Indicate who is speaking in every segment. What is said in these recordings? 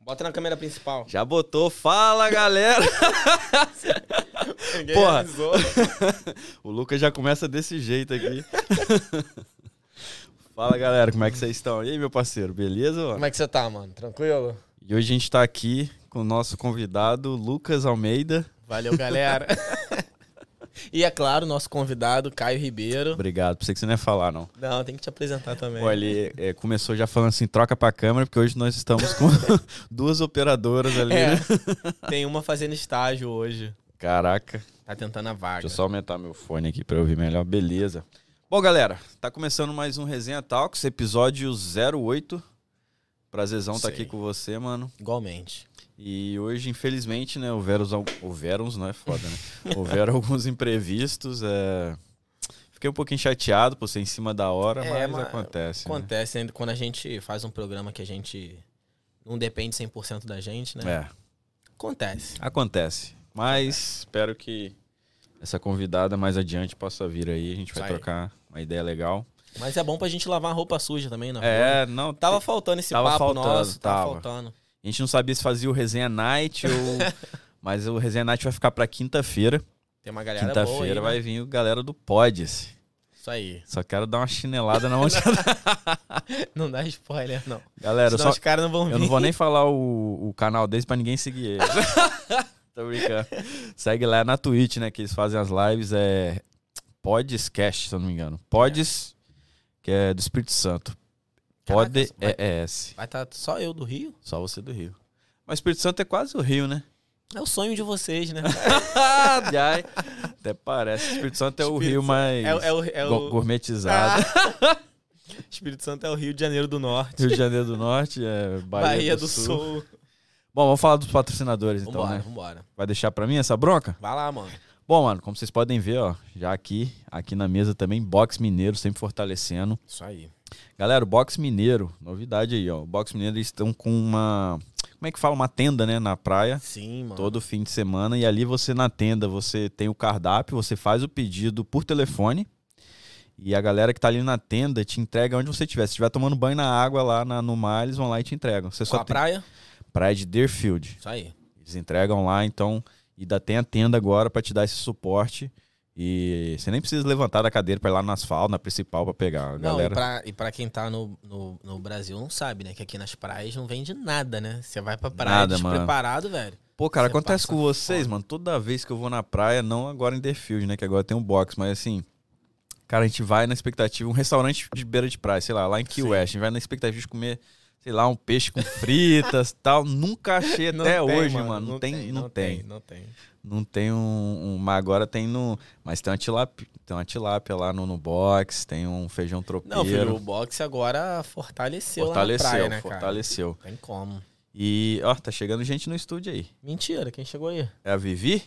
Speaker 1: Bota na câmera principal.
Speaker 2: Já botou. Fala, galera!
Speaker 1: Ninguém
Speaker 2: Porra.
Speaker 1: avisou.
Speaker 2: o Lucas já começa desse jeito aqui. Fala, galera, como é que vocês estão? E aí, meu parceiro, beleza? mano?
Speaker 1: Como é que você tá, mano? Tranquilo?
Speaker 2: E hoje a gente tá aqui com o nosso convidado, Lucas Almeida.
Speaker 1: Valeu, galera. e é claro, nosso convidado, Caio Ribeiro.
Speaker 2: Obrigado, pensei que você não ia falar, não.
Speaker 1: Não, tem que te apresentar também.
Speaker 2: Pô, ele é, começou já falando assim, troca pra câmera, porque hoje nós estamos com duas operadoras ali,
Speaker 1: É.
Speaker 2: né?
Speaker 1: Tem uma fazendo estágio hoje.
Speaker 2: Caraca.
Speaker 1: Tá tentando a vaga.
Speaker 2: Deixa eu só aumentar meu fone aqui pra eu ouvir melhor. Beleza. Bom, galera, tá começando mais um Resenha Talks, episódio 08. Prazerzão tá
Speaker 1: Sei.
Speaker 2: aqui com você, mano.
Speaker 1: Igualmente.
Speaker 2: E hoje, infelizmente, né, houveram, os al- houveram uns, não é foda, né? Houveram alguns imprevistos. é. Fiquei um pouquinho chateado por ser em cima da hora,
Speaker 1: É,
Speaker 2: mas,
Speaker 1: mas
Speaker 2: acontece. né?
Speaker 1: Acontece ainda quando a gente faz um programa que a gente não depende 100% da gente, né?
Speaker 2: É,
Speaker 1: Acontece.
Speaker 2: acontece. Mas espero que essa convidada mais adiante possa vir aí. A gente vai
Speaker 1: Isso aí.
Speaker 2: trocar uma ideia legal.
Speaker 1: Mas é bom pra gente lavar a roupa suja também, na rua.
Speaker 2: É, não,
Speaker 1: Tava faltando esse
Speaker 2: Tava
Speaker 1: papo
Speaker 2: faltando,
Speaker 1: nosso. Tava,
Speaker 2: tava.
Speaker 1: faltando.
Speaker 2: A gente não sabia se fazia o Resenha Night ou. Mas o Resenha Night vai ficar pra quinta-feira.
Speaker 1: Tem uma galera boa aí,
Speaker 2: Quinta-feira
Speaker 1: né?
Speaker 2: vai vir o galera do Pods.
Speaker 1: Isso aí.
Speaker 2: Só quero dar uma chinelada na onde.
Speaker 1: Não dá spoiler, não.
Speaker 2: galera, eu
Speaker 1: Senão
Speaker 2: só...
Speaker 1: os caras não vão vir.
Speaker 2: eu não vou nem falar o, o canal deles pra ninguém seguir eles. Tô brincando. Segue lá na Twitch, né? Que eles fazem as lives. É. Podscast, se eu não me engano. Pods, que é do Espírito Santo.
Speaker 1: Caraca,
Speaker 2: Pod
Speaker 1: vai-
Speaker 2: é S.
Speaker 1: Vai estar só eu do Rio?
Speaker 2: Só você do Rio. Mas Espírito Santo é quase o Rio, né?
Speaker 1: É o sonho de vocês, né?
Speaker 2: Ah, Jai. Até parece. Espírito Santo é o
Speaker 1: Espírito
Speaker 2: Rio
Speaker 1: Santo.
Speaker 2: mais
Speaker 1: É, o- é o, é
Speaker 2: go-
Speaker 1: o Ah.
Speaker 2: gourmetizado.
Speaker 1: Espírito Santo é o Rio de Janeiro do Norte,
Speaker 2: Rio de Janeiro do Norte, é Bahia,
Speaker 1: Bahia,
Speaker 2: do, Sul.
Speaker 1: Sul.
Speaker 2: Bom, vamos falar dos patrocinadores então,
Speaker 1: Vambora,
Speaker 2: né?
Speaker 1: vambora.
Speaker 2: Vai deixar pra mim essa bronca?
Speaker 1: Vai lá, mano.
Speaker 2: Bom, mano, como vocês podem ver, ó, já aqui, aqui na mesa também, Box Mineiro sempre fortalecendo.
Speaker 1: Isso aí.
Speaker 2: Galera, o Box Mineiro, novidade aí, ó. O Box Mineiro eles estão com uma, como é que fala, uma tenda, né, na praia.
Speaker 1: Sim, mano.
Speaker 2: Todo fim de semana. E ali você na tenda, você tem o cardápio, você faz o pedido por telefone. E a galera que tá ali na tenda te entrega onde você estiver. Se estiver tomando banho na água lá na- no mar, eles vão lá e te entregam. Você
Speaker 1: Com
Speaker 2: só
Speaker 1: a
Speaker 2: tem...
Speaker 1: praia?
Speaker 2: Praia de Deerfield.
Speaker 1: Isso aí.
Speaker 2: Eles entregam lá, então. E ainda tem a tenda agora pra te dar esse suporte. E você nem precisa levantar da cadeira pra ir lá no asfalto, na principal, pra pegar.
Speaker 1: Não,
Speaker 2: A
Speaker 1: e
Speaker 2: galera.
Speaker 1: pra, e pra quem tá no, no, no Brasil não sabe, né? Que aqui nas praias não vende nada, né? Você vai pra praia
Speaker 2: Nada, mano.
Speaker 1: despreparado, velho.
Speaker 2: Pô, cara,
Speaker 1: Você
Speaker 2: acontece
Speaker 1: passa
Speaker 2: com vocês,
Speaker 1: fome.
Speaker 2: mano. Toda vez que eu vou na praia, não agora em Deerfield, né? Que agora tem um box, mas assim. Cara, a gente vai na expectativa, um restaurante de beira de praia, sei lá, lá em Key
Speaker 1: Sim.
Speaker 2: West. A gente vai na expectativa de comer, sei lá, um peixe com fritas tal. Nunca achei
Speaker 1: Não
Speaker 2: até
Speaker 1: tem,
Speaker 2: hoje, mano. Não tem, não, tem.
Speaker 1: Não tem.
Speaker 2: Não tem um, um- Mas agora tem no. Mas tem uma tilápia, tem uma tilápia lá no, no box, tem um feijão tropeiro.
Speaker 1: Não, filho, o boxe agora fortaleceu,
Speaker 2: fortaleceu,
Speaker 1: lá na praia, né, cara?
Speaker 2: fortaleceu.
Speaker 1: Tem como.
Speaker 2: E, ó, tá chegando gente no estúdio aí.
Speaker 1: Mentira, quem chegou aí?
Speaker 2: É a Vivi?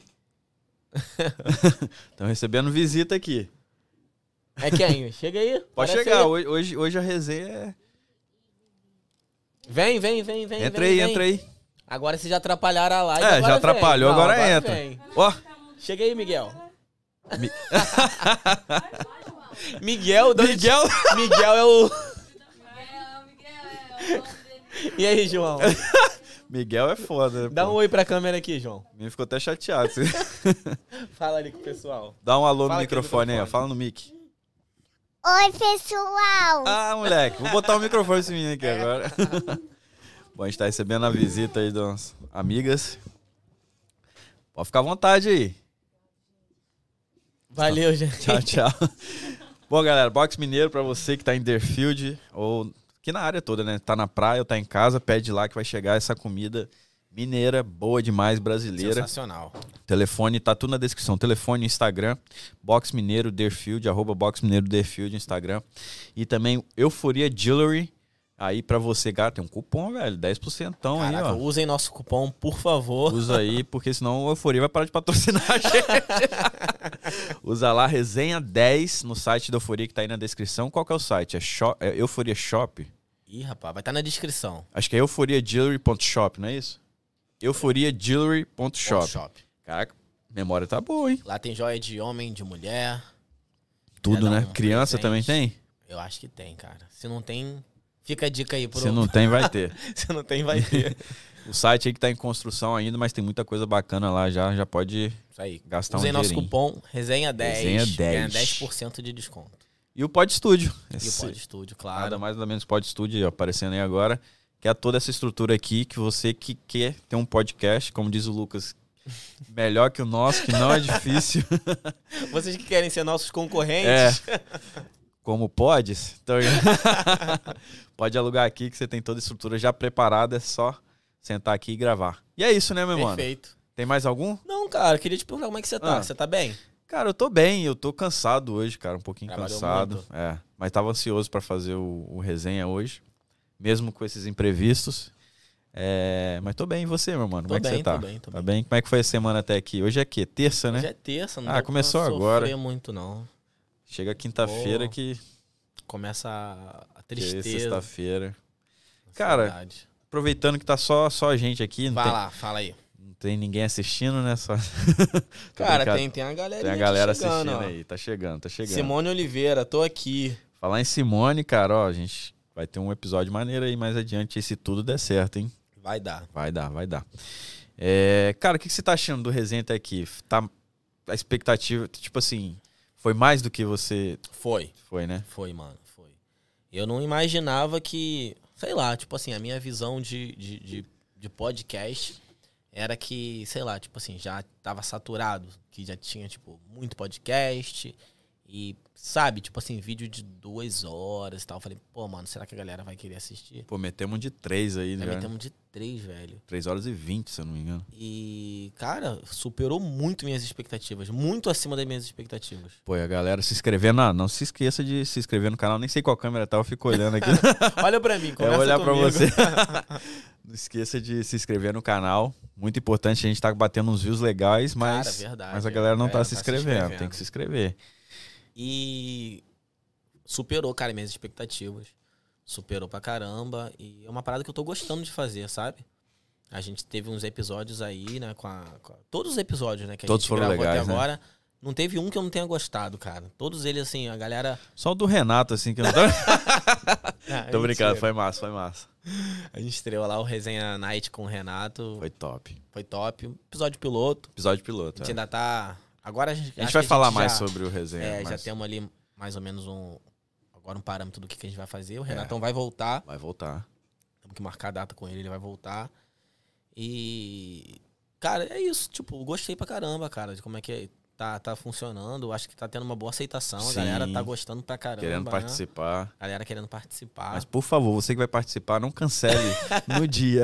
Speaker 2: Estão recebendo visita aqui.
Speaker 1: É quem? Chega aí.
Speaker 2: Pode
Speaker 1: aparece
Speaker 2: chegar,
Speaker 1: aí.
Speaker 2: hoje, hoje, hoje a resenha
Speaker 1: Vem, vem, vem,
Speaker 2: é.
Speaker 1: vem.
Speaker 2: entra
Speaker 1: vem,
Speaker 2: aí,
Speaker 1: vem.
Speaker 2: entra aí.
Speaker 1: Agora vocês já atrapalharam a live.
Speaker 2: É,
Speaker 1: agora
Speaker 2: já atrapalhou,
Speaker 1: vem.
Speaker 2: agora entra.
Speaker 1: vem.
Speaker 2: Ó,
Speaker 1: Chega aí, Miguel.
Speaker 2: Mi-
Speaker 1: Miguel, dono de-
Speaker 2: Miguel.
Speaker 1: Miguel é o.
Speaker 3: Miguel, Miguel, é o nome dele.
Speaker 1: E aí, João?
Speaker 2: Miguel é foda, né?
Speaker 1: Dá um
Speaker 2: pô?
Speaker 1: oi pra câmera aqui, João.
Speaker 2: Me ficou até chateado. Você-
Speaker 1: Fala ali com o pessoal.
Speaker 2: Dá um alô no
Speaker 1: Fala aqui no
Speaker 2: microfone aí, ó.
Speaker 1: microfone.
Speaker 2: Fala no mic.
Speaker 4: Oi, pessoal!
Speaker 2: Ah, moleque, vou botar o microfone nesse menino aqui agora. Bom, a gente tá recebendo a visita aí das amigas. Pode ficar à vontade aí.
Speaker 1: Valeu, gente.
Speaker 2: Tchau, tchau. Bom, galera, Box Mineiro pra você que tá em Deerfield ou aqui na área toda, né? Tá na praia ou tá em casa, pede lá que vai chegar essa comida mineira, boa demais, brasileira.
Speaker 1: Sensacional.
Speaker 2: Telefone, tá tudo na descrição. Telefone, Instagram, Box Mineiro Deerfield, arroba Box Mineiro Deerfield, Instagram. E também Euforia Jewelry, aí pra você, cara, tem um cupom, velho, 10% aí,
Speaker 1: Caraca,
Speaker 2: ó.
Speaker 1: usem nosso cupom, por favor.
Speaker 2: Usa aí, porque senão o Euforia vai parar de patrocinar a gente. Usa lá resenha 10 no site da Euforia que tá aí na descrição. Qual que é o site? É, Sho- é Euforia Shop?
Speaker 1: Ih, rapaz, vai estar na descrição.
Speaker 2: Acho que é euforiajewelry.shop, não é isso?
Speaker 1: Ponto
Speaker 2: euforiajewelry.shop.
Speaker 1: Shop.
Speaker 2: Caraca, memória tá boa, hein?
Speaker 1: Lá tem joia de homem, de mulher.
Speaker 2: Tudo,
Speaker 1: dar
Speaker 2: né?
Speaker 1: um
Speaker 2: Criança também
Speaker 1: presente.
Speaker 2: tem?
Speaker 1: Eu acho que tem, cara. Se não tem, fica a dica aí pro.
Speaker 2: Se não tem, vai ter.
Speaker 1: Se não tem, vai ter.
Speaker 2: O site aí que tá em construção ainda, mas tem muita coisa bacana lá já. Já pode
Speaker 1: Isso aí.
Speaker 2: gastar
Speaker 1: Usem
Speaker 2: um
Speaker 1: nosso
Speaker 2: dinheirinho.
Speaker 1: cupom Resenha 10.
Speaker 2: Resenha 10.
Speaker 1: Ganha 10% de desconto.
Speaker 2: E o Pod Studio.
Speaker 1: E o
Speaker 2: Esse-
Speaker 1: Pod Studio,
Speaker 2: Nada
Speaker 1: claro.
Speaker 2: mais nada menos Pod Studio aí, ó, aparecendo aí agora. Que é toda essa estrutura aqui que você que quer ter um podcast, como diz o Lucas, melhor que o nosso, que não é difícil, É.
Speaker 1: Vocês que querem ser nossos concorrentes,
Speaker 2: como podes, então, pode alugar aqui que você tem toda a estrutura já preparada, é só sentar aqui e gravar. E é isso, né, meu mano?
Speaker 1: perfeito.
Speaker 2: Tem mais algum?
Speaker 1: Não, cara, eu queria te perguntar como é que você tá.
Speaker 2: Ah.
Speaker 1: Você tá bem?
Speaker 2: Cara, eu tô bem, eu tô cansado hoje, cara, um pouquinho
Speaker 1: Trabalhou
Speaker 2: cansado.
Speaker 1: muito.
Speaker 2: É, mas tava ansioso pra fazer o, o resenha hoje, mesmo com esses imprevistos. É, mas tô bem, e você, meu mano?
Speaker 1: Tô
Speaker 2: Como é que
Speaker 1: bem,
Speaker 2: você tá?
Speaker 1: tô bem, tô
Speaker 2: Tá bem? Como é que foi a semana até aqui? Hoje é quê? Terça, né?
Speaker 1: Hoje é terça, não
Speaker 2: Ah,
Speaker 1: dá pra
Speaker 2: começou
Speaker 1: sofrer
Speaker 2: agora.
Speaker 1: muito, não.
Speaker 2: Chega quinta-feira
Speaker 1: Boa.
Speaker 2: que,
Speaker 1: Começa a- a
Speaker 2: que é
Speaker 1: tristeza.
Speaker 2: sexta-feira.
Speaker 1: a
Speaker 2: Cara,
Speaker 1: ansiedade.
Speaker 2: Aproveitando que tá só, só a gente aqui, não
Speaker 1: Vai
Speaker 2: tem,
Speaker 1: lá, fala aí.
Speaker 2: não tem ninguém assistindo, né? Só... Tô
Speaker 1: Cara,
Speaker 2: brincando.
Speaker 1: tem, tem a galera
Speaker 2: Tem a galera
Speaker 1: chegando,
Speaker 2: assistindo
Speaker 1: ó.
Speaker 2: aí, tá chegando, tá chegando.
Speaker 1: Simone Oliveira, tô aqui.
Speaker 2: Falar em Simone, cara, ó, a gente vai ter um episódio maneiro aí mais adiante, se tudo der certo, hein?
Speaker 1: Vai dar.
Speaker 2: Vai dar, vai dar. É, cara, o que, que você tá achando do resenha até aqui? Tá, a expectativa, tipo assim, foi mais do que você
Speaker 1: Foi.
Speaker 2: foi, né?
Speaker 1: Foi, mano, foi. Eu não imaginava que, sei lá, tipo assim, a minha visão de, de, de, de podcast era que, sei lá, tipo assim, já tava saturado, que já tinha, tipo, muito podcast e, sabe, tipo assim, vídeo de duas horas e tal. Eu falei, pô, mano, será que a galera vai querer assistir?
Speaker 2: Pô, metemos de três aí, né?
Speaker 1: Também temos de três, velho.
Speaker 2: 3 horas e 20, se eu não me engano.
Speaker 1: E, cara, superou muito minhas expectativas. Muito acima das minhas expectativas.
Speaker 2: Pô, e a galera se inscrevendo, ah, não se esqueça de se inscrever no canal, nem sei qual câmera tá, eu fico olhando aqui.
Speaker 1: Olha pra mim,
Speaker 2: Eu
Speaker 1: conversa
Speaker 2: vou olhar pra
Speaker 1: comigo.
Speaker 2: você. não esqueça de se inscrever no canal, muito importante, a gente tá batendo uns views legais, mas...
Speaker 1: Cara, verdade. é,
Speaker 2: Mas a galera não tá se inscrevendo, tem
Speaker 1: inscrevendo.
Speaker 2: que se inscrever.
Speaker 1: E superou, cara, minhas expectativas. Superou pra caramba. E é uma parada que eu tô gostando de fazer, sabe? A gente teve uns episódios aí, né? Com a, com a- todos os episódios, né? Que
Speaker 2: Todos
Speaker 1: a gente
Speaker 2: foram
Speaker 1: gravou
Speaker 2: legais,
Speaker 1: até
Speaker 2: né?
Speaker 1: agora. Não teve um que eu não tenha gostado, cara. Todos eles, assim, a galera.
Speaker 2: Só o do Renato, assim, que eu não tô... Tô brincando, foi massa, foi massa.
Speaker 1: A gente estreou lá o Resenha Night com o Renato. Foi,
Speaker 2: Foi top.
Speaker 1: top. Um Episódio piloto.
Speaker 2: Episódio
Speaker 1: A
Speaker 2: piloto.
Speaker 1: gente
Speaker 2: é.
Speaker 1: ainda tá. Agora a gente, acho
Speaker 2: A
Speaker 1: que
Speaker 2: gente vai falar mais
Speaker 1: já-
Speaker 2: sobre o resenha.
Speaker 1: É, já
Speaker 2: mas
Speaker 1: temos ali mais ou menos um. Agora um parâmetro do que, que a gente vai fazer.
Speaker 2: É.
Speaker 1: O Renatão vai voltar.
Speaker 2: Vai voltar.
Speaker 1: Temos que marcar a data com ele, ele vai voltar. E. Cara, é isso. Tipo, gostei pra caramba, cara, de como é que tá, tá funcionando. Acho que tá tendo uma boa aceitação.
Speaker 2: Sim.
Speaker 1: A galera tá gostando pra caramba.
Speaker 2: querendo
Speaker 1: né? Ah.
Speaker 2: participar.
Speaker 1: A galera querendo participar.
Speaker 2: Mas, por favor, você que vai participar, não cancele no dia.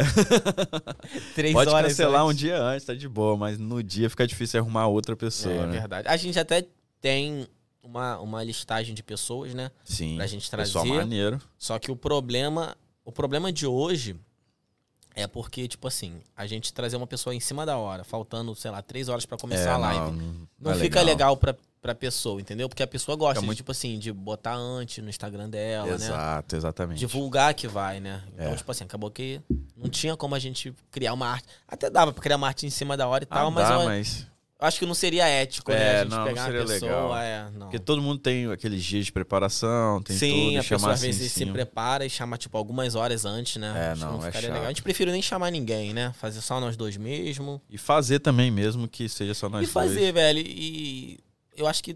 Speaker 1: três
Speaker 2: Pode
Speaker 1: horas
Speaker 2: cancelar
Speaker 1: antes.
Speaker 2: um dia antes, tá de boa, mas no dia fica difícil arrumar outra pessoa,
Speaker 1: É,
Speaker 2: né?
Speaker 1: verdade. A gente até tem uma, uma listagem de pessoas, né?
Speaker 2: Sim.
Speaker 1: Pra gente trazer.
Speaker 2: Pessoal maneiro.
Speaker 1: Só que o problema, o problema de hoje é porque, tipo assim, a gente trazer uma pessoa em cima da hora, faltando, sei lá, três horas pra começar
Speaker 2: É,
Speaker 1: a live.
Speaker 2: Não,
Speaker 1: Não,
Speaker 2: é
Speaker 1: fica legal, pra, pra pessoa, entendeu? Porque a pessoa gosta,
Speaker 2: Fica
Speaker 1: de,
Speaker 2: muito-
Speaker 1: tipo assim, de botar antes no Instagram dela, né?
Speaker 2: Exato, exatamente.
Speaker 1: Divulgar que vai, né? Então,
Speaker 2: É.
Speaker 1: tipo assim, acabou que não tinha como a gente criar uma arte. Até dava pra criar uma arte em cima da hora e tal,
Speaker 2: ah,
Speaker 1: mas,
Speaker 2: dá,
Speaker 1: eu,
Speaker 2: mas...
Speaker 1: eu acho que não seria ético, né? A
Speaker 2: É,
Speaker 1: gente
Speaker 2: não, não
Speaker 1: pegar
Speaker 2: seria
Speaker 1: uma pessoa.
Speaker 2: legal.
Speaker 1: É, não.
Speaker 2: Porque todo mundo tem aqueles dias de preparação, tem
Speaker 1: Sim,
Speaker 2: tudo,
Speaker 1: a
Speaker 2: chamar
Speaker 1: pessoa às
Speaker 2: assim
Speaker 1: vezes
Speaker 2: em
Speaker 1: se
Speaker 2: cima.
Speaker 1: prepara e chama, tipo, algumas horas antes, né?
Speaker 2: É,
Speaker 1: Acho que
Speaker 2: não, é
Speaker 1: ficaria
Speaker 2: chato.
Speaker 1: legal. A gente preferiu nem chamar ninguém, né? Fazer só nós dois mesmo.
Speaker 2: E fazer também mesmo, que seja só nós
Speaker 1: e fazer,
Speaker 2: dois.
Speaker 1: velho. E eu acho que,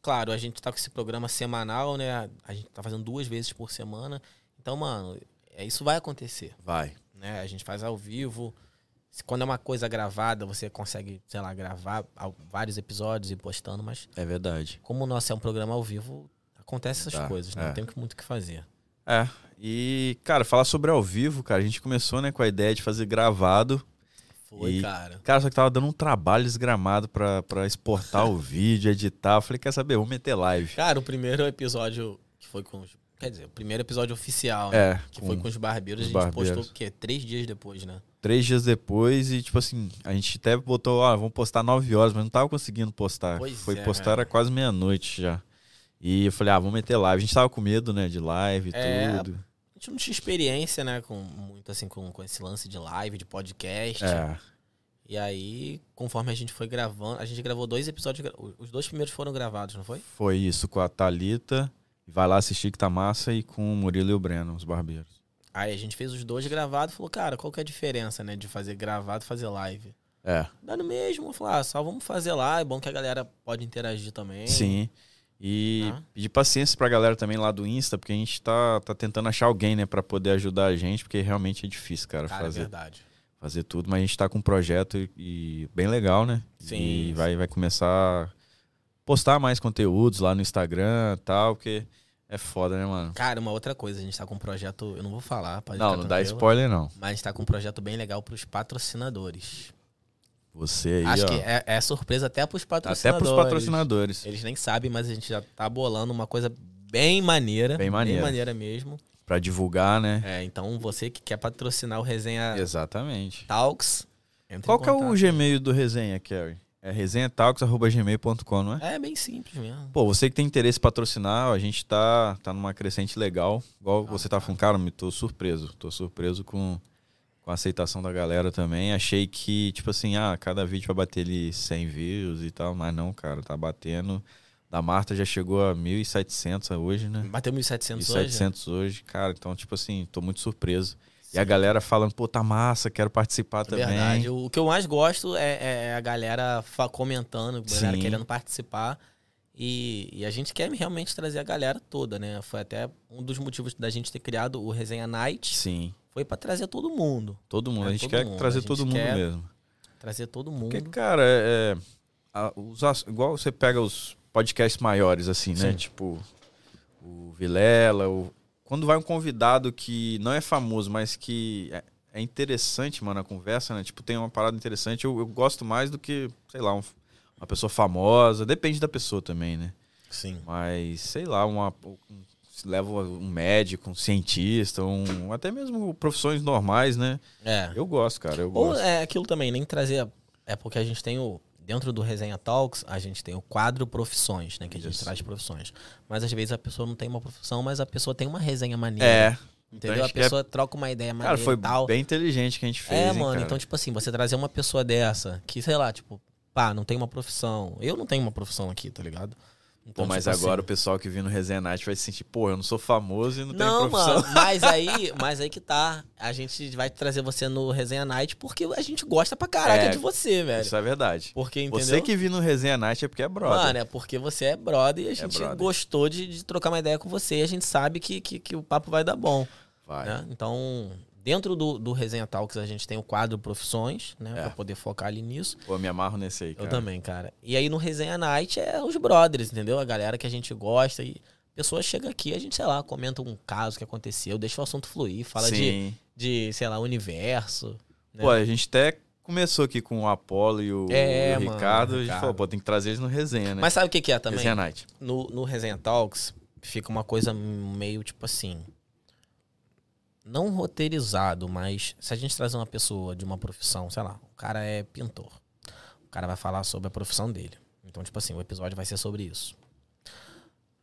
Speaker 1: claro, a gente tá com esse programa semanal, né? A gente tá fazendo duas vezes por semana. Então, mano, é, isso vai acontecer,
Speaker 2: Vai.
Speaker 1: né? A gente faz ao vivo. Se- Quando é uma coisa gravada, você consegue, sei lá, gravar ao- vários episódios e postando, mas
Speaker 2: É verdade.
Speaker 1: como o nosso é um programa ao vivo, acontece essas
Speaker 2: Tá,
Speaker 1: coisas,
Speaker 2: é.
Speaker 1: né? Não tem muito o que fazer.
Speaker 2: É. E, cara, falar sobre ao vivo, cara, a gente começou, né, com a ideia de fazer gravado.
Speaker 1: Foi,
Speaker 2: E-
Speaker 1: cara.
Speaker 2: Cara, só que tava dando um trabalho desgramado pra, pra exportar o vídeo, editar. Eu Falei, quer saber, vamos meter live.
Speaker 1: Cara, o primeiro episódio que foi com os. Quer dizer, o primeiro episódio oficial, né?
Speaker 2: É,
Speaker 1: Que foi com os barbeiros, a
Speaker 2: os
Speaker 1: gente
Speaker 2: barbeiros.
Speaker 1: postou o quê? Três dias depois, né?
Speaker 2: três dias depois e, tipo assim, a gente até botou, ó, vamos postar nove horas, mas não tava conseguindo postar.
Speaker 1: Pois
Speaker 2: foi
Speaker 1: é,
Speaker 2: postar,
Speaker 1: cara.
Speaker 2: era quase meia-noite já. E eu falei, ah, vamos meter live. A gente tava com medo, né, de live e
Speaker 1: É,
Speaker 2: tudo.
Speaker 1: A gente não tinha experiência, né? Com, muito assim, com, com esse lance de live, de podcast.
Speaker 2: É,
Speaker 1: E aí, conforme a gente foi gravando, a gente gravou dois episódios. gra- Os dois primeiros foram gravados, não foi?
Speaker 2: foi isso com a Thalita. Vai lá assistir que tá massa e com o Murilo e o Breno, os barbeiros.
Speaker 1: Aí a gente fez os dois gravados e falou, cara, qual que é a diferença, né? De fazer gravado e fazer live.
Speaker 2: É.
Speaker 1: Dá no mesmo, eu falei, ah, só vamos fazer lá, é bom que a galera pode interagir também.
Speaker 2: Sim. E
Speaker 1: Tá.
Speaker 2: pedir paciência pra galera também lá do Insta, porque a gente tá, tá tentando achar alguém, né, pra poder ajudar a gente, porque realmente é difícil, cara,
Speaker 1: Cara, é
Speaker 2: fazer,
Speaker 1: verdade.
Speaker 2: fazer tudo. Mas a gente tá com um projeto e, e bem legal, né?
Speaker 1: Sim,
Speaker 2: E
Speaker 1: sim.
Speaker 2: vai, vai começar a postar mais conteúdos lá no Instagram e tal, porque é foda, né, mano?
Speaker 1: Cara, uma outra coisa, a gente tá com um projeto, eu não vou falar, pode
Speaker 2: Não,
Speaker 1: ficar
Speaker 2: não dá
Speaker 1: tranquilo,
Speaker 2: spoiler, não.
Speaker 1: Mas a gente tá com um projeto bem legal pros patrocinadores.
Speaker 2: Você aí,
Speaker 1: Acho
Speaker 2: ó.
Speaker 1: que é, é surpresa até pros
Speaker 2: Até
Speaker 1: patrocinadores.
Speaker 2: pros patrocinadores.
Speaker 1: Eles nem sabem, mas a gente já tá bolando uma coisa bem maneira.
Speaker 2: Bem maneira.
Speaker 1: Bem maneira mesmo.
Speaker 2: Pra divulgar, né?
Speaker 1: É, então você que quer patrocinar o Resenha
Speaker 2: Exatamente.
Speaker 1: Talks, entra
Speaker 2: Qual
Speaker 1: em
Speaker 2: que é o
Speaker 1: É. Tá, contato.
Speaker 2: Gmail do Resenha, Kerry? É resenhatalks.gmail.com, não é?
Speaker 1: É bem simples mesmo.
Speaker 2: Pô, você que tem interesse em patrocinar, a gente tá, tá numa crescente legal. Igual
Speaker 1: Ah,
Speaker 2: você tá falando, cara, me tô surpreso. Tô surpreso com, com a aceitação da galera também. Achei que, tipo assim, ah, cada vídeo vai bater ali 100 views e tal, mas não, cara, tá batendo. Da Marta já chegou a 1.700 hoje, né?
Speaker 1: Bateu 1.700 hoje. é?
Speaker 2: 1.700 hoje. cara. Então, tipo assim, tô muito surpreso. E a galera falando, pô, tá massa, quero participar
Speaker 1: É
Speaker 2: também.
Speaker 1: verdade. O que eu mais gosto é, é a galera fa- comentando, a galera
Speaker 2: Sim.
Speaker 1: querendo participar. E, e a gente quer realmente trazer a galera toda, né? Foi até um dos motivos da gente ter criado o Resenha Night.
Speaker 2: Sim,
Speaker 1: Foi pra trazer todo mundo.
Speaker 2: todo mundo.
Speaker 1: É,
Speaker 2: a gente
Speaker 1: todo
Speaker 2: quer
Speaker 1: mundo.
Speaker 2: trazer
Speaker 1: A gente
Speaker 2: todo mundo
Speaker 1: quer-
Speaker 2: mesmo.
Speaker 1: Trazer todo
Speaker 2: Porque,
Speaker 1: mundo.
Speaker 2: cara, é. é, a- os ass- igual você pega os podcasts maiores, assim, né?
Speaker 1: Sim.
Speaker 2: Tipo, o Vilela, o. Quando vai um convidado que não é famoso, mas que é, é interessante, mano, a conversa, né? Tipo, tem uma parada interessante. Eu, eu gosto mais do que, sei lá, um- uma pessoa famosa. Depende da pessoa também, né?
Speaker 1: Sim.
Speaker 2: Mas, sei lá, uma, um- se leva um médico, um cientista, um, até mesmo profissões normais, né?
Speaker 1: É.
Speaker 2: Eu gosto, cara. Eu
Speaker 1: Ou
Speaker 2: gosto.
Speaker 1: é aquilo também, nem trazer. É porque a gente tem o. Dentro do Resenha Talks, a gente tem o quadro profissões, né? Que a gente
Speaker 2: Isso.
Speaker 1: traz profissões. Mas às vezes a pessoa não tem uma profissão, mas a pessoa tem uma resenha maneira.
Speaker 2: É. Então,
Speaker 1: Entendeu?
Speaker 2: acho
Speaker 1: a
Speaker 2: que é
Speaker 1: pessoa troca uma ideia maneira
Speaker 2: Cara, foi
Speaker 1: e tal.
Speaker 2: bem inteligente que a gente fez.
Speaker 1: é,
Speaker 2: hein,
Speaker 1: mano.
Speaker 2: cara?
Speaker 1: Então, tipo assim, você trazer uma pessoa dessa, que, sei lá, tipo, pá, não tem uma profissão. Eu não tenho uma profissão aqui, tá ligado?
Speaker 2: Pô,
Speaker 1: Então,
Speaker 2: mas
Speaker 1: tipo assim,
Speaker 2: agora o pessoal que vindo no Resenha Night vai se sentir, pô, eu não sou famoso e não,
Speaker 1: Não,
Speaker 2: tenho profissão.
Speaker 1: mano, mas aí, mas aí que tá. A gente vai trazer você no Resenha Night porque a gente gosta pra caraca
Speaker 2: É,
Speaker 1: de você, velho.
Speaker 2: Isso é verdade.
Speaker 1: Porque, entendeu?
Speaker 2: Você que vindo no Resenha Night é porque é brother.
Speaker 1: Mano, é porque você é brother e a gente
Speaker 2: brother.
Speaker 1: gostou de, de trocar uma ideia com você e a gente sabe que, que, que o papo vai dar bom.
Speaker 2: vai.
Speaker 1: né? Então, dentro do, do Resenha Talks, a gente tem o quadro Profissões, né?
Speaker 2: É.
Speaker 1: Pra poder focar ali nisso.
Speaker 2: Pô, eu me amarro nesse aí, cara.
Speaker 1: Eu também, cara. E aí no Resenha Night é os brothers, entendeu? A galera que a gente gosta e a pessoa chega aqui, a gente, sei lá, comenta um caso que aconteceu, deixa o assunto fluir, fala de,
Speaker 2: Sim.
Speaker 1: de, sei lá, universo. né?
Speaker 2: Pô, a gente até começou aqui com o Apolo e o,
Speaker 1: É,
Speaker 2: e o
Speaker 1: mano,
Speaker 2: Ricardo. A gente
Speaker 1: Ricardo.
Speaker 2: falou, pô, tem que trazer eles no Resenha, né?
Speaker 1: Mas sabe o que, que é também?
Speaker 2: Resenha Night.
Speaker 1: no, no Resenha Talks fica uma coisa meio tipo assim. Não roteirizado, mas se a gente trazer uma pessoa de uma profissão, sei lá, o cara é pintor. O cara vai falar sobre a profissão dele. Então, tipo assim, o episódio vai ser sobre isso.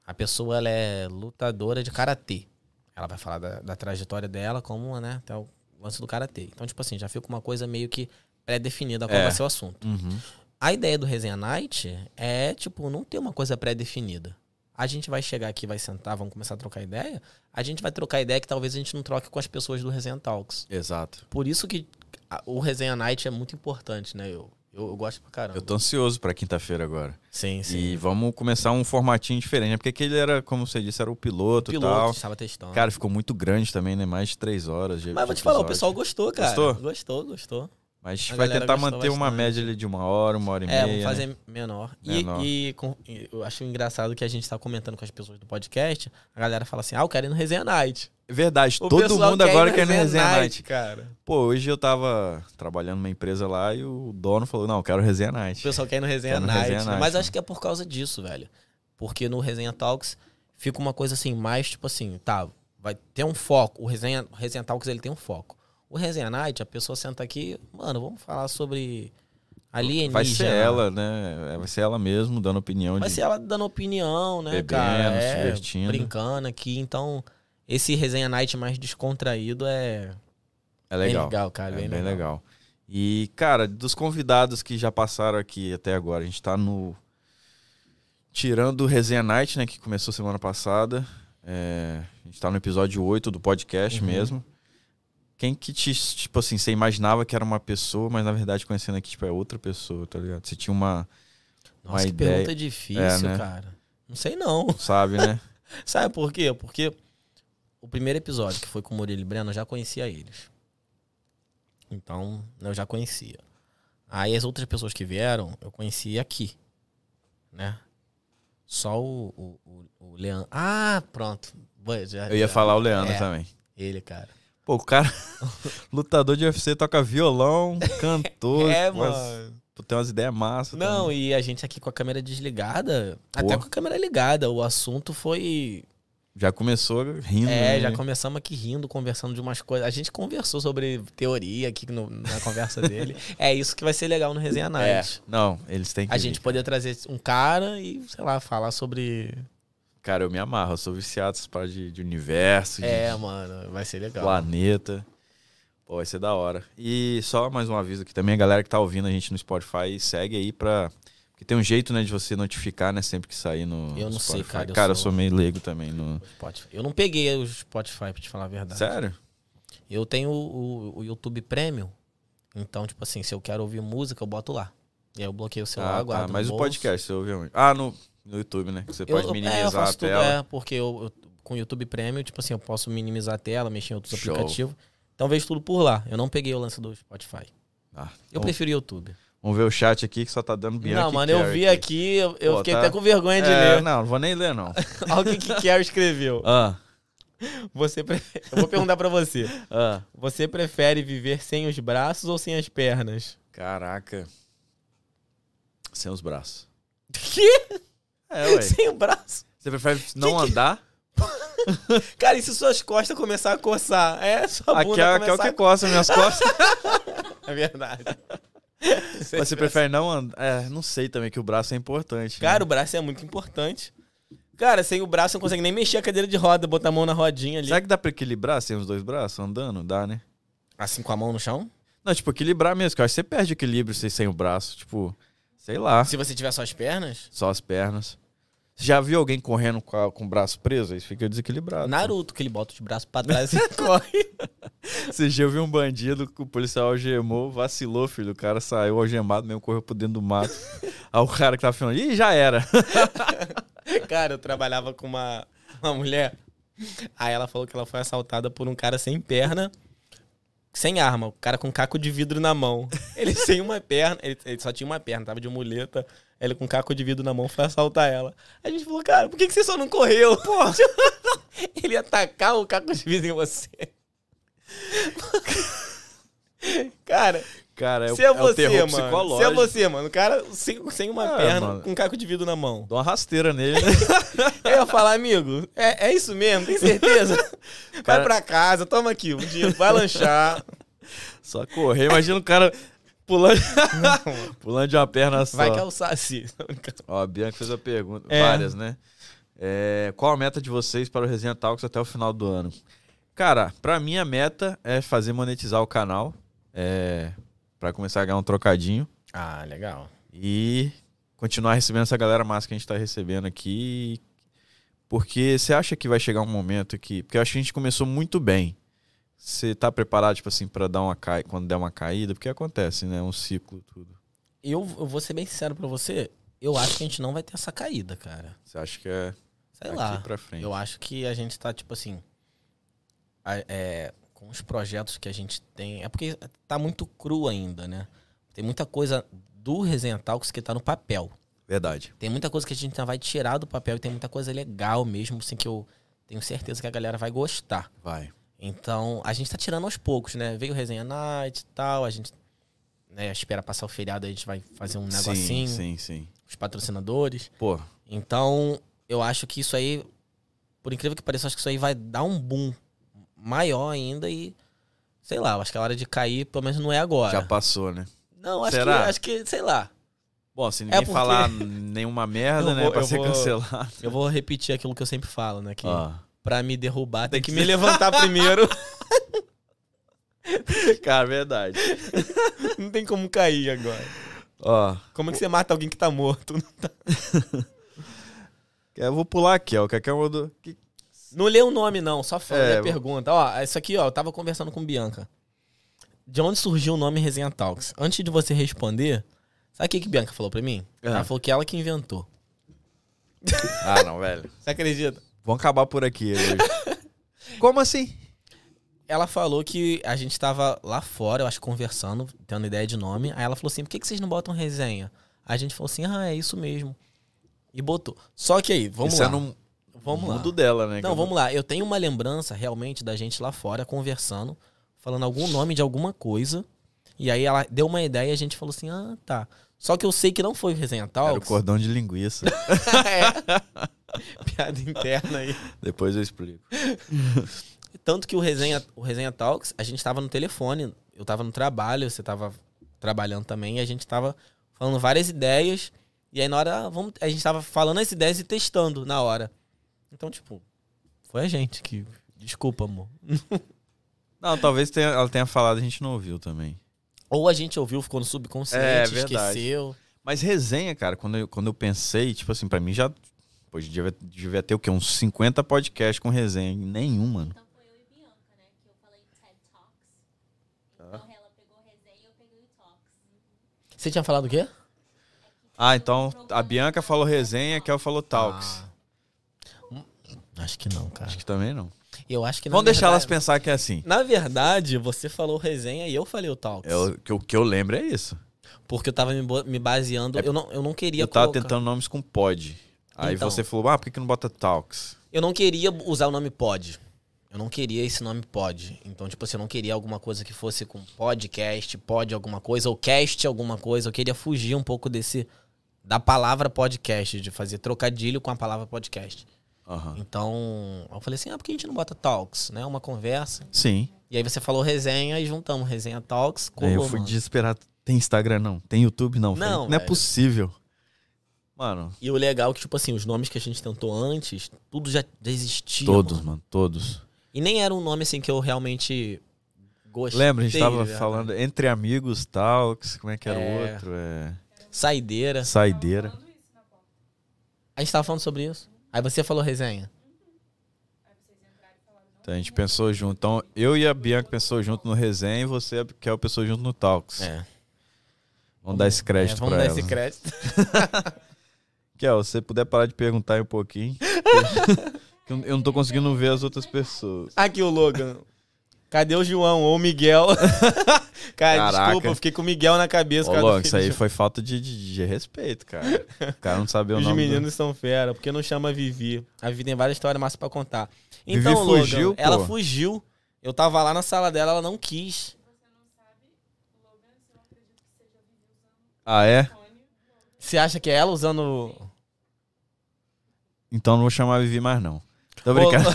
Speaker 1: A pessoa, ela é lutadora de karatê. Ela vai falar da, da trajetória dela, como, né, até o lance do karatê. Então, tipo assim, já fica uma coisa meio que pré-definida qual
Speaker 2: É.
Speaker 1: vai ser o assunto.
Speaker 2: Uhum.
Speaker 1: A ideia do Resenha Night é, tipo, não ter uma coisa pré-definida. A gente vai chegar aqui, vai sentar, vamos começar a trocar ideia. A gente vai trocar ideia que talvez a gente não troque com as pessoas do Resenha Talks.
Speaker 2: Exato.
Speaker 1: Por isso que a- o Resenha Night é muito importante, né? Eu, eu, eu gosto pra caramba.
Speaker 2: Eu tô ansioso pra quinta-feira agora.
Speaker 1: Sim, Tá sim.
Speaker 2: E vamos começar um formatinho diferente, né? Porque aquele era, como você disse, era o piloto e
Speaker 1: piloto
Speaker 2: tal.
Speaker 1: estava testando.
Speaker 2: Cara, ficou muito grande também, né? Mais de três horas. de-
Speaker 1: Mas vou
Speaker 2: de
Speaker 1: te falar, o
Speaker 2: episódio.
Speaker 1: pessoal gostou, cara.
Speaker 2: Gostou?
Speaker 1: Gostou, gostou.
Speaker 2: Mas a gente
Speaker 1: a
Speaker 2: vai
Speaker 1: galera
Speaker 2: tentar
Speaker 1: gostou
Speaker 2: manter uma
Speaker 1: bastante.
Speaker 2: média ali de uma hora, uma hora e
Speaker 1: é,
Speaker 2: meia.
Speaker 1: vamos
Speaker 2: né?
Speaker 1: fazer menor. E-
Speaker 2: Menor.
Speaker 1: E, com- e eu acho engraçado que a gente tá comentando com as pessoas do podcast, a galera fala assim, ah, eu quero ir no Resenha Night.
Speaker 2: Verdade,
Speaker 1: O
Speaker 2: todo
Speaker 1: pessoal
Speaker 2: mundo
Speaker 1: ir
Speaker 2: agora quer ir no Resenha Night.
Speaker 1: cara.
Speaker 2: Pô, hoje eu tava trabalhando numa empresa lá e o dono falou, não, eu quero Resenha
Speaker 1: O
Speaker 2: Night.
Speaker 1: pessoal quer ir no Resenha
Speaker 2: Quer no
Speaker 1: Night.
Speaker 2: Resenha
Speaker 1: né?
Speaker 2: Night,
Speaker 1: Mas
Speaker 2: né?
Speaker 1: acho que é por causa disso, velho. Porque no Resenha Talks fica uma coisa assim, mais tipo assim, tá, vai ter um foco. O Resenha, o Resenha Talks, ele tem um foco. O Resenha Night, a pessoa senta aqui, mano, vamos falar sobre alienígena.
Speaker 2: Vai ser ela, né? É, Vai ser ela mesmo, dando opinião
Speaker 1: Vai
Speaker 2: de...
Speaker 1: ser ela dando opinião, né,
Speaker 2: Bebendo,
Speaker 1: cara?
Speaker 2: se
Speaker 1: É,
Speaker 2: divertindo.
Speaker 1: Brincando aqui, então... Esse Resenha Night mais descontraído é
Speaker 2: É
Speaker 1: bem
Speaker 2: legal.
Speaker 1: cara.
Speaker 2: É bem legal. E, cara, dos convidados que já passaram aqui até agora, a gente tá no. Tirando o Resenha Night, né? Que começou semana passada. é, A gente tá no episódio 8 do podcast
Speaker 1: Uhum.
Speaker 2: mesmo. Quem que te, tipo assim, você imaginava que era uma pessoa, mas na verdade conhecendo aqui, tipo, é outra pessoa, tá ligado? Você tinha uma,
Speaker 1: Nossa,
Speaker 2: Uma
Speaker 1: que
Speaker 2: ideia.
Speaker 1: pergunta difícil,
Speaker 2: É, né?
Speaker 1: cara. Não sei não.
Speaker 2: sabe, né?
Speaker 1: Sabe por quê? Porque o primeiro episódio, que foi com o Murilo e Breno, eu já conhecia eles. Então, eu já conhecia. Aí as outras pessoas que vieram, eu conhecia aqui. Né? Só o, o, o, o Leandro. Ah, pronto. Boa, já-
Speaker 2: Eu ia
Speaker 1: já-
Speaker 2: falar o Leandro
Speaker 1: É.
Speaker 2: também.
Speaker 1: Ele, cara.
Speaker 2: Pô, o cara, lutador de UFC, toca violão, cantor. tipo
Speaker 1: É,
Speaker 2: umas-
Speaker 1: mano.
Speaker 2: pô, Tem umas ideias massas.
Speaker 1: Não,
Speaker 2: também.
Speaker 1: e a gente aqui com a câmera desligada. Até
Speaker 2: tá Porra.
Speaker 1: com a câmera ligada. O assunto foi
Speaker 2: Já começou rindo.
Speaker 1: É,
Speaker 2: né?
Speaker 1: já começamos aqui rindo, conversando de umas coisas. A gente conversou sobre teoria aqui no- na conversa dele. É isso que vai ser legal no Resenha
Speaker 2: É.
Speaker 1: Night.
Speaker 2: Não, eles têm que.
Speaker 1: A
Speaker 2: vir.
Speaker 1: gente poder trazer um cara e, sei lá, falar sobre.
Speaker 2: Cara, eu me amarro, eu sou viciado essas paradas de, de universo, de-
Speaker 1: É,
Speaker 2: de
Speaker 1: mano, vai ser legal.
Speaker 2: planeta. Pô, vai ser da hora. E só mais um aviso aqui também, a galera que tá ouvindo a gente no Spotify, segue aí pra. Porque tem um jeito, né, de você notificar, né, sempre que sair no.
Speaker 1: Eu não
Speaker 2: no
Speaker 1: sei,
Speaker 2: Spotify.
Speaker 1: cara, eu
Speaker 2: Cara, eu
Speaker 1: sou-
Speaker 2: sou meio leigo também no.
Speaker 1: Spotify. Eu não peguei o Spotify, pra te falar a verdade.
Speaker 2: Sério?
Speaker 1: Eu tenho o, o- o YouTube Premium. Então, tipo assim, se eu quero ouvir música, eu boto lá. E aí eu bloqueio o celular,
Speaker 2: Ah,
Speaker 1: guardo.
Speaker 2: tá.
Speaker 1: no
Speaker 2: Mas o
Speaker 1: bolso.
Speaker 2: podcast, você ouve onde? Ah, no, no YouTube, né? Que você pode
Speaker 1: eu,
Speaker 2: minimizar
Speaker 1: é, eu faço
Speaker 2: a
Speaker 1: tudo,
Speaker 2: tela.
Speaker 1: é, porque eu, eu- com o YouTube Premium, tipo assim, eu posso minimizar a tela, mexer em outros
Speaker 2: Show.
Speaker 1: aplicativos. Então eu vejo tudo por lá. Eu não peguei o lance do Spotify.
Speaker 2: Ah,
Speaker 1: Eu
Speaker 2: então,
Speaker 1: prefiro o YouTube.
Speaker 2: Vamos ver o chat aqui que só tá dando Bianca.
Speaker 1: não,
Speaker 2: e
Speaker 1: mano, eu
Speaker 2: Carrie
Speaker 1: vi aqui, eu, eu
Speaker 2: Pô,
Speaker 1: fiquei
Speaker 2: tá-
Speaker 1: até com vergonha de
Speaker 2: É,
Speaker 1: ler.
Speaker 2: Não, não vou nem ler, não.
Speaker 1: Olha o que que Carol escreveu.
Speaker 2: ah,
Speaker 1: Você pre- Eu vou perguntar pra você.
Speaker 2: ah.
Speaker 1: Você prefere viver sem os braços ou sem as pernas?
Speaker 2: Caraca. Sem os braços.
Speaker 1: Que?
Speaker 2: É, ué.
Speaker 1: Sem o braço?
Speaker 2: Você prefere não
Speaker 1: que-
Speaker 2: andar?
Speaker 1: Cara, e se suas costas começar a coçar? É, sua
Speaker 2: Aqui é,
Speaker 1: bunda
Speaker 2: aqui é o
Speaker 1: começar
Speaker 2: que coça minhas costas.
Speaker 1: a... É verdade.
Speaker 2: Mas você prefere não andar? É, não sei também que o braço é importante. né?
Speaker 1: Cara, o braço é muito importante. Cara, sem o braço não consegue nem mexer a cadeira de roda, botar a mão na rodinha ali.
Speaker 2: Será que dá pra equilibrar sem os dois braços andando? Dá, né?
Speaker 1: Assim com a mão no chão?
Speaker 2: Não, tipo, equilibrar mesmo, que eu acho que você perde equilíbrio se- sem o braço. Tipo, sei lá,
Speaker 1: Se você tiver só as pernas?
Speaker 2: só as pernas. Você já viu alguém correndo com, a- com o braço preso? Aí fica desequilibrado.
Speaker 1: Naruto, que ele bota os braços pra trás e corre.
Speaker 2: Esse dia eu vi um bandido que o policial algemou, vacilou, filho. O cara saiu algemado mesmo, correu pro dentro do mato. Aí o cara que tava falando, ih, já era.
Speaker 1: Cara, eu trabalhava com uma, uma mulher. Aí ela falou que ela foi assaltada por um cara sem perna, sem arma. O cara com caco de vidro na mão. Ele sem uma perna, ele, ele só tinha uma perna, tava de muleta. Ele com caco de vidro na mão foi assaltar ela. A gente falou, cara, por que, que você só não correu? Porra. Ele ia atacar o caco de vidro em você. Cara,
Speaker 2: Cara, é,
Speaker 1: se é
Speaker 2: o, é o
Speaker 1: você,
Speaker 2: terror
Speaker 1: mano. Se é
Speaker 2: psicológico.
Speaker 1: você, mano. O cara sem, sem uma
Speaker 2: Ah,
Speaker 1: perna,
Speaker 2: mano.
Speaker 1: com caco de vidro na mão.
Speaker 2: Dou uma rasteira nele, né?
Speaker 1: Eu ia falar, amigo, é, é isso mesmo, tem certeza? Vai
Speaker 2: Cara-
Speaker 1: pra casa, toma aqui um dinheiro, vai lanchar.
Speaker 2: Só correr. Imagina o cara pulando, pulando de uma perna só.
Speaker 1: Vai que é o Saci.
Speaker 2: Ó, a Bianca fez a pergunta.
Speaker 1: É.
Speaker 2: Várias, né? É, qual a meta de vocês para o Resenha Talks até o final do ano? Cara, pra mim a meta é fazer monetizar o canal. É, para começar a ganhar um trocadinho.
Speaker 1: Ah, legal.
Speaker 2: e continuar recebendo essa galera massa que a gente tá recebendo aqui. Porque você acha que vai chegar um momento que. Porque eu acho que a gente começou muito bem. Você tá preparado, tipo assim, pra dar uma caída quando der uma caída? Porque acontece, né? Um ciclo, tudo.
Speaker 1: Eu, eu vou ser bem sincero pra você, eu acho que a gente não vai ter essa caída, cara.
Speaker 2: Você acha que é
Speaker 1: Sei
Speaker 2: aqui
Speaker 1: lá.
Speaker 2: pra frente?
Speaker 1: Eu acho que a gente tá, tipo assim. a- é, com os projetos que a gente tem. É porque tá muito cru ainda, né? Tem muita coisa do Resenha Talks que tá no papel.
Speaker 2: Verdade.
Speaker 1: Tem muita coisa que a gente ainda vai tirar do papel e tem muita coisa legal mesmo, assim, que eu tenho certeza que a galera vai gostar.
Speaker 2: Vai.
Speaker 1: Então, a gente tá tirando aos poucos, né? Veio Resenha Night e tal, a gente né, espera passar o feriado, a gente vai fazer um negocinho,
Speaker 2: Sim, sim, sim.
Speaker 1: os patrocinadores.
Speaker 2: Pô,
Speaker 1: Então, eu acho que isso aí, por incrível que pareça, eu acho que isso aí vai dar um boom maior ainda e, sei lá, eu acho que a hora de cair, pelo menos não é agora.
Speaker 2: já passou, né?
Speaker 1: Não, acho
Speaker 2: Será?
Speaker 1: que, acho que, sei lá.
Speaker 2: Bom, se ninguém
Speaker 1: É porque-
Speaker 2: falar nenhuma merda,
Speaker 1: Eu
Speaker 2: né?
Speaker 1: vou-
Speaker 2: pra
Speaker 1: eu
Speaker 2: ser
Speaker 1: vou-
Speaker 2: cancelado.
Speaker 1: Eu vou repetir aquilo que eu sempre falo, né? Que
Speaker 2: Ó.
Speaker 1: pra me derrubar, tem que me levantar primeiro.
Speaker 2: Cara, é verdade.
Speaker 1: Não tem como cair agora.
Speaker 2: Ó.
Speaker 1: Como que você mata alguém que tá morto?
Speaker 2: Eu é vou pular aqui, ó. Qualquer um do. que-
Speaker 1: Não lê o nome, não, só fala
Speaker 2: É,
Speaker 1: a pergunta. Ó, isso aqui, ó, eu tava conversando com Bianca. De onde surgiu o nome Resenha Talks? Antes de você responder, sabe o que, que Bianca falou pra mim?
Speaker 2: Ah.
Speaker 1: Ela falou que ela que inventou.
Speaker 2: Ah, não, velho.
Speaker 1: Você acredita?
Speaker 2: Vamos acabar por aqui hoje. Como assim?
Speaker 1: Ela falou que a gente tava lá fora, eu acho, conversando, tendo ideia de nome. Aí ela falou assim: por que, que vocês não botam resenha? Aí a gente falou assim: ah, é isso mesmo. E botou. Só que aí, vamos
Speaker 2: Isso
Speaker 1: lá.
Speaker 2: é no
Speaker 1: Vamos lá.
Speaker 2: mundo dela, né?
Speaker 1: Não, vamos lá. Eu tenho uma lembrança realmente da gente lá fora conversando, falando algum nome de alguma coisa. E aí ela deu uma ideia e a gente falou assim: ah, tá. Só que eu sei que não foi resenha
Speaker 2: Era
Speaker 1: tal.
Speaker 2: o cordão de linguiça.
Speaker 1: Piada interna aí.
Speaker 2: Depois eu explico.
Speaker 1: Tanto que o resenha, o resenha Talks, a gente tava no telefone, eu tava no trabalho, você tava trabalhando também, e a gente tava falando várias ideias, e aí na hora, ah, vamos, a gente tava falando as ideias e testando na hora. Então, tipo, foi a gente que. Desculpa, amor.
Speaker 2: Não, talvez tenha- ela tenha falado, a gente não ouviu também.
Speaker 1: Ou a gente ouviu, ficou no subconsciente,
Speaker 2: É, verdade.
Speaker 1: esqueceu.
Speaker 2: Mas resenha, cara, quando eu, quando eu pensei, tipo assim, pra mim já. Pô, devia, devia ter o quê? Uns 50 podcasts com resenha. Nenhum, mano.
Speaker 3: Então foi eu e Bianca, né? Que eu falei TED Talks. Então ela pegou resenha e eu peguei o Talks.
Speaker 1: Você tinha falado o quê?
Speaker 2: Ah, então a Bianca falou resenha, a Kel falou talks.
Speaker 1: Acho que não, cara.
Speaker 2: Acho que também não.
Speaker 1: Eu acho que na
Speaker 2: Vamos deixar elas
Speaker 1: verdade-
Speaker 2: pensar que é assim.
Speaker 1: Na verdade, você falou resenha e eu falei o Talks.
Speaker 2: É o, que, o que eu lembro é isso.
Speaker 1: Porque eu tava me, bo- me baseando. Eu, não, eu não queria
Speaker 2: eu tava
Speaker 1: colocar-
Speaker 2: tentando nomes com pod. Aí
Speaker 1: Então.
Speaker 2: você falou, ah, por que, que não bota talks?
Speaker 1: Eu não queria usar o nome pod. Eu não queria esse nome pod. Então, tipo assim, eu não queria alguma coisa que fosse com podcast, pod alguma coisa, ou cast alguma coisa. Eu queria fugir um pouco desse. Da palavra podcast, de fazer trocadilho com a palavra podcast.
Speaker 2: Aham.
Speaker 1: Então, eu falei assim: ah, por que a gente não bota talks, né? Uma conversa.
Speaker 2: Sim.
Speaker 1: E aí você falou resenha e juntamos resenha talks.
Speaker 2: Aí eu
Speaker 1: colou,
Speaker 2: fui
Speaker 1: mano.
Speaker 2: desesperado. Tem Instagram não? Tem YouTube não?
Speaker 1: Não,
Speaker 2: Falei, não é
Speaker 1: velho.
Speaker 2: possível. Mano,
Speaker 1: E o legal é que, tipo assim, os nomes que a gente tentou antes, tudo já, já existia.
Speaker 2: todos,
Speaker 1: mano.
Speaker 2: mano, todos.
Speaker 1: E nem era um nome assim que eu realmente gostei. né?
Speaker 2: Lembra, a gente tava
Speaker 1: velho.
Speaker 2: falando entre amigos, talks, como é que era o
Speaker 1: É.
Speaker 2: outro? É...
Speaker 1: Saideira.
Speaker 2: Saideira.
Speaker 1: A gente tava falando sobre isso. Aí você falou resenha.
Speaker 2: Então a gente pensou junto. Então eu e a Bianca pensou junto no resenha e você, que é o pessoa junto no talks.
Speaker 1: É.
Speaker 2: Vamos dar esse crédito
Speaker 1: vamos
Speaker 2: pra
Speaker 1: dar
Speaker 2: ela.
Speaker 1: esse crédito.
Speaker 2: Kel, se você puder parar de perguntar aí um pouquinho. que eu eu não tô conseguindo ver as outras pessoas.
Speaker 1: Aqui o Logan. Cadê o João ou o Miguel? Cara,
Speaker 2: Caraca.
Speaker 1: desculpa, eu fiquei com o Miguel na cabeça.
Speaker 2: Ô,
Speaker 1: cara, tá do
Speaker 2: Logo,
Speaker 1: filho
Speaker 2: isso aí
Speaker 1: de-
Speaker 2: foi falta de, de, de respeito, cara. O cara não sabia o
Speaker 1: Os
Speaker 2: nome
Speaker 1: meninos são fera, porque não chama a Vivi. A Vivi tem várias histórias massa pra contar.
Speaker 2: Vivi
Speaker 1: Então, Logan,
Speaker 2: fugiu, pô.
Speaker 1: ela fugiu. Eu tava lá na sala dela, ela não quis.
Speaker 2: do... Ah, é?
Speaker 1: Você acha que é ela usando.
Speaker 2: Então não vou chamar a Vivi mais, não. Tô brincando.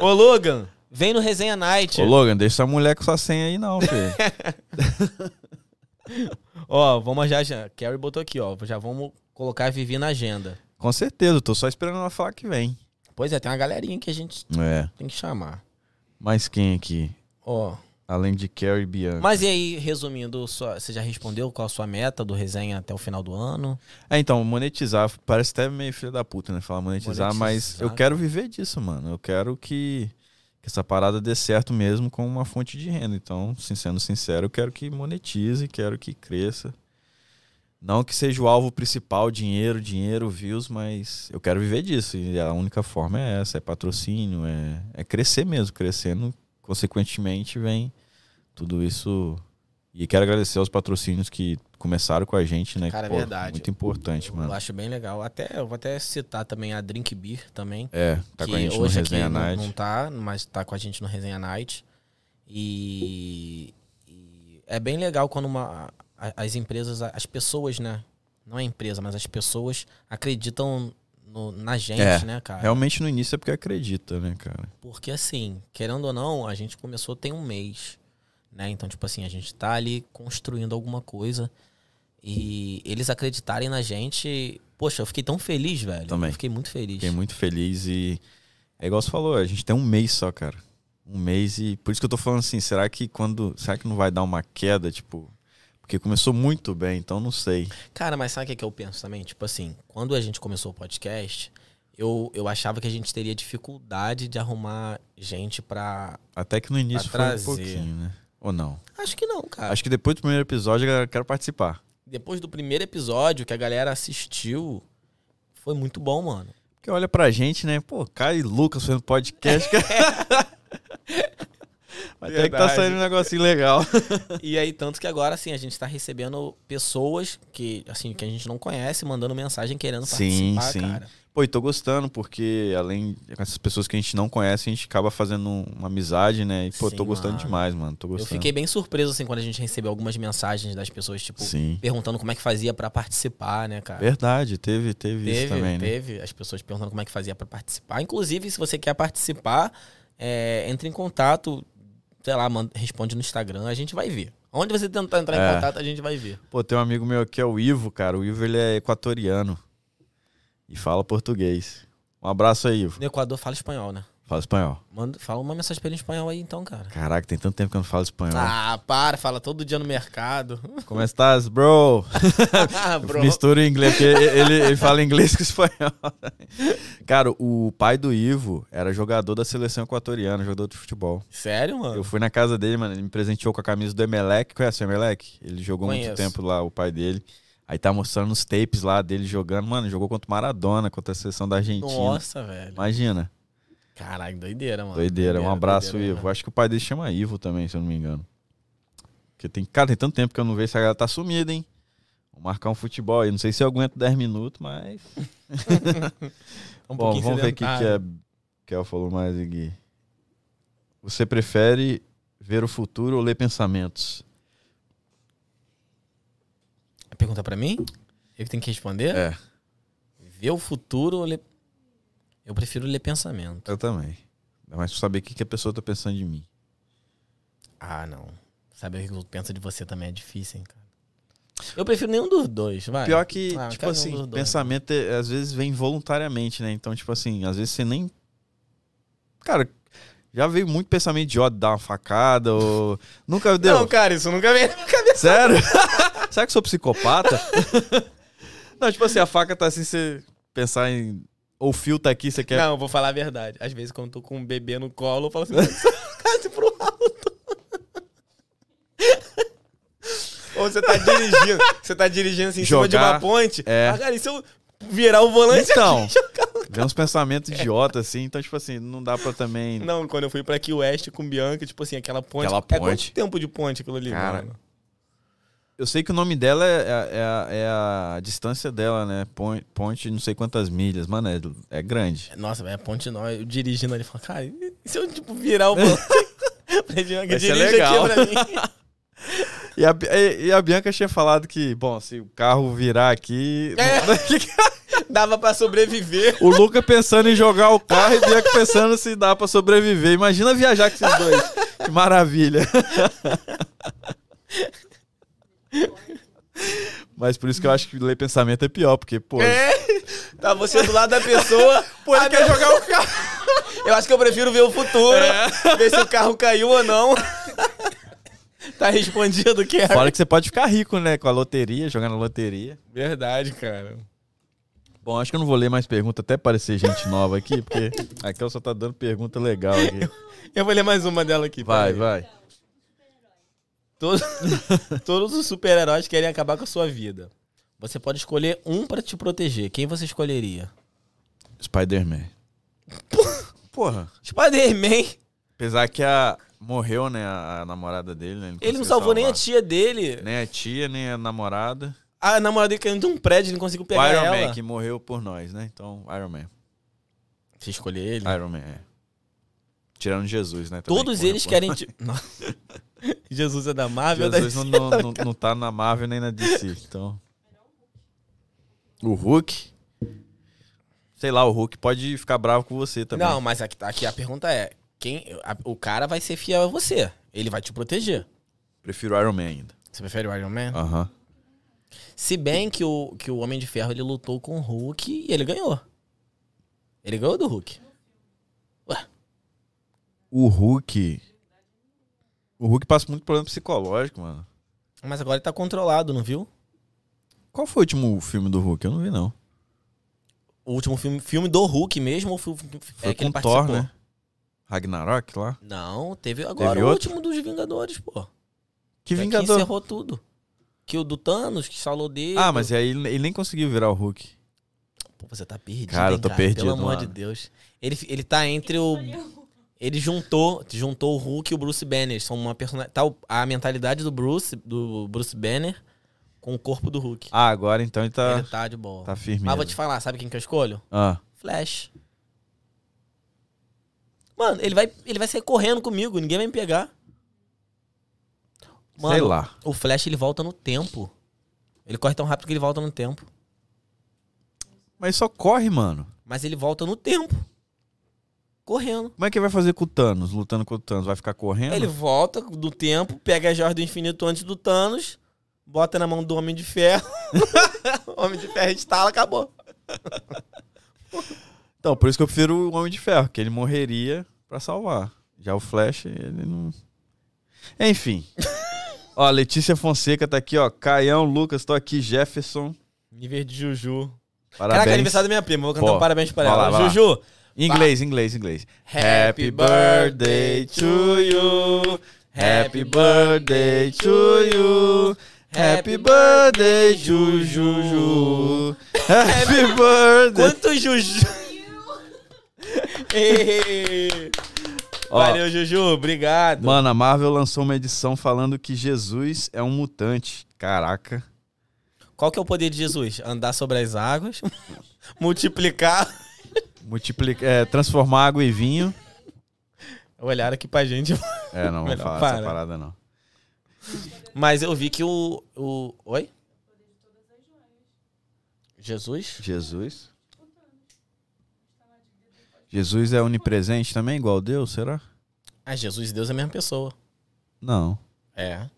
Speaker 1: Ô, Ô, Logan, vem no Resenha Night.
Speaker 2: Ô, Logan, deixa essa mulher com sua senha aí, não, filho.
Speaker 1: Ó, vamos já, já. Carrie botou aqui, ó. Já vamos colocar a Vivi na agenda.
Speaker 2: Com certeza, eu tô só esperando ela falar que vem.
Speaker 1: Pois é, tem uma galerinha que a gente
Speaker 2: É.
Speaker 1: tem que chamar.
Speaker 2: Mas quem aqui?
Speaker 1: Ó.
Speaker 2: Além de Carrie e Bianca.
Speaker 1: Mas e aí, resumindo, sua- você já respondeu qual a sua meta do resenha até o final do ano?
Speaker 2: É, então, monetizar, parece até meio filho da puta, né? Falar monetizar,
Speaker 1: Monetizar,
Speaker 2: mas eu
Speaker 1: cara.
Speaker 2: quero viver disso, mano. Eu quero que, que essa parada dê certo mesmo como uma fonte de renda. Então, sin- sendo sincero, eu quero que monetize, quero que cresça. Não que seja o alvo principal, dinheiro, dinheiro, views, mas eu quero viver disso. E a única forma é essa, é patrocínio, é, é crescer mesmo. Crescendo, consequentemente, vem tudo isso. E quero agradecer aos patrocínios que começaram com a gente, né?
Speaker 1: Cara, é
Speaker 2: Pô,
Speaker 1: verdade.
Speaker 2: Muito importante, mano.
Speaker 1: Eu acho bem legal. Até, eu vou até citar também a Drink Beer também.
Speaker 2: É, tá
Speaker 1: que
Speaker 2: com a gente no
Speaker 1: hoje
Speaker 2: Resenha
Speaker 1: aqui não-
Speaker 2: Night.
Speaker 1: Não, tá, mas tá com a gente no Resenha Night. E, e é bem legal quando uma, a- as empresas, as pessoas, né? Não é empresa, mas as pessoas acreditam no- na gente,
Speaker 2: É,
Speaker 1: né, cara?
Speaker 2: Realmente no início é porque acredita, né, cara?
Speaker 1: Porque assim, querendo ou não, a gente começou tem um mês, né? Então, tipo assim, a gente tá ali construindo alguma coisa e eles acreditarem na gente. Poxa, eu fiquei tão feliz, velho.
Speaker 2: Também.
Speaker 1: Eu fiquei muito feliz.
Speaker 2: Fiquei muito feliz e. É igual você falou, a gente tem um mês só, cara. Um mês e. Por isso que eu tô falando assim, será que quando. Será que não vai dar uma queda, tipo. Porque começou muito bem, então não sei.
Speaker 1: Cara, mas sabe o que, é que eu penso também? Tipo assim, quando a gente começou o podcast, eu, eu achava que a gente teria dificuldade de arrumar gente pra.
Speaker 2: Até que no
Speaker 1: Pra
Speaker 2: início foi um
Speaker 1: trazer.
Speaker 2: pouquinho, né? Ou não?
Speaker 1: Acho que não, cara.
Speaker 2: Acho que depois do primeiro episódio eu quero participar.
Speaker 1: Depois do primeiro episódio que a galera assistiu, foi muito bom, mano.
Speaker 2: Porque olha pra gente, né? Pô, Caio e Lucas fazendo podcast. Mas até que tá
Speaker 1: Verdade.
Speaker 2: saindo um negocinho legal.
Speaker 1: E aí, tanto que agora, assim, a gente tá recebendo pessoas que, assim, que a gente não conhece, mandando mensagem querendo
Speaker 2: Sim,
Speaker 1: participar,
Speaker 2: sim.
Speaker 1: cara.
Speaker 2: Pô, e tô gostando, porque além dessas pessoas que a gente não conhece, a gente acaba fazendo um, uma amizade, né? E, pô,
Speaker 1: Sim,
Speaker 2: tô gostando
Speaker 1: mano.
Speaker 2: demais, mano. Tô gostando.
Speaker 1: Eu fiquei bem surpreso, assim, quando a gente recebeu algumas mensagens das pessoas, tipo,
Speaker 2: Sim.
Speaker 1: perguntando como é que fazia pra participar, né, cara?
Speaker 2: Verdade, teve, teve,
Speaker 1: Teve,
Speaker 2: isso também, né?
Speaker 1: teve. As pessoas perguntando como é que fazia pra participar. Inclusive, se você quer participar, é, entre em contato, sei lá, manda- responde no Instagram, a gente vai ver. Onde você tentar entrar em
Speaker 2: É.
Speaker 1: contato, a gente vai ver.
Speaker 2: Pô, tem um amigo meu aqui, é o Ivo, cara. O Ivo, ele é equatoriano e fala português. Um abraço aí, Ivo.
Speaker 1: No Equador fala espanhol, né?
Speaker 2: Fala espanhol.
Speaker 1: Manda, fala uma mensagem pra ele em espanhol aí, então, cara.
Speaker 2: Caraca, tem tanto tempo que eu não falo espanhol.
Speaker 1: Ah, para, fala todo dia no mercado.
Speaker 2: Como é estás, bro?
Speaker 1: Ah, bro.
Speaker 2: Mistura o inglês, porque ele, ele fala inglês com espanhol. Cara, o pai do Ivo era jogador da seleção equatoriana, jogador de futebol.
Speaker 1: Sério, mano?
Speaker 2: Eu fui na casa dele, mano, ele me presenteou com a camisa do Emelec. Conhece o Emelec? Ele jogou
Speaker 1: Conheço.
Speaker 2: muito tempo lá, o pai dele. Aí tá mostrando os tapes lá dele jogando. Mano, jogou contra o Maradona, contra a seleção da Argentina.
Speaker 1: Nossa, velho.
Speaker 2: Imagina.
Speaker 1: Caralho, doideira, mano.
Speaker 2: Doideira. Um abraço,
Speaker 1: doideira, né?
Speaker 2: Ivo. Acho que o pai dele chama Ivo também, se eu não me engano. Porque tem, cara, tem tanto tempo que eu não vejo essa galera tá sumida, hein? Vou marcar um futebol aí. Não sei se eu aguento 10 minutos, mas.
Speaker 1: né? Um
Speaker 2: Bom,
Speaker 1: pouquinho
Speaker 2: vamos ver aqui que é.
Speaker 1: sedentário.
Speaker 2: a Kel falou mais aqui. Você prefere ver o futuro ou ler pensamentos?
Speaker 1: Pergunta pra mim? Eu que tenho que responder?
Speaker 2: É.
Speaker 1: Ver o futuro ou ler... Eu prefiro ler pensamento.
Speaker 2: Eu também. Ainda mais pra saber o que, que a pessoa tá pensando de mim.
Speaker 1: Ah, não. Saber o que eu penso de você também é difícil, hein, cara. Eu prefiro nenhum dos dois, vai.
Speaker 2: Pior que,
Speaker 1: Ah,
Speaker 2: tipo
Speaker 1: cada um
Speaker 2: assim,
Speaker 1: dos dois.
Speaker 2: pensamento é- às vezes vem voluntariamente, né? Então, tipo assim, às vezes você nem. Cara, já veio muito pensamento de ódio, dar uma facada, ou. Nunca deu.
Speaker 1: Não, cara, isso nunca veio na minha cabeça.
Speaker 2: Sério? Será que eu sou psicopata? não, tipo assim, a faca tá assim, você pensar em. Ou o fio tá aqui, você quer.
Speaker 1: Não, eu vou falar a verdade. Às vezes, quando eu tô com um bebê no colo, eu falo assim, quase pro alto. Ou você tá dirigindo, você tá dirigindo assim em cima de
Speaker 2: Jogar,
Speaker 1: uma ponte.
Speaker 2: é.
Speaker 1: Ah, cara, e se eu virar o volante
Speaker 2: Então.
Speaker 1: aqui, e jogar um o
Speaker 2: Vem uns pensamentos idiotas, assim. Então, tipo assim, não dá pra também.
Speaker 1: Não, quando eu fui pra Key West com Bianca, tipo assim, aquela ponte.
Speaker 2: Aquela
Speaker 1: É
Speaker 2: ponte.
Speaker 1: quanto tempo de ponte aquilo ali,
Speaker 2: Cara,
Speaker 1: mano?
Speaker 2: Eu sei que o nome dela é, é- é a- é a, distância dela, né? Pon- Ponte, não sei quantas milhas. Mano, é, é grande.
Speaker 1: Nossa, velho, a ponte não. Eu dirigindo ali, falo, cara, e se eu, tipo, virar o volante? pra Bianca,
Speaker 2: Vai ser
Speaker 1: dirige
Speaker 2: legal.
Speaker 1: aqui pra mim.
Speaker 2: E a, Bi- e- e a Bianca tinha falado que, bom, se o carro virar aqui.
Speaker 1: É, dava pra sobreviver.
Speaker 2: O Luca pensando em jogar o carro e a Bianca pensando se dá pra sobreviver. Imagina viajar com esses dois. Que maravilha. Mas por isso que eu acho que ler pensamento é pior, porque, pô.
Speaker 1: É. Tá você do lado da pessoa.
Speaker 2: Pô, ele
Speaker 1: Ah,
Speaker 2: quer
Speaker 1: meu-
Speaker 2: jogar o carro. É.
Speaker 1: Eu acho que eu prefiro ver o futuro. Ver se o carro caiu ou não. tá respondido, que
Speaker 2: Fora que você pode ficar rico, né? Com a loteria, jogando na loteria.
Speaker 1: Verdade, cara.
Speaker 2: Bom, acho que eu não vou ler mais perguntas, até parecer gente nova aqui, porque a Kel só tá dando pergunta legal aqui.
Speaker 1: Eu vou ler mais uma dela aqui.
Speaker 2: Vai,
Speaker 1: peraí.
Speaker 2: vai.
Speaker 1: Todos, todos os super-heróis querem acabar com a sua vida. Você pode escolher um pra te proteger. Quem você escolheria?
Speaker 2: Spider-Man. Porra.
Speaker 1: Spider-Man.
Speaker 2: Apesar que a. Morreu, né? A, a namorada dele, né?
Speaker 1: Ele não
Speaker 2: conseguiu
Speaker 1: salvou nem a
Speaker 2: salvar.
Speaker 1: tia dele.
Speaker 2: Nem a tia, nem a namorada.
Speaker 1: A namorada dele caiu de um prédio, ele não conseguiu
Speaker 2: o
Speaker 1: pegar
Speaker 2: Iron
Speaker 1: ela.
Speaker 2: Man, que morreu por nós, né? Então, Iron Man.
Speaker 1: Você escolher ele?
Speaker 2: Iron Man, é. Tirando Jesus, né? também,
Speaker 1: Todos
Speaker 2: que morreu
Speaker 1: eles
Speaker 2: por
Speaker 1: querem te... Nossa. Jesus é da Marvel, é da
Speaker 2: Jesus não, não, não, não tá na Marvel nem na DC, então. O Hulk? Sei lá, o Hulk pode ficar bravo com você também.
Speaker 1: Não, mas aqui, aqui a pergunta é: quem, a- o cara vai ser fiel a você. Ele vai te proteger.
Speaker 2: Prefiro Iron Man ainda.
Speaker 1: Você prefere o Iron Man?
Speaker 2: Aham.
Speaker 1: Se bem que o, que o Homem de Ferro ele lutou com o Hulk e ele ganhou. Ele ganhou do Hulk.
Speaker 2: O Hulk. O Hulk passa muito problema psicológico, mano.
Speaker 1: Mas agora ele tá controlado, não viu?
Speaker 2: Qual foi o último filme do Hulk? Eu não vi, não.
Speaker 1: O O último filme, filme do Hulk mesmo, ou foi,
Speaker 2: Foi
Speaker 1: é que
Speaker 2: com
Speaker 1: ele
Speaker 2: o Thor,
Speaker 1: participou?
Speaker 2: né? Ragnarok lá.
Speaker 1: Não, teve agora o
Speaker 2: outro?
Speaker 1: último dos Vingadores, pô.
Speaker 2: Que
Speaker 1: é
Speaker 2: Vingador.
Speaker 1: Que encerrou tudo. Que o do Thanos, que falou dele.
Speaker 2: ah, mas aí ele, ele nem conseguiu virar o Hulk.
Speaker 1: Pô, você tá perdido,
Speaker 2: Cara, eu
Speaker 1: hein,
Speaker 2: tô perdido,
Speaker 1: Pelo amor de
Speaker 2: mano.
Speaker 1: Deus. Ele, ele tá entre o... Ele juntou, juntou o Hulk e o Bruce Banner. São uma personalidade... Tá o- a mentalidade do Bruce, do Bruce Banner, com o corpo do Hulk.
Speaker 2: Ah, agora então ele tá,
Speaker 1: Ele tá de boa.
Speaker 2: tá firme.
Speaker 1: mas vou te
Speaker 2: mesmo.
Speaker 1: falar, sabe quem que eu escolho?
Speaker 2: Ah,
Speaker 1: Flash. Mano, ele vai, ele vai sair correndo comigo, ninguém vai me pegar. Mano,
Speaker 2: sei lá.
Speaker 1: o Flash ele volta no tempo. Ele corre tão rápido que ele volta no tempo.
Speaker 2: Mas só corre, mano.
Speaker 1: Mas ele volta no tempo. Correndo.
Speaker 2: Como é que ele vai fazer com o Thanos? Lutando com o Thanos? Vai ficar correndo?
Speaker 1: Ele volta do tempo, pega a joia do infinito antes do Thanos, bota na mão do Homem de Ferro. o Homem de Ferro instala, acabou.
Speaker 2: Então, por isso que eu prefiro o Homem de Ferro, que ele morreria pra salvar. Já o Flash, ele não. Enfim. ó, Letícia Fonseca tá aqui, ó. Caião, Lucas, tô aqui, Jefferson.
Speaker 1: Nível de Juju.
Speaker 2: Parabéns.
Speaker 1: Caraca, aniversário da minha prima, vou cantar
Speaker 2: Pô,
Speaker 1: um parabéns pra
Speaker 2: vai
Speaker 1: ela.
Speaker 2: lá, vai lá.
Speaker 1: Juju,
Speaker 2: Inglês, inglês, inglês.
Speaker 1: Happy birthday to
Speaker 2: you.
Speaker 1: Happy birthday to you. Happy
Speaker 2: birthday,
Speaker 1: Juju.
Speaker 2: Happy birthday.
Speaker 1: Quanto Juju? Ei, Valeu, Juju. Obrigado.
Speaker 2: Mano, a Marvel lançou uma edição falando que Jesus é um mutante. Caraca.
Speaker 1: Qual que é o poder de Jesus? Andar sobre as águas, multiplicar.
Speaker 2: Multiplica, é, transformar água em vinho.
Speaker 1: Olharam aqui pra gente.
Speaker 2: É, não, vou
Speaker 1: Melhor
Speaker 2: falar essa
Speaker 1: para.
Speaker 2: parada não.
Speaker 1: Mas eu vi que o. o... Oi? Jesus?
Speaker 2: Jesus. Jesus é onipresente também, igual Deus, será?
Speaker 1: Ah, Jesus e Deus é a mesma pessoa.
Speaker 2: Não.
Speaker 1: É.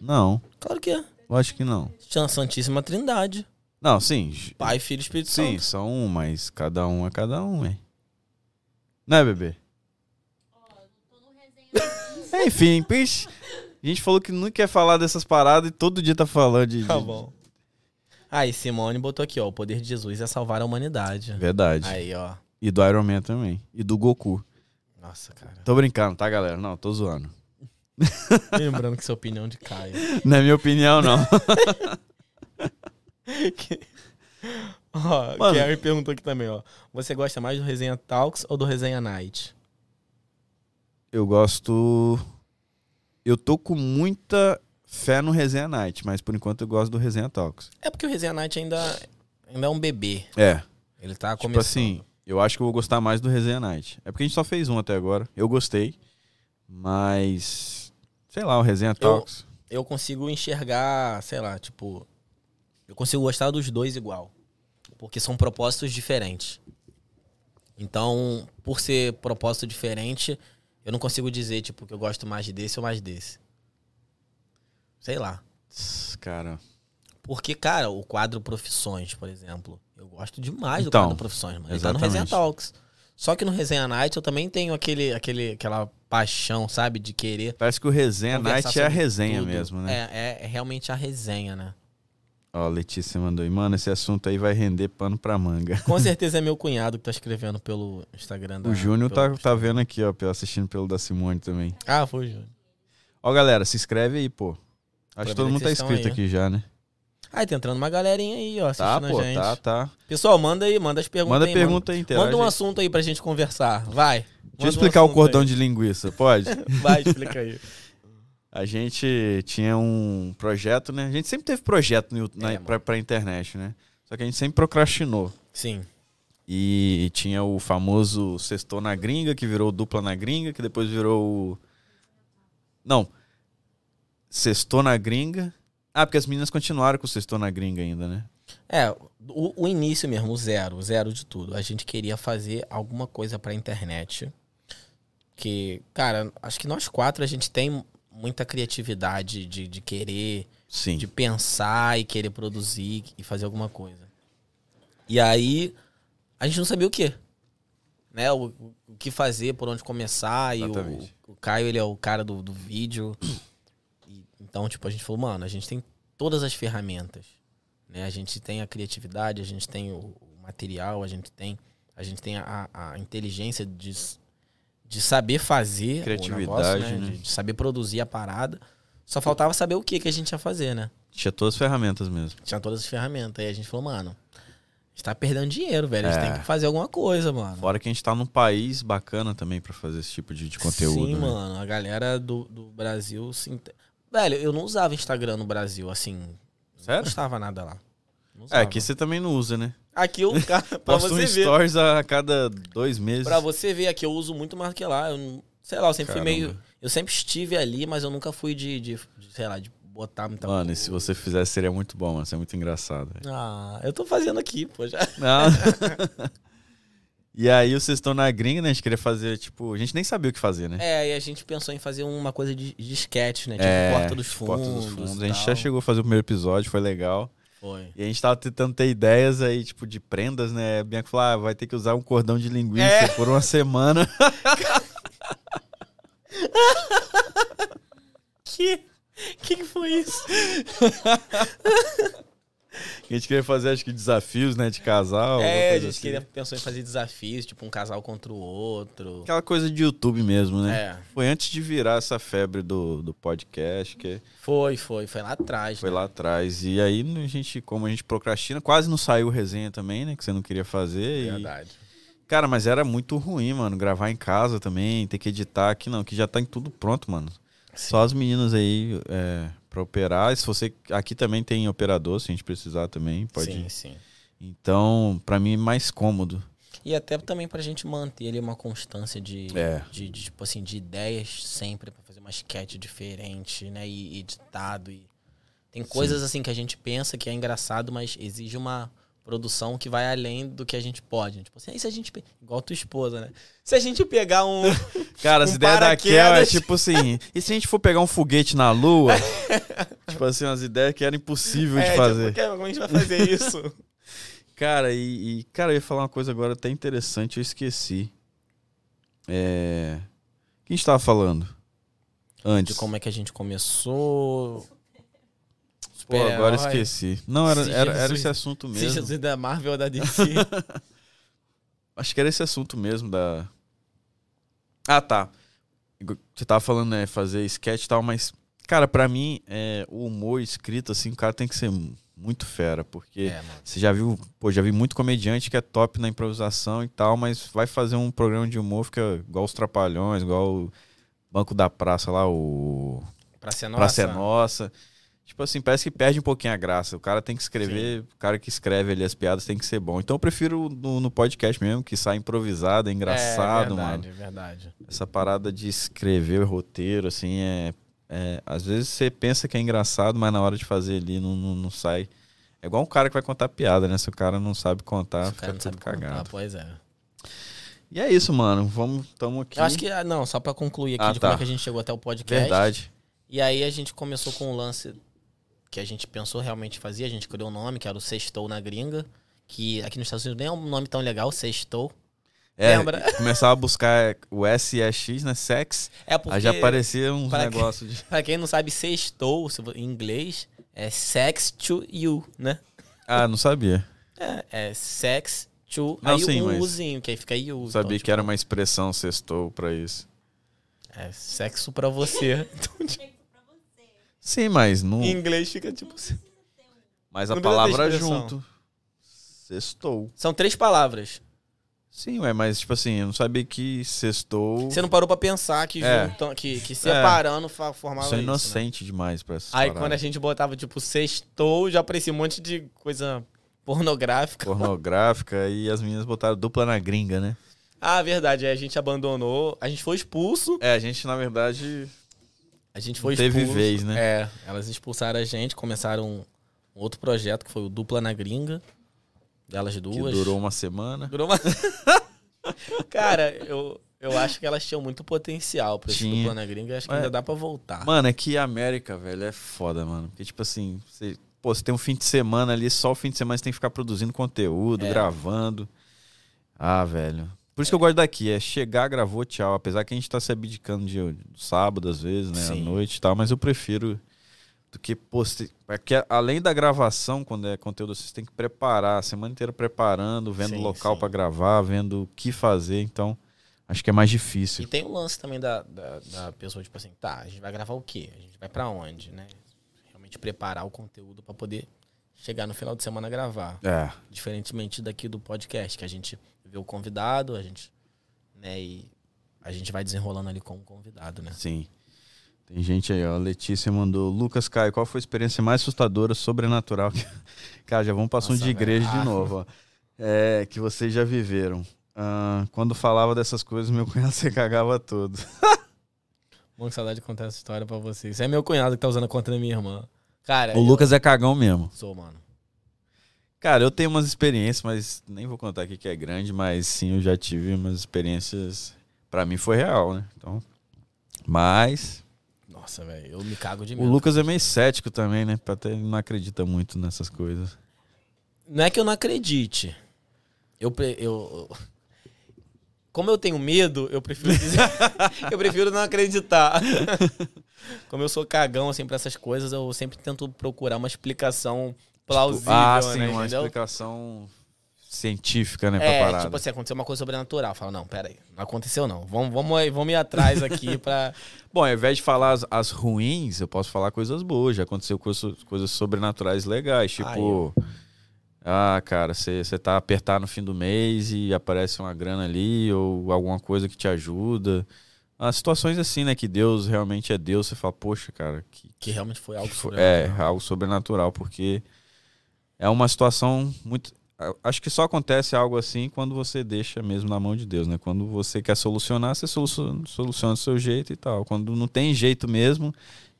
Speaker 2: Não.
Speaker 1: Claro que é.
Speaker 2: Lógico que não.
Speaker 1: Tinha a Santíssima Trindade.
Speaker 2: Não, sim. j-
Speaker 1: Pai, Filho e Espírito
Speaker 2: Sim,
Speaker 1: Santo.
Speaker 2: são um, mas cada um é cada um, hein? Né, bebê?
Speaker 3: Tô no resenha.
Speaker 2: Enfim, pish, a gente falou que não quer falar dessas paradas e todo dia tá falando de.
Speaker 1: Tá
Speaker 2: de-
Speaker 1: bom. Aí, Simone botou aqui, ó. O poder de Jesus é salvar a humanidade.
Speaker 2: Verdade.
Speaker 1: Aí, ó.
Speaker 2: E do Iron Man também. E do Goku.
Speaker 1: Nossa, cara.
Speaker 2: Tô brincando, tá, galera? Não, tô zoando.
Speaker 1: Lembrando que isso é opinião de Caio.
Speaker 2: Não é minha opinião, não.
Speaker 1: Ó,
Speaker 2: Mano.
Speaker 1: Gary perguntou aqui também, ó. Você gosta mais do Resenha Talks ou do Resenha Night?
Speaker 2: Eu gosto. Eu tô com muita fé no Resenha Night, mas por enquanto eu gosto do Resenha Talks.
Speaker 1: É porque o Resenha Night ainda, ainda é um bebê.
Speaker 2: É,
Speaker 1: Ele tá
Speaker 2: tipo
Speaker 1: começando.
Speaker 2: assim, eu acho que eu vou gostar mais do Resenha Night. É porque a gente só fez um até agora. Eu gostei, mas. Sei lá, o Resenha Talks.
Speaker 1: Eu consigo enxergar, sei lá, tipo... Eu consigo gostar dos dois igual. Porque são propósitos diferentes. Então, por ser propósito diferente, eu não consigo dizer, tipo, que eu gosto mais desse ou mais desse. Sei lá.
Speaker 2: Tss, Cara.
Speaker 1: Porque, cara, o quadro Profissões, por exemplo, eu gosto demais do
Speaker 2: Então,
Speaker 1: quadro Profissões, mano. Ele tá no
Speaker 2: exatamente.
Speaker 1: Resenha Talks. Só que no Resenha Night eu também tenho aquele, aquele, aquela paixão, sabe, de querer.
Speaker 2: Parece que o Resenha
Speaker 1: conversar
Speaker 2: Night é a
Speaker 1: sobre
Speaker 2: resenha
Speaker 1: tudo.
Speaker 2: mesmo, né?
Speaker 1: É, é, é realmente a resenha, né?
Speaker 2: Ó, Letícia mandou aí. Mano, esse assunto aí vai render pano pra manga.
Speaker 1: Com certeza é meu cunhado que tá escrevendo pelo Instagram. da-
Speaker 2: O Júnior tá,
Speaker 1: pelo-
Speaker 2: tá vendo aqui, ó, pelo- assistindo pelo da Simone também.
Speaker 1: Ah, foi o Júnior.
Speaker 2: Ó, galera, se inscreve aí, pô. Acho que
Speaker 1: Aproveita
Speaker 2: todo
Speaker 1: que
Speaker 2: mundo tá
Speaker 1: vocês estão
Speaker 2: inscrito
Speaker 1: aí,
Speaker 2: aqui já, né?
Speaker 1: Aí tá entrando uma galerinha aí, ó,
Speaker 2: Tá,
Speaker 1: assistindo
Speaker 2: pô,
Speaker 1: a gente.
Speaker 2: tá, tá.
Speaker 1: Pessoal, manda aí, manda as perguntas
Speaker 2: Manda
Speaker 1: aí.
Speaker 2: pergunta aí,
Speaker 1: manda,
Speaker 2: interage.
Speaker 1: manda um
Speaker 2: aí.
Speaker 1: assunto aí pra gente conversar. Vai. um
Speaker 2: Deixa eu explicar o cordão de linguiça, pode?
Speaker 1: Vai, explica aí.
Speaker 2: a gente tinha um projeto, né? A gente sempre teve projeto no, na,
Speaker 1: É, mano.
Speaker 2: pra, pra internet, né? Só que a gente sempre procrastinou.
Speaker 1: Sim.
Speaker 2: E tinha o famoso Sextou na Gringa, que virou Dupla na Gringa, que depois virou. o- Não. Sextou na Gringa. Ah, porque as meninas continuaram com o Sextou na Gringa ainda, né?
Speaker 1: É, o, o início mesmo, o zero, o zero de tudo. A gente queria fazer alguma coisa pra internet. Que, cara, acho que nós quatro a gente tem muita criatividade de, de querer,
Speaker 2: Sim.
Speaker 1: de pensar e querer produzir e fazer alguma coisa. E aí, a gente não sabia o quê. Né? O, o que fazer, por onde começar. E o,
Speaker 2: Exatamente.
Speaker 1: o Caio, ele é o cara do, do vídeo. E, então, tipo, a gente falou, mano, a gente tem todas as ferramentas. Né? A gente tem a criatividade, a gente tem o, o material, a gente tem, a gente tem a, a inteligência de, s- de saber fazer o
Speaker 2: Criatividade, né?
Speaker 1: De, de saber produzir a parada. Só faltava saber o que que a gente ia fazer, né?
Speaker 2: Tinha todas as ferramentas mesmo.
Speaker 1: Tinha todas as ferramentas. Aí a gente falou, mano, a gente tá perdendo dinheiro, velho. A gente
Speaker 2: É.
Speaker 1: tem que fazer alguma coisa, mano.
Speaker 2: Fora que a gente tá num país bacana também pra fazer esse tipo de, de conteúdo.
Speaker 1: Sim,
Speaker 2: né?
Speaker 1: mano. A galera do, do Brasil se. inte- Velho, eu não usava Instagram no Brasil, assim. Não
Speaker 2: Sério?
Speaker 1: postava nada lá. Não
Speaker 2: É,
Speaker 1: usava.
Speaker 2: aqui você também não usa, né?
Speaker 1: Aqui eu. pra
Speaker 2: Posta um
Speaker 1: você ver.
Speaker 2: stories a cada dois meses.
Speaker 1: Pra você ver, aqui eu uso muito mais do que lá. Eu, não- sei lá, eu sempre fui
Speaker 2: Caramba.
Speaker 1: meio. Eu sempre estive ali, mas eu nunca fui de, de, de, sei lá, de botar muita
Speaker 2: Mano, e se você fizesse seria muito bom, mano. Seria muito engraçado. velho.
Speaker 1: Ah, eu tô fazendo aqui, pô. Já.
Speaker 2: Não. e aí vocês estão na gringa, né? A gente queria fazer, tipo... A gente nem sabia o que fazer, né?
Speaker 1: É, e a gente pensou em fazer uma coisa de, de sketch, né? Tipo,
Speaker 2: É,
Speaker 1: Porta dos
Speaker 2: tipo,
Speaker 1: Fundos.
Speaker 2: A gente
Speaker 1: tal.
Speaker 2: já chegou a fazer o primeiro episódio, foi legal.
Speaker 1: Foi.
Speaker 2: E a gente tava tentando ter ideias aí, tipo, de prendas, né? A Bianca falou, ah, vai ter que usar um cordão de linguiça
Speaker 1: É.
Speaker 2: por uma semana.
Speaker 1: Que? Que que foi isso?
Speaker 2: A gente queria fazer, acho que, desafios, né? De casal. alguma
Speaker 1: É, a
Speaker 2: coisa
Speaker 1: gente
Speaker 2: assim.
Speaker 1: queria, pensou em fazer desafios, tipo um casal contra o outro.
Speaker 2: Aquela coisa de YouTube mesmo, né?
Speaker 1: É,
Speaker 2: Foi antes de virar essa febre do, do podcast, que
Speaker 1: foi, foi, foi lá atrás.
Speaker 2: foi
Speaker 1: né?
Speaker 2: lá atrás. E aí, a gente, como a gente procrastina, quase não saiu resenha também, né? Que você não queria fazer. e-
Speaker 1: É Verdade.
Speaker 2: Cara, mas era muito ruim, mano. Gravar em casa também, ter que editar aqui, não, que já tá em tudo pronto, mano. Só as meninas aí é, pra operar. E se você. Aqui também tem operador, se a gente precisar também, pode.
Speaker 1: Sim,
Speaker 2: ir.
Speaker 1: sim.
Speaker 2: Então, pra mim, é mais cômodo.
Speaker 1: E até também pra gente manter ali uma constância de,
Speaker 2: É.
Speaker 1: de, de, tipo assim, de ideias sempre pra fazer uma sketch diferente, né? E editado. E... Tem coisas assim que a gente pensa que é engraçado, mas exige uma produção que vai além do que a gente pode. né? Tipo assim, aí se a gente. pe- Igual tua esposa, né? Se a gente pegar um.
Speaker 2: Cara, essa
Speaker 1: Um
Speaker 2: ideia da Kel é
Speaker 1: paraquedas.
Speaker 2: tipo assim. e se a gente for pegar um foguete na lua? tipo assim, umas ideias que era impossível
Speaker 1: É,
Speaker 2: de
Speaker 1: tipo,
Speaker 2: fazer.
Speaker 1: que- como a gente vai fazer isso?
Speaker 2: Cara, e, e, Cara, eu ia falar uma coisa agora até interessante, eu esqueci. É. O que a gente tava falando?
Speaker 1: de
Speaker 2: Antes.
Speaker 1: como é que a gente começou.
Speaker 2: Pô, agora
Speaker 1: Super-herói.
Speaker 2: esqueci. Não, era,
Speaker 1: Se
Speaker 2: era, era
Speaker 1: Jesus-
Speaker 2: esse assunto
Speaker 1: Se
Speaker 2: mesmo.
Speaker 1: Jesus é da Marvel ou da DC.
Speaker 2: Acho que era esse assunto mesmo da. Ah, tá. Igu- Você tava falando, né, fazer sketch e tal, mas. Cara, pra mim, é, o humor escrito, assim, o cara tem que ser mu- muito fera, porque
Speaker 1: é, mano.
Speaker 2: você já viu, pô, já vi muito comediante que é top na improvisação e tal, mas vai fazer um programa de humor, fica igual os Trapalhões, igual o Banco da Praça lá, o.
Speaker 1: Pra ser nossa.
Speaker 2: Pra ser nossa. Tipo assim, parece que perde um pouquinho a graça. O cara tem que escrever, o cara que escreve ali as piadas tem que ser bom. Então eu prefiro no, no podcast mesmo, que sai improvisado, é engraçado,
Speaker 1: é,
Speaker 2: mano.
Speaker 1: verdade, verdade.
Speaker 2: Essa parada de escrever o roteiro, assim, é, é- Às vezes você pensa que é engraçado, mas na hora de fazer ali não, não, não sai. É igual um cara que vai contar piada, né? Se o cara não sabe contar,
Speaker 1: Se o
Speaker 2: fica
Speaker 1: cara não
Speaker 2: Tá tudo
Speaker 1: sabe contar,
Speaker 2: cagado.
Speaker 1: pois é.
Speaker 2: E é isso, mano. Vamos, tamo aqui.
Speaker 1: Eu acho que, ah, não, só pra concluir aqui
Speaker 2: Ah,
Speaker 1: de
Speaker 2: tá.
Speaker 1: como é que a gente chegou até o podcast.
Speaker 2: Verdade.
Speaker 1: E aí a gente começou com um lance que a gente pensou realmente fazer, a gente criou um nome, que era o Sextou na Gringa. Que aqui nos Estados Unidos nem é um nome tão legal, Sextou.
Speaker 2: É,
Speaker 1: Lembra?
Speaker 2: começava a buscar o SEX, né? Sex.
Speaker 1: É porque,
Speaker 2: Aí já aparecia uns
Speaker 1: para que-
Speaker 2: negócios de.
Speaker 1: pra quem não sabe, sextou, se vo- em inglês, é sex to you, né?
Speaker 2: Ah, não sabia.
Speaker 1: É, é sex to...
Speaker 2: Não,
Speaker 1: aí
Speaker 2: sim,
Speaker 1: um
Speaker 2: mas-
Speaker 1: uzinho, que aí fica you.
Speaker 2: Não
Speaker 1: então,
Speaker 2: sabia
Speaker 1: tipo,
Speaker 2: que era uma expressão sextou pra isso.
Speaker 1: É sexo pra você.
Speaker 2: Sim, mas não.
Speaker 1: em inglês fica tipo...
Speaker 2: Mas a
Speaker 1: não precisa ter
Speaker 2: palavra
Speaker 1: expressão.
Speaker 2: junto. Sextou.
Speaker 1: São três palavras.
Speaker 2: Sim, ué, mas tipo assim, eu não sabia que sextou.
Speaker 1: Você tá não parou pra pensar que
Speaker 2: É.
Speaker 1: juntam, que, que separando fa- formava isso,
Speaker 2: Sou
Speaker 1: né?
Speaker 2: inocente demais pra essas
Speaker 1: Aí
Speaker 2: paradas.
Speaker 1: quando a gente botava, tipo, sextou, já aparecia um monte de coisa pornográfica.
Speaker 2: Pornográfica e as meninas botaram dupla na gringa, né?
Speaker 1: Ah, verdade, aí a gente abandonou, a gente foi expulso.
Speaker 2: É, a gente, na verdade,
Speaker 1: A gente foi
Speaker 2: Não teve
Speaker 1: expulso.
Speaker 2: vez, né?
Speaker 1: É, elas expulsaram a gente, começaram um outro projeto que foi o Dupla na Gringa. Delas duas.
Speaker 2: que durou uma semana.
Speaker 1: Durou uma... Cara, eu, eu acho que elas tinham muito potencial pra esse
Speaker 2: Tinha.
Speaker 1: Dupla na Gringa. Acho que
Speaker 2: Mas-
Speaker 1: ainda dá pra voltar.
Speaker 2: Mano, é que a América, velho, é foda, mano. Porque, tipo assim, você, pô, você tem um fim de semana ali, só o fim de semana você tem que ficar produzindo conteúdo,
Speaker 1: É.
Speaker 2: gravando. Ah, velho. Por isso que eu gosto daqui, é chegar, gravou, tchau. Apesar que a gente tá se abdicando de, de sábado, às vezes, né? À
Speaker 1: Sim.
Speaker 2: noite e tal, mas eu prefiro do do que poste... porque além da gravação, quando é conteúdo, vocês têm que preparar, a semana inteira preparando, vendo
Speaker 1: Sim,
Speaker 2: o local
Speaker 1: sim.
Speaker 2: pra gravar, vendo o que fazer, então acho que é mais difícil.
Speaker 1: E tem o lance também da, da, da pessoa, tipo assim, tá, a gente vai gravar o quê? A gente vai pra onde, né? Realmente preparar o conteúdo pra poder chegar no final de semana a gravar.
Speaker 2: É,
Speaker 1: Diferentemente daqui do podcast, que a gente vê o convidado, a gente, né, e a gente vai desenrolando ali com o convidado, né?
Speaker 2: sim. Tem gente aí, ó, a Letícia mandou, Lucas Caio, qual foi a experiência mais assustadora, sobrenatural? que-" Cara, já vamos passando
Speaker 1: Nossa,
Speaker 2: de igreja
Speaker 1: velho.
Speaker 2: de novo, ó. É, que vocês já viveram. Ah, quando falava dessas coisas, meu cunhado se cagava todo.
Speaker 1: Bom, que saudade de contar essa história pra vocês. É meu cunhado que tá usando contra minha irmã. Cara,
Speaker 2: O
Speaker 1: eu
Speaker 2: Lucas é cagão mesmo.
Speaker 1: sou, mano.
Speaker 2: Cara, eu tenho umas experiências, mas nem vou contar aqui que é grande, mas sim, eu já tive umas experiências. Pra mim foi real, né? Então, mas
Speaker 1: Nossa, velho, eu me cago de
Speaker 2: o
Speaker 1: medo.
Speaker 2: Lucas é meio cético também, né? Até ele não acredita muito nessas coisas.
Speaker 1: Não é que eu não acredite. Eu, pre- eu, eu- como eu tenho medo, eu prefiro dizer, eu prefiro não acreditar. como eu sou cagão assim para essas coisas, eu sempre tento procurar uma explicação plausível,
Speaker 2: ah, sim,
Speaker 1: né,
Speaker 2: uma
Speaker 1: entendeu?
Speaker 2: explicação científica, né, pra
Speaker 1: É,
Speaker 2: parada.
Speaker 1: tipo assim, aconteceu uma coisa sobrenatural. Eu falo, não, peraí, não aconteceu não. Vamos, vamos, aí, vamos ir atrás aqui pra.
Speaker 2: Bom, ao invés de falar as, as ruins, eu posso falar coisas boas. Já aconteceu coisa- coisas sobrenaturais legais, tipo.
Speaker 1: Ah, eu-
Speaker 2: Ah, cara, você tá apertado no fim do mês e aparece uma grana ali ou alguma coisa que te ajuda. As situações assim, né? Que Deus realmente é Deus. Você fala, poxa, cara, que,
Speaker 1: Que realmente foi algo
Speaker 2: que foi-
Speaker 1: sobrenatural.
Speaker 2: é algo sobrenatural, porque é uma situação muito. a- Acho que só acontece algo assim quando você deixa mesmo na mão de Deus, né? Quando você quer solucionar, você soluciona, soluciona do seu jeito e tal. Quando não tem jeito mesmo,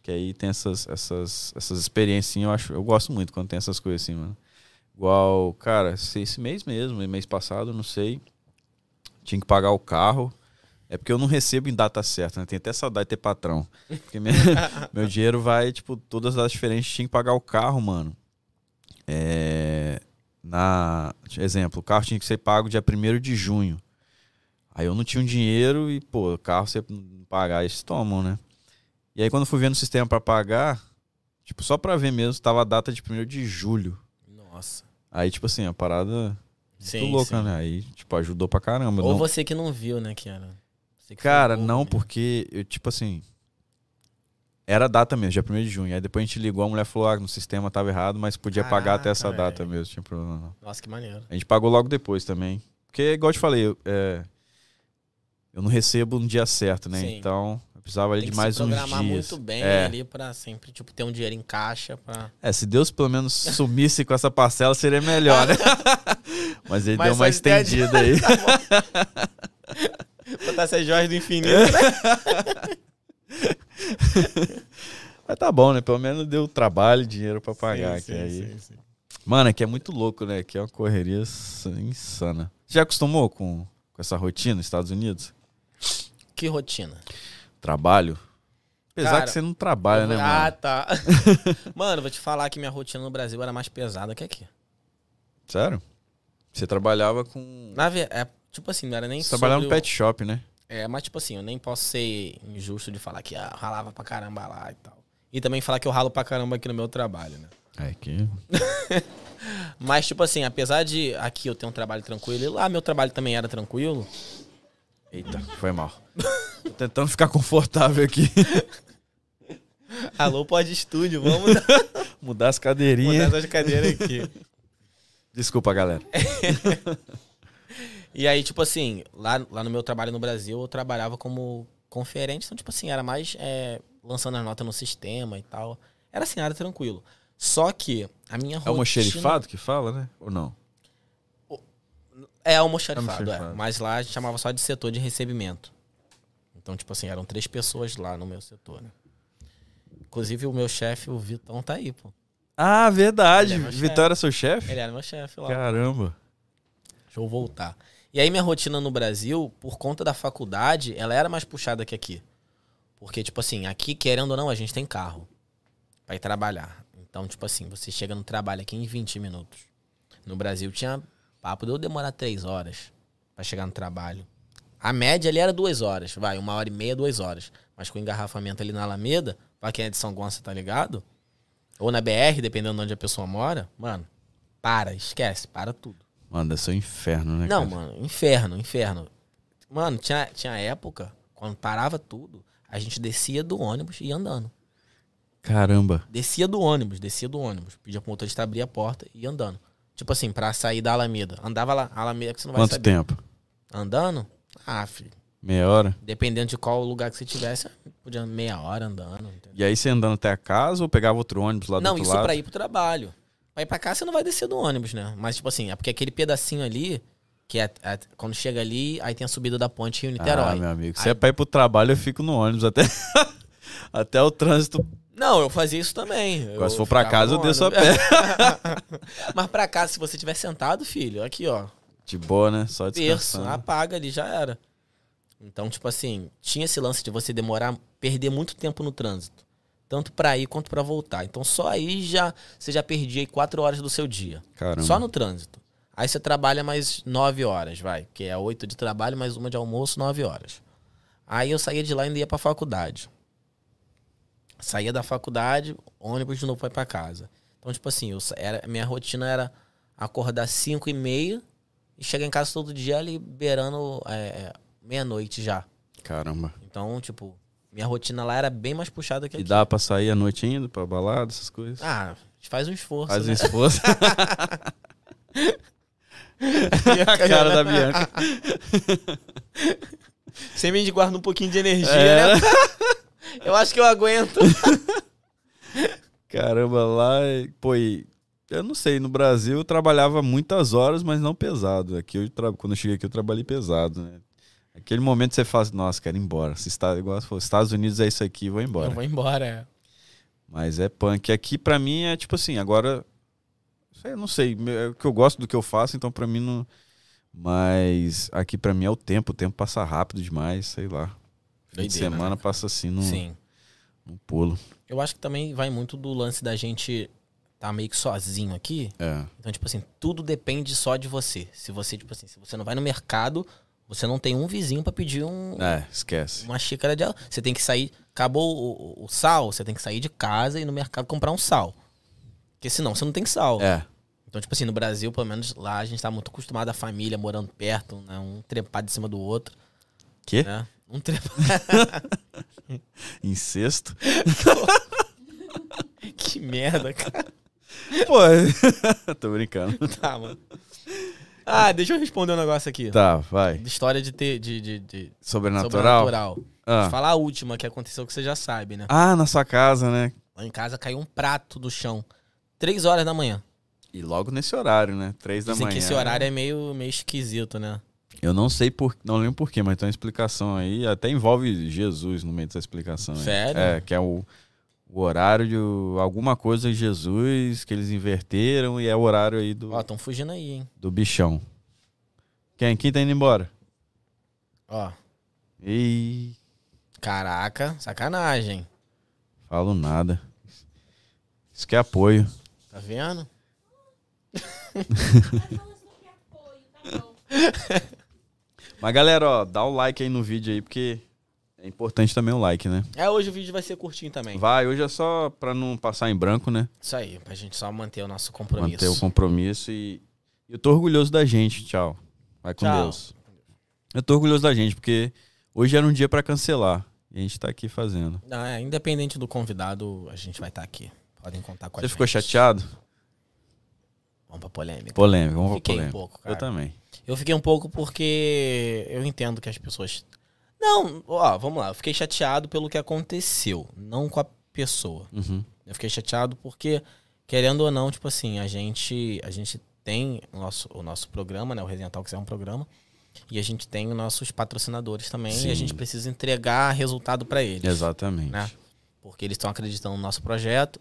Speaker 2: que aí tem essas, essas, essas experiências, eu acho, eu gosto muito quando tem essas coisas assim, mano. Igual, cara, esse esse mês mesmo, e mês passado, eu não sei, tinha que pagar o carro. É porque eu não recebo em data certa, né? Tenho até saudade de ter patrão. Porque minha, meu dinheiro vai, tipo, todas as diferentes. Tinha que pagar o carro, mano. É. Na. Exemplo, o carro tinha que ser pago dia 1 de junho. Aí eu não tinha o dinheiro e, pô, o carro você não pagar, eles tomam, né? E aí quando eu fui ver no sistema pra pagar, tipo, só pra ver mesmo, tava a data de 1 de julho.
Speaker 1: Nossa.
Speaker 2: Aí, tipo assim, a parada
Speaker 1: Sim,
Speaker 2: é. muito louca,
Speaker 1: sim.
Speaker 2: né? Aí, tipo, ajudou pra caramba.
Speaker 1: Ou
Speaker 2: não-
Speaker 1: você que não viu, né, Kiara? Você que foi né?
Speaker 2: Cara,
Speaker 1: bobo
Speaker 2: não,
Speaker 1: mesmo.
Speaker 2: porque eu, tipo assim. Era a data mesmo, dia 1 de junho. Aí depois a gente ligou, a mulher falou: ah, no sistema tava errado, mas podia pagar até
Speaker 1: Caraca,
Speaker 2: essa
Speaker 1: velho.
Speaker 2: data mesmo, tinha problema não.
Speaker 1: Nossa, que maneiro.
Speaker 2: A gente pagou logo depois também. Porque, igual eu te falei, eu, é, eu não recebo no dia certo, né?
Speaker 1: Sim.
Speaker 2: Então, eu precisava ali
Speaker 1: Tem
Speaker 2: de
Speaker 1: que
Speaker 2: mais
Speaker 1: se
Speaker 2: uns dias.
Speaker 1: programar muito bem
Speaker 2: É.
Speaker 1: ali pra sempre, tipo, ter um dinheiro em caixa pra...
Speaker 2: É, se Deus pelo menos sumisse com essa parcela, seria melhor, né? mas ele
Speaker 1: Mas
Speaker 2: deu uma
Speaker 1: só ideia de-
Speaker 2: estendida aí.
Speaker 1: Botar essas joias do
Speaker 2: É.
Speaker 1: infinito.
Speaker 2: mas tá bom, né? Pelo menos deu trabalho e dinheiro pra pagar. que aí... Mano, é que é muito louco, né? Que é uma correria s- insana. Você já acostumou com, com essa rotina nos Estados Unidos?
Speaker 1: Que rotina.
Speaker 2: Trabalho? Apesar
Speaker 1: Cara,
Speaker 2: que você não trabalha, né,
Speaker 1: ah,
Speaker 2: mano?
Speaker 1: tá. mano, vou te falar que minha rotina no Brasil era mais pesada que aqui.
Speaker 2: Sério? Você trabalhava com.
Speaker 1: Na ve- é, tipo assim, não era nem
Speaker 2: Você trabalhava no
Speaker 1: sobre o-
Speaker 2: pet shop, né?
Speaker 1: É, mas tipo assim, eu nem posso ser injusto de falar que ah, eu ralava pra caramba lá e tal. E também falar que eu ralo pra caramba aqui no meu trabalho, né?
Speaker 2: É que.
Speaker 1: Mas, tipo assim, apesar de aqui eu ter um trabalho tranquilo, e lá meu trabalho também era tranquilo,
Speaker 2: Eita, foi mal. Tô tentando ficar confortável aqui.
Speaker 1: alô, pode estúdio, vamos
Speaker 2: Mudar as
Speaker 1: mudar
Speaker 2: cadeirinhas.
Speaker 1: essas cadeiras aqui.
Speaker 2: Desculpa, galera.
Speaker 1: E aí, tipo assim, lá, lá no meu trabalho no Brasil, eu trabalhava como conferente, então, tipo assim, era mais é, lançando as notas no sistema e tal. Era assim, era tranquilo. Só que a minha
Speaker 2: É
Speaker 1: rotina...
Speaker 2: o mocherifado que fala, né? Ou não?
Speaker 1: É almoxarifado, é.
Speaker 2: Almoxarifado.
Speaker 1: Mas lá a gente chamava só de setor de recebimento. Então, tipo assim, eram três pessoas lá no meu setor, né? Inclusive, o meu chefe, o Vitão, tá aí, pô.
Speaker 2: Ah, verdade.
Speaker 1: Ele é meu chefe.
Speaker 2: Vitória era seu chefe?
Speaker 1: Ele era meu chefe lá.
Speaker 2: Caramba.
Speaker 1: Deixa eu voltar. E aí minha rotina no Brasil, por conta da faculdade, ela era mais puxada que aqui. Porque, tipo assim, aqui, querendo ou não, a gente tem carro pra ir trabalhar. Então, tipo assim, você chega no trabalho aqui em 20 minutos. No Brasil tinha papo de eu demorar 3 horas pra chegar no trabalho. A média ali era 2 horas, vai, uma hora e meia, duas horas. Mas com o engarrafamento ali na Alameda, pra quem é de São Gonça, tá ligado? ou na BR, dependendo de onde a pessoa mora, mano, para, esquece, para tudo.
Speaker 2: Mano, deve ser um inferno, né?
Speaker 1: Não,
Speaker 2: cara?
Speaker 1: mano, inferno, inferno. Mano, tinha, tinha época, quando parava tudo, a gente descia do ônibus e ia andando.
Speaker 2: Caramba.
Speaker 1: Descia do ônibus, descia do ônibus. Pedia pro motorista abrir a porta e ia andando. Tipo assim, pra sair da Alameda. Andava lá, Alameda que você não vai
Speaker 2: Quanto
Speaker 1: saber.
Speaker 2: tempo?
Speaker 1: Andando? Ah, filho.
Speaker 2: Meia hora?
Speaker 1: Dependendo de qual lugar que você tivesse, podia meia hora andando. entendeu?
Speaker 2: E aí você andando até a casa ou pegava outro ônibus lá do
Speaker 1: Não,
Speaker 2: outro
Speaker 1: isso é
Speaker 2: lado?
Speaker 1: pra ir pro trabalho. Pra ir pra cá, você não vai descer do ônibus, né? Mas, tipo assim, é porque aquele pedacinho ali, que é, é- quando chega ali, aí tem a subida da ponte
Speaker 2: Ah,
Speaker 1: Rio-Niterói.
Speaker 2: meu amigo. Se é pra ir pro trabalho, eu fico no ônibus até, até o trânsito.
Speaker 1: não, eu fazia isso também.
Speaker 2: Agora,
Speaker 1: Eu
Speaker 2: se for pra
Speaker 1: ficava
Speaker 2: casa,
Speaker 1: no
Speaker 2: eu desço a
Speaker 1: ônibus.
Speaker 2: pé.
Speaker 1: Mas pra casa, se você tiver sentado, filho, aqui, ó.
Speaker 2: De boa, né? Só
Speaker 1: Terço,
Speaker 2: descansando.
Speaker 1: apaga ali, já era. Então, tipo assim, tinha esse lance de você demorar, perder muito tempo no trânsito. Tanto pra ir quanto pra voltar. Então só aí já você já perdia aí quatro horas do seu dia.
Speaker 2: Caramba.
Speaker 1: Só no trânsito. Aí você trabalha mais nove horas, vai. Que é oito de trabalho, mais uma de almoço, nove horas. Aí eu saía de lá e ainda ia pra faculdade. Saía da faculdade, ônibus de novo vai pra casa. Então, tipo assim, eu sa- era, minha rotina era acordar cinco e meia e chegar em casa todo dia ali beirando é, é, meia-noite já.
Speaker 2: Caramba.
Speaker 1: Então, tipo, minha rotina lá era bem mais puxada que
Speaker 2: E
Speaker 1: aqui.
Speaker 2: dá pra sair à noite ainda, pra balada, essas coisas?
Speaker 1: Ah, a gente faz um esforço.
Speaker 2: Faz um
Speaker 1: né?
Speaker 2: esforço. a cara da Bianca.
Speaker 1: Sempre a gente guarda um pouquinho de energia,
Speaker 2: É.
Speaker 1: né? Eu acho que eu aguento.
Speaker 2: Caramba, lá. e- Pô, e eu não sei, no Brasil eu trabalhava muitas horas, mas não pesado. Aqui eu tra- quando eu cheguei aqui eu trabalhei pesado, né? Aquele momento você faz, nossa, quero ir embora. Se está, igual você falou, Estados Unidos é isso aqui, vou embora.
Speaker 1: Eu vou embora.
Speaker 2: Mas é punk. Aqui pra mim é tipo assim, agora. Sei, eu não sei, me- é o que eu gosto do que eu faço, então pra mim não. Mas aqui pra mim é o tempo, o tempo passa rápido demais, sei lá. Fim de
Speaker 1: Doideira, né,
Speaker 2: semana passa assim num,
Speaker 1: Sim.
Speaker 2: num pulo.
Speaker 1: Eu acho que também vai muito do lance da gente tá meio que sozinho aqui.
Speaker 2: É.
Speaker 1: Então, tipo assim, tudo depende só de você. Se você, tipo assim, se você não vai no mercado, você não tem um vizinho pra pedir um,
Speaker 2: É, esquece.
Speaker 1: uma xícara de álcool. Você tem que sair. Acabou o, o- o sal, você tem que sair de casa e ir no mercado comprar um sal. Porque senão você não tem sal.
Speaker 2: É.
Speaker 1: Então, tipo assim, no Brasil, pelo menos lá, a gente tá muito acostumado à família morando perto, né? Um trepado em cima do outro,
Speaker 2: Quê?
Speaker 1: né? Um trepado.
Speaker 2: Incesto?
Speaker 1: que merda, cara.
Speaker 2: Pô, tô brincando.
Speaker 1: Tá, mano. Ah, deixa eu responder um negócio aqui.
Speaker 2: Tá, vai.
Speaker 1: De História de ter. De, de, de
Speaker 2: Sobrenatural?
Speaker 1: sobrenatural. Deixa eu
Speaker 2: Ah.
Speaker 1: Falar a última que aconteceu que você já sabe, né?
Speaker 2: Ah, na sua casa, né?
Speaker 1: Lá em casa caiu um prato do chão. Três horas da manhã.
Speaker 2: E logo nesse horário, né? Três da
Speaker 1: Dizem
Speaker 2: manhã.
Speaker 1: que esse horário é meio, meio esquisito, né?
Speaker 2: Eu não sei por, não lembro porquê, mas tem uma explicação aí, até envolve Jesus no meio dessa explicação. aí.
Speaker 1: Sério?
Speaker 2: É, que é o, o horário de o- alguma coisa de Jesus que eles inverteram e é o horário aí do,
Speaker 1: Ó, tão fugindo aí, hein?
Speaker 2: do bichão. Quem, quem tá indo embora?
Speaker 1: Ó.
Speaker 2: E
Speaker 1: Caraca, sacanagem.
Speaker 2: falo nada. Isso que é apoio.
Speaker 1: Tá vendo?
Speaker 3: Tá falando sobre apoio, tá bom.
Speaker 2: Mas galera, ó, dá o like aí no vídeo aí, porque é importante também o like, né?
Speaker 1: É, hoje o vídeo vai ser curtinho também.
Speaker 2: Vai, hoje é só pra não passar em branco, né?
Speaker 1: Isso aí, pra gente só manter o nosso compromisso.
Speaker 2: Manter o compromisso e. Eu tô orgulhoso da gente, tchau. Vai com
Speaker 1: Tchau.
Speaker 2: Deus. Eu tô orgulhoso da gente, porque hoje era um dia pra cancelar. E a gente tá aqui fazendo.
Speaker 1: Ah, é, independente do convidado, a gente vai estar aqui. Podem contar com a
Speaker 2: Você
Speaker 1: gente.
Speaker 2: ficou chateado?
Speaker 1: Vamos pra polêmica.
Speaker 2: Polêmico, vamos pra
Speaker 1: fiquei um
Speaker 2: polêmica.
Speaker 1: pouco, cara.
Speaker 2: Eu
Speaker 1: Eu,
Speaker 2: também.
Speaker 1: fiquei um pouco porque eu entendo que as pessoas. Não, ó, vamos lá. Eu fiquei chateado pelo que aconteceu, não com a pessoa.
Speaker 2: Uhum.
Speaker 1: Eu fiquei chateado porque, querendo ou não, tipo assim, a gente, a gente tem o nosso, o nosso programa, né? O Resenha Talks é um programa. E a gente tem os nossos patrocinadores também. E
Speaker 2: Sim.
Speaker 1: a gente precisa entregar resultado pra eles.
Speaker 2: Exatamente.
Speaker 1: Né? porque eles estão acreditando no nosso projeto.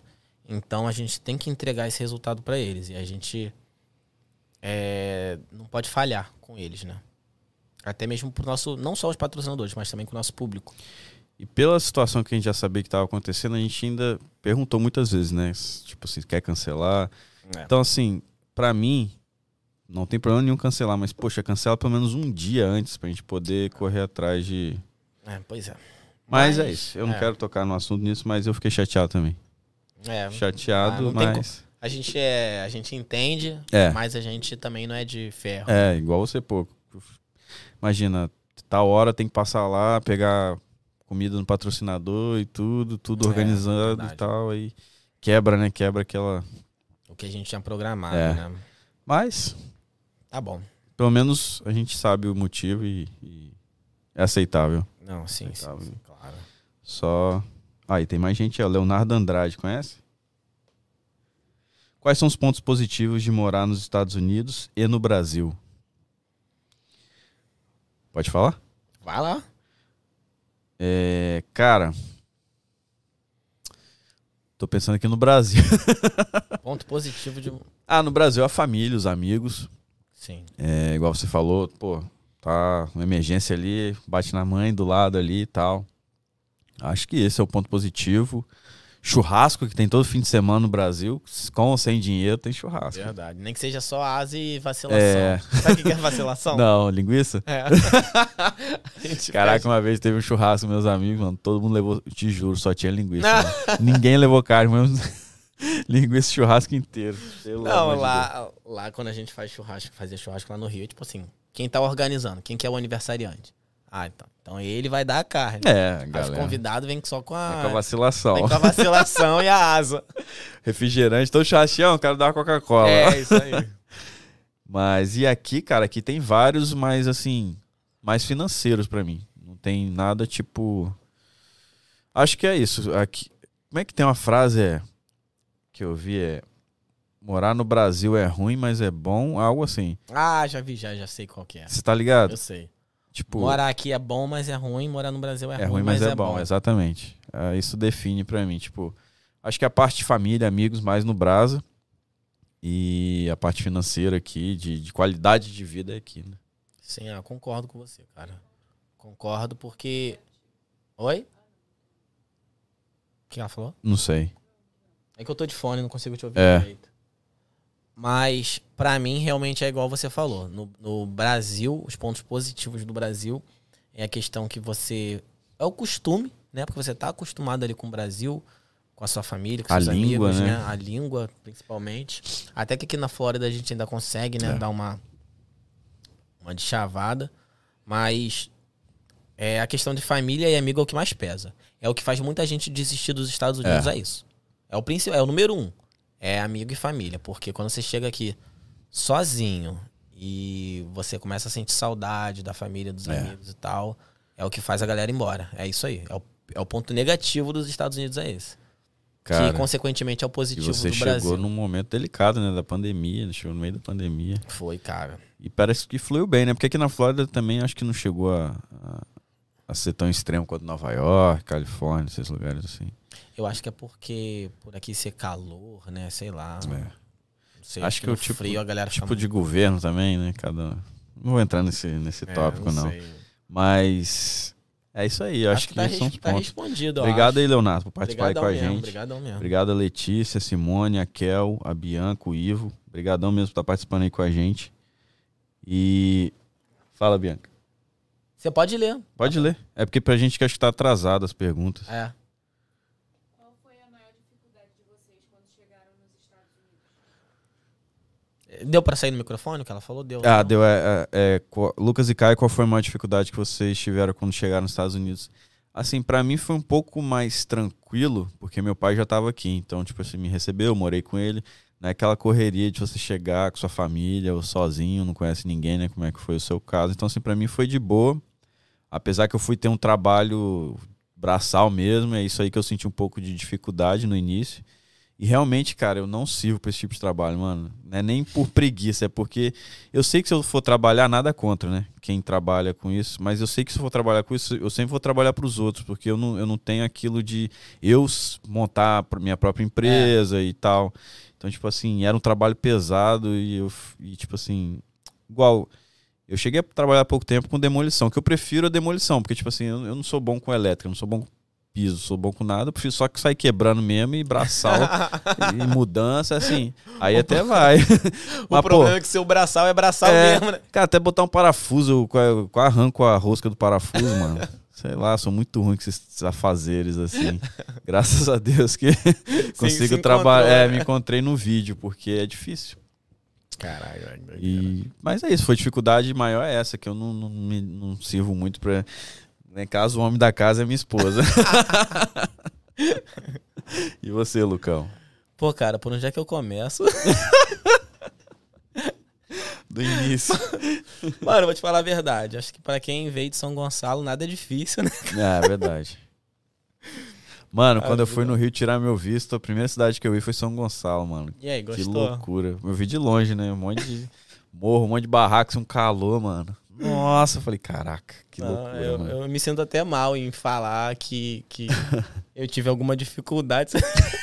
Speaker 1: Então a gente tem que entregar esse resultado para eles e a gente é, não pode falhar com eles, né? Até mesmo pro nosso, não só os patrocinadores, mas também com o nosso público.
Speaker 2: E pela situação que a gente já sabia que estava acontecendo, a gente ainda perguntou muitas vezes, né? S- Tipo, se quer cancelar.
Speaker 1: É.
Speaker 2: Então, assim, pra mim, não tem problema nenhum cancelar, mas, poxa, cancela pelo menos um dia antes pra gente poder correr atrás de.
Speaker 1: É, pois é.
Speaker 2: Mas, é isso. Eu não
Speaker 1: é.
Speaker 2: quero tocar no assunto nisso, mas eu fiquei chateado também.
Speaker 1: É, Ah,
Speaker 2: Chateado,
Speaker 1: não tem
Speaker 2: mas.
Speaker 1: a gente é. A gente entende,
Speaker 2: É.
Speaker 1: mas a gente também não é de ferro.
Speaker 2: É, igual você pouco. Imagina, tal hora tem que passar lá, pegar comida no patrocinador e tudo, tudo
Speaker 1: É,
Speaker 2: organizado e
Speaker 1: verdade.
Speaker 2: tal. Aí quebra, né? Quebra aquela.
Speaker 1: O que a gente tinha programado,
Speaker 2: É.
Speaker 1: né?
Speaker 2: Mas,
Speaker 1: Tá bom.
Speaker 2: pelo menos a gente sabe o motivo e, e é aceitável.
Speaker 1: Não, sim, sim,
Speaker 2: Aceitável.
Speaker 1: sim, claro.
Speaker 2: Só. Aí tem mais gente, ó. Leonardo Andrade, conhece? Quais são os pontos positivos de morar nos Estados Unidos e no Brasil? Pode falar?
Speaker 1: Vai lá.
Speaker 2: É, cara. Tô pensando aqui no Brasil.
Speaker 1: Ponto positivo de. um,
Speaker 2: ah, no Brasil a família, os amigos.
Speaker 1: Sim.
Speaker 2: É, igual você falou, pô, tá uma emergência ali, bate na mãe do lado ali e tal. Acho que esse é o ponto positivo. Churrasco que tem todo fim de semana no Brasil, com ou sem dinheiro, tem churrasco.
Speaker 1: é Verdade. Nem que seja só asa e vacilação.
Speaker 2: É.
Speaker 1: Sabe o que que é vacilação?
Speaker 2: Não, linguiça?
Speaker 1: É. A gente
Speaker 2: Caraca,
Speaker 1: fecha.
Speaker 2: uma vez teve um churrasco com meus amigos, mano. Todo mundo levou, te juro, só tinha linguiça. mano. Ninguém levou carne, mas linguiça e churrasco inteiro. Pelo amor
Speaker 1: Não,
Speaker 2: de Deus.
Speaker 1: lá, lá quando a gente faz churrasco, fazia churrasco lá no Rio, tipo assim, quem tá organizando? Quem que é o aniversariante? Ah, então. Então ele vai dar a carne.
Speaker 2: É,
Speaker 1: Aí Os
Speaker 2: galera. É
Speaker 1: convidados vêm só com
Speaker 2: com a
Speaker 1: a.
Speaker 2: vacilação.
Speaker 1: Vem com a vacilação e a asa.
Speaker 2: Refrigerante, todo churrascão, quero dar uma Coca-Cola.
Speaker 1: É, isso aí.
Speaker 2: Mas e aqui, cara, aqui tem vários, mas assim, mais financeiros pra mim. Não tem nada tipo. Acho que é isso. Aqui... Como é que tem uma frase é, que eu vi? É. Morar no Brasil é ruim, mas é bom, algo assim.
Speaker 1: Ah, já vi, já, já sei qual que é.
Speaker 2: Você tá ligado?
Speaker 1: Eu sei.
Speaker 2: Tipo,
Speaker 1: Morar aqui é bom, mas é ruim. Morar no Brasil é,
Speaker 2: é ruim, mas, é, bom, exatamente. Ah, isso define pra mim, tipo, acho que a parte de família, amigos, mais no Brasa. E a parte financeira aqui, de, de qualidade de vida é aqui, né?
Speaker 1: Sim, eu concordo com você, cara. Concordo porque. Oi? O que ela falou?
Speaker 2: Não sei.
Speaker 1: É que eu tô de fone, não consigo te ouvir
Speaker 2: É.
Speaker 1: direito. Mas, pra mim, realmente é igual você falou. No, no Brasil, os pontos positivos do Brasil é a questão que você. É o costume, né? Porque você tá acostumado ali com o Brasil, com a sua família, com
Speaker 2: A
Speaker 1: seus
Speaker 2: língua,
Speaker 1: amigos,
Speaker 2: né?
Speaker 1: A língua, principalmente. Até que aqui na Flórida a gente ainda consegue, né?
Speaker 2: É.
Speaker 1: Dar uma. Uma de chavada. Mas. É a questão de família e amigo é o que mais pesa. É o que faz muita gente desistir dos Estados Unidos, é, isso. É o principal, é o número um. É amigo e família. Porque quando você chega aqui sozinho e você começa a sentir saudade da família, dos
Speaker 2: É.
Speaker 1: amigos e tal, é o que faz a galera ir embora. É isso aí. É o, é o ponto negativo dos Estados Unidos, é esse.
Speaker 2: Cara,
Speaker 1: que, consequentemente, é o
Speaker 2: e
Speaker 1: positivo
Speaker 2: você
Speaker 1: do
Speaker 2: chegou
Speaker 1: Brasil.
Speaker 2: num momento delicado, né? Da pandemia, né? chegou no meio da pandemia.
Speaker 1: Foi, cara.
Speaker 2: E parece que fluiu bem, né? Porque aqui na Flórida também acho que não chegou a, a, a ser tão extremo quanto Nova York, Califórnia, esses lugares assim.
Speaker 1: Eu acho que é porque por aqui ser calor, né? Sei lá.
Speaker 2: É.
Speaker 1: Não sei,
Speaker 2: Acho que
Speaker 1: no
Speaker 2: o tipo-
Speaker 1: frio a galera fica
Speaker 2: Tipo de governo também, né? Cada. Não vou entrar nesse, nesse
Speaker 1: muito- É,
Speaker 2: tópico, não.
Speaker 1: sei.
Speaker 2: Mas é isso aí. eu Acho, que,
Speaker 1: tá,
Speaker 2: esses são os
Speaker 1: res- tá
Speaker 2: pontos.
Speaker 1: respondido. eu
Speaker 2: Obrigado
Speaker 1: acho.
Speaker 2: aí, Leonardo, por participar aí com
Speaker 1: Obrigadão
Speaker 2: a
Speaker 1: mesmo,
Speaker 2: gente.
Speaker 1: Obrigadão mesmo.
Speaker 2: Obrigado a Letícia, a Simone, a Kel, a Bianca, o Ivo. Obrigadão mesmo por estar participando aí com a gente. E. Fala, Bianca.
Speaker 1: Você pode ler.
Speaker 2: Pode ler. É porque pra gente que acho que tá atrasado as perguntas.
Speaker 1: É.
Speaker 3: Qual foi a maior dificuldade de vocês quando chegaram nos Estados Unidos?
Speaker 1: Deu pra sair no microfone o que ela falou? Deu.
Speaker 2: Ah,
Speaker 1: né?
Speaker 2: deu. É, é- é, qual- Lucas e Caio, qual foi a maior dificuldade que vocês tiveram quando chegaram nos Estados Unidos? Assim, pra mim foi um pouco mais tranquilo, porque meu pai já tava aqui. Então, tipo assim, me recebeu, morei com ele. Não é aquela correria de você chegar com sua família ou sozinho, não conhece ninguém, né? Como é que foi o seu caso. Então, assim, pra mim foi de boa. Apesar que eu fui ter um trabalho braçal mesmo, é isso aí que eu senti um pouco de dificuldade no início. E realmente, cara, eu não sirvo pra esse tipo de trabalho, mano. Não é nem por preguiça, é porque eu sei que se eu for trabalhar, nada contra, né? Quem trabalha com isso, mas eu sei que se eu for trabalhar com isso, eu sempre vou trabalhar pros outros, porque eu não, eu não tenho aquilo de eu s- montar pra minha própria empresa e tal. Então, tipo assim, era um trabalho pesado e eu, f- e, tipo assim, igual. Eu cheguei a trabalhar há pouco tempo com demolição, que eu prefiro a demolição, porque, tipo assim, eu, eu não sou bom com elétrica, eu não sou bom com piso, sou bom com nada, eu prefiro só que sair quebrando mesmo e braçal e mudança, assim. Aí até vai.
Speaker 1: o
Speaker 2: Mas, pô,
Speaker 1: problema é que seu braçal é braçal
Speaker 2: É.
Speaker 1: mesmo, né?
Speaker 2: Cara, até botar um parafuso, eu qua- eu arranco a rosca do parafuso, mano. Sei lá, sou muito ruim com esses afazeres, assim. Graças a Deus que consigo
Speaker 1: se
Speaker 2: trabalhar.
Speaker 1: encontrou,
Speaker 2: É,
Speaker 1: né?
Speaker 2: me encontrei no vídeo, porque é difícil.
Speaker 1: Caralho, ai, meu Deus.
Speaker 2: E... Mas é isso, foi dificuldade maior é essa, que eu não, não, me- não sirvo muito pra. Em caso, o homem da casa é minha esposa. e você, Lucão?
Speaker 1: Pô, cara, por onde é que eu começo?
Speaker 2: Do início.
Speaker 1: Mano, eu vou te falar a verdade. Acho que pra quem veio de São Gonçalo, nada é difícil, né?
Speaker 2: Ah, é verdade. Mano, quando eu fui
Speaker 1: Ajuda.
Speaker 2: no Rio tirar meu visto, a primeira cidade que eu vi foi São Gonçalo, mano.
Speaker 1: E aí,
Speaker 2: Que
Speaker 1: gostou?
Speaker 2: loucura. Eu vi de longe, né? Um monte de morro, um monte de barracos, um calor, mano. Nossa, eu falei, caraca, que
Speaker 1: Não,
Speaker 2: loucura,
Speaker 1: eu,
Speaker 2: mano.
Speaker 1: eu me sinto até mal em falar que, que eu tive alguma dificuldade.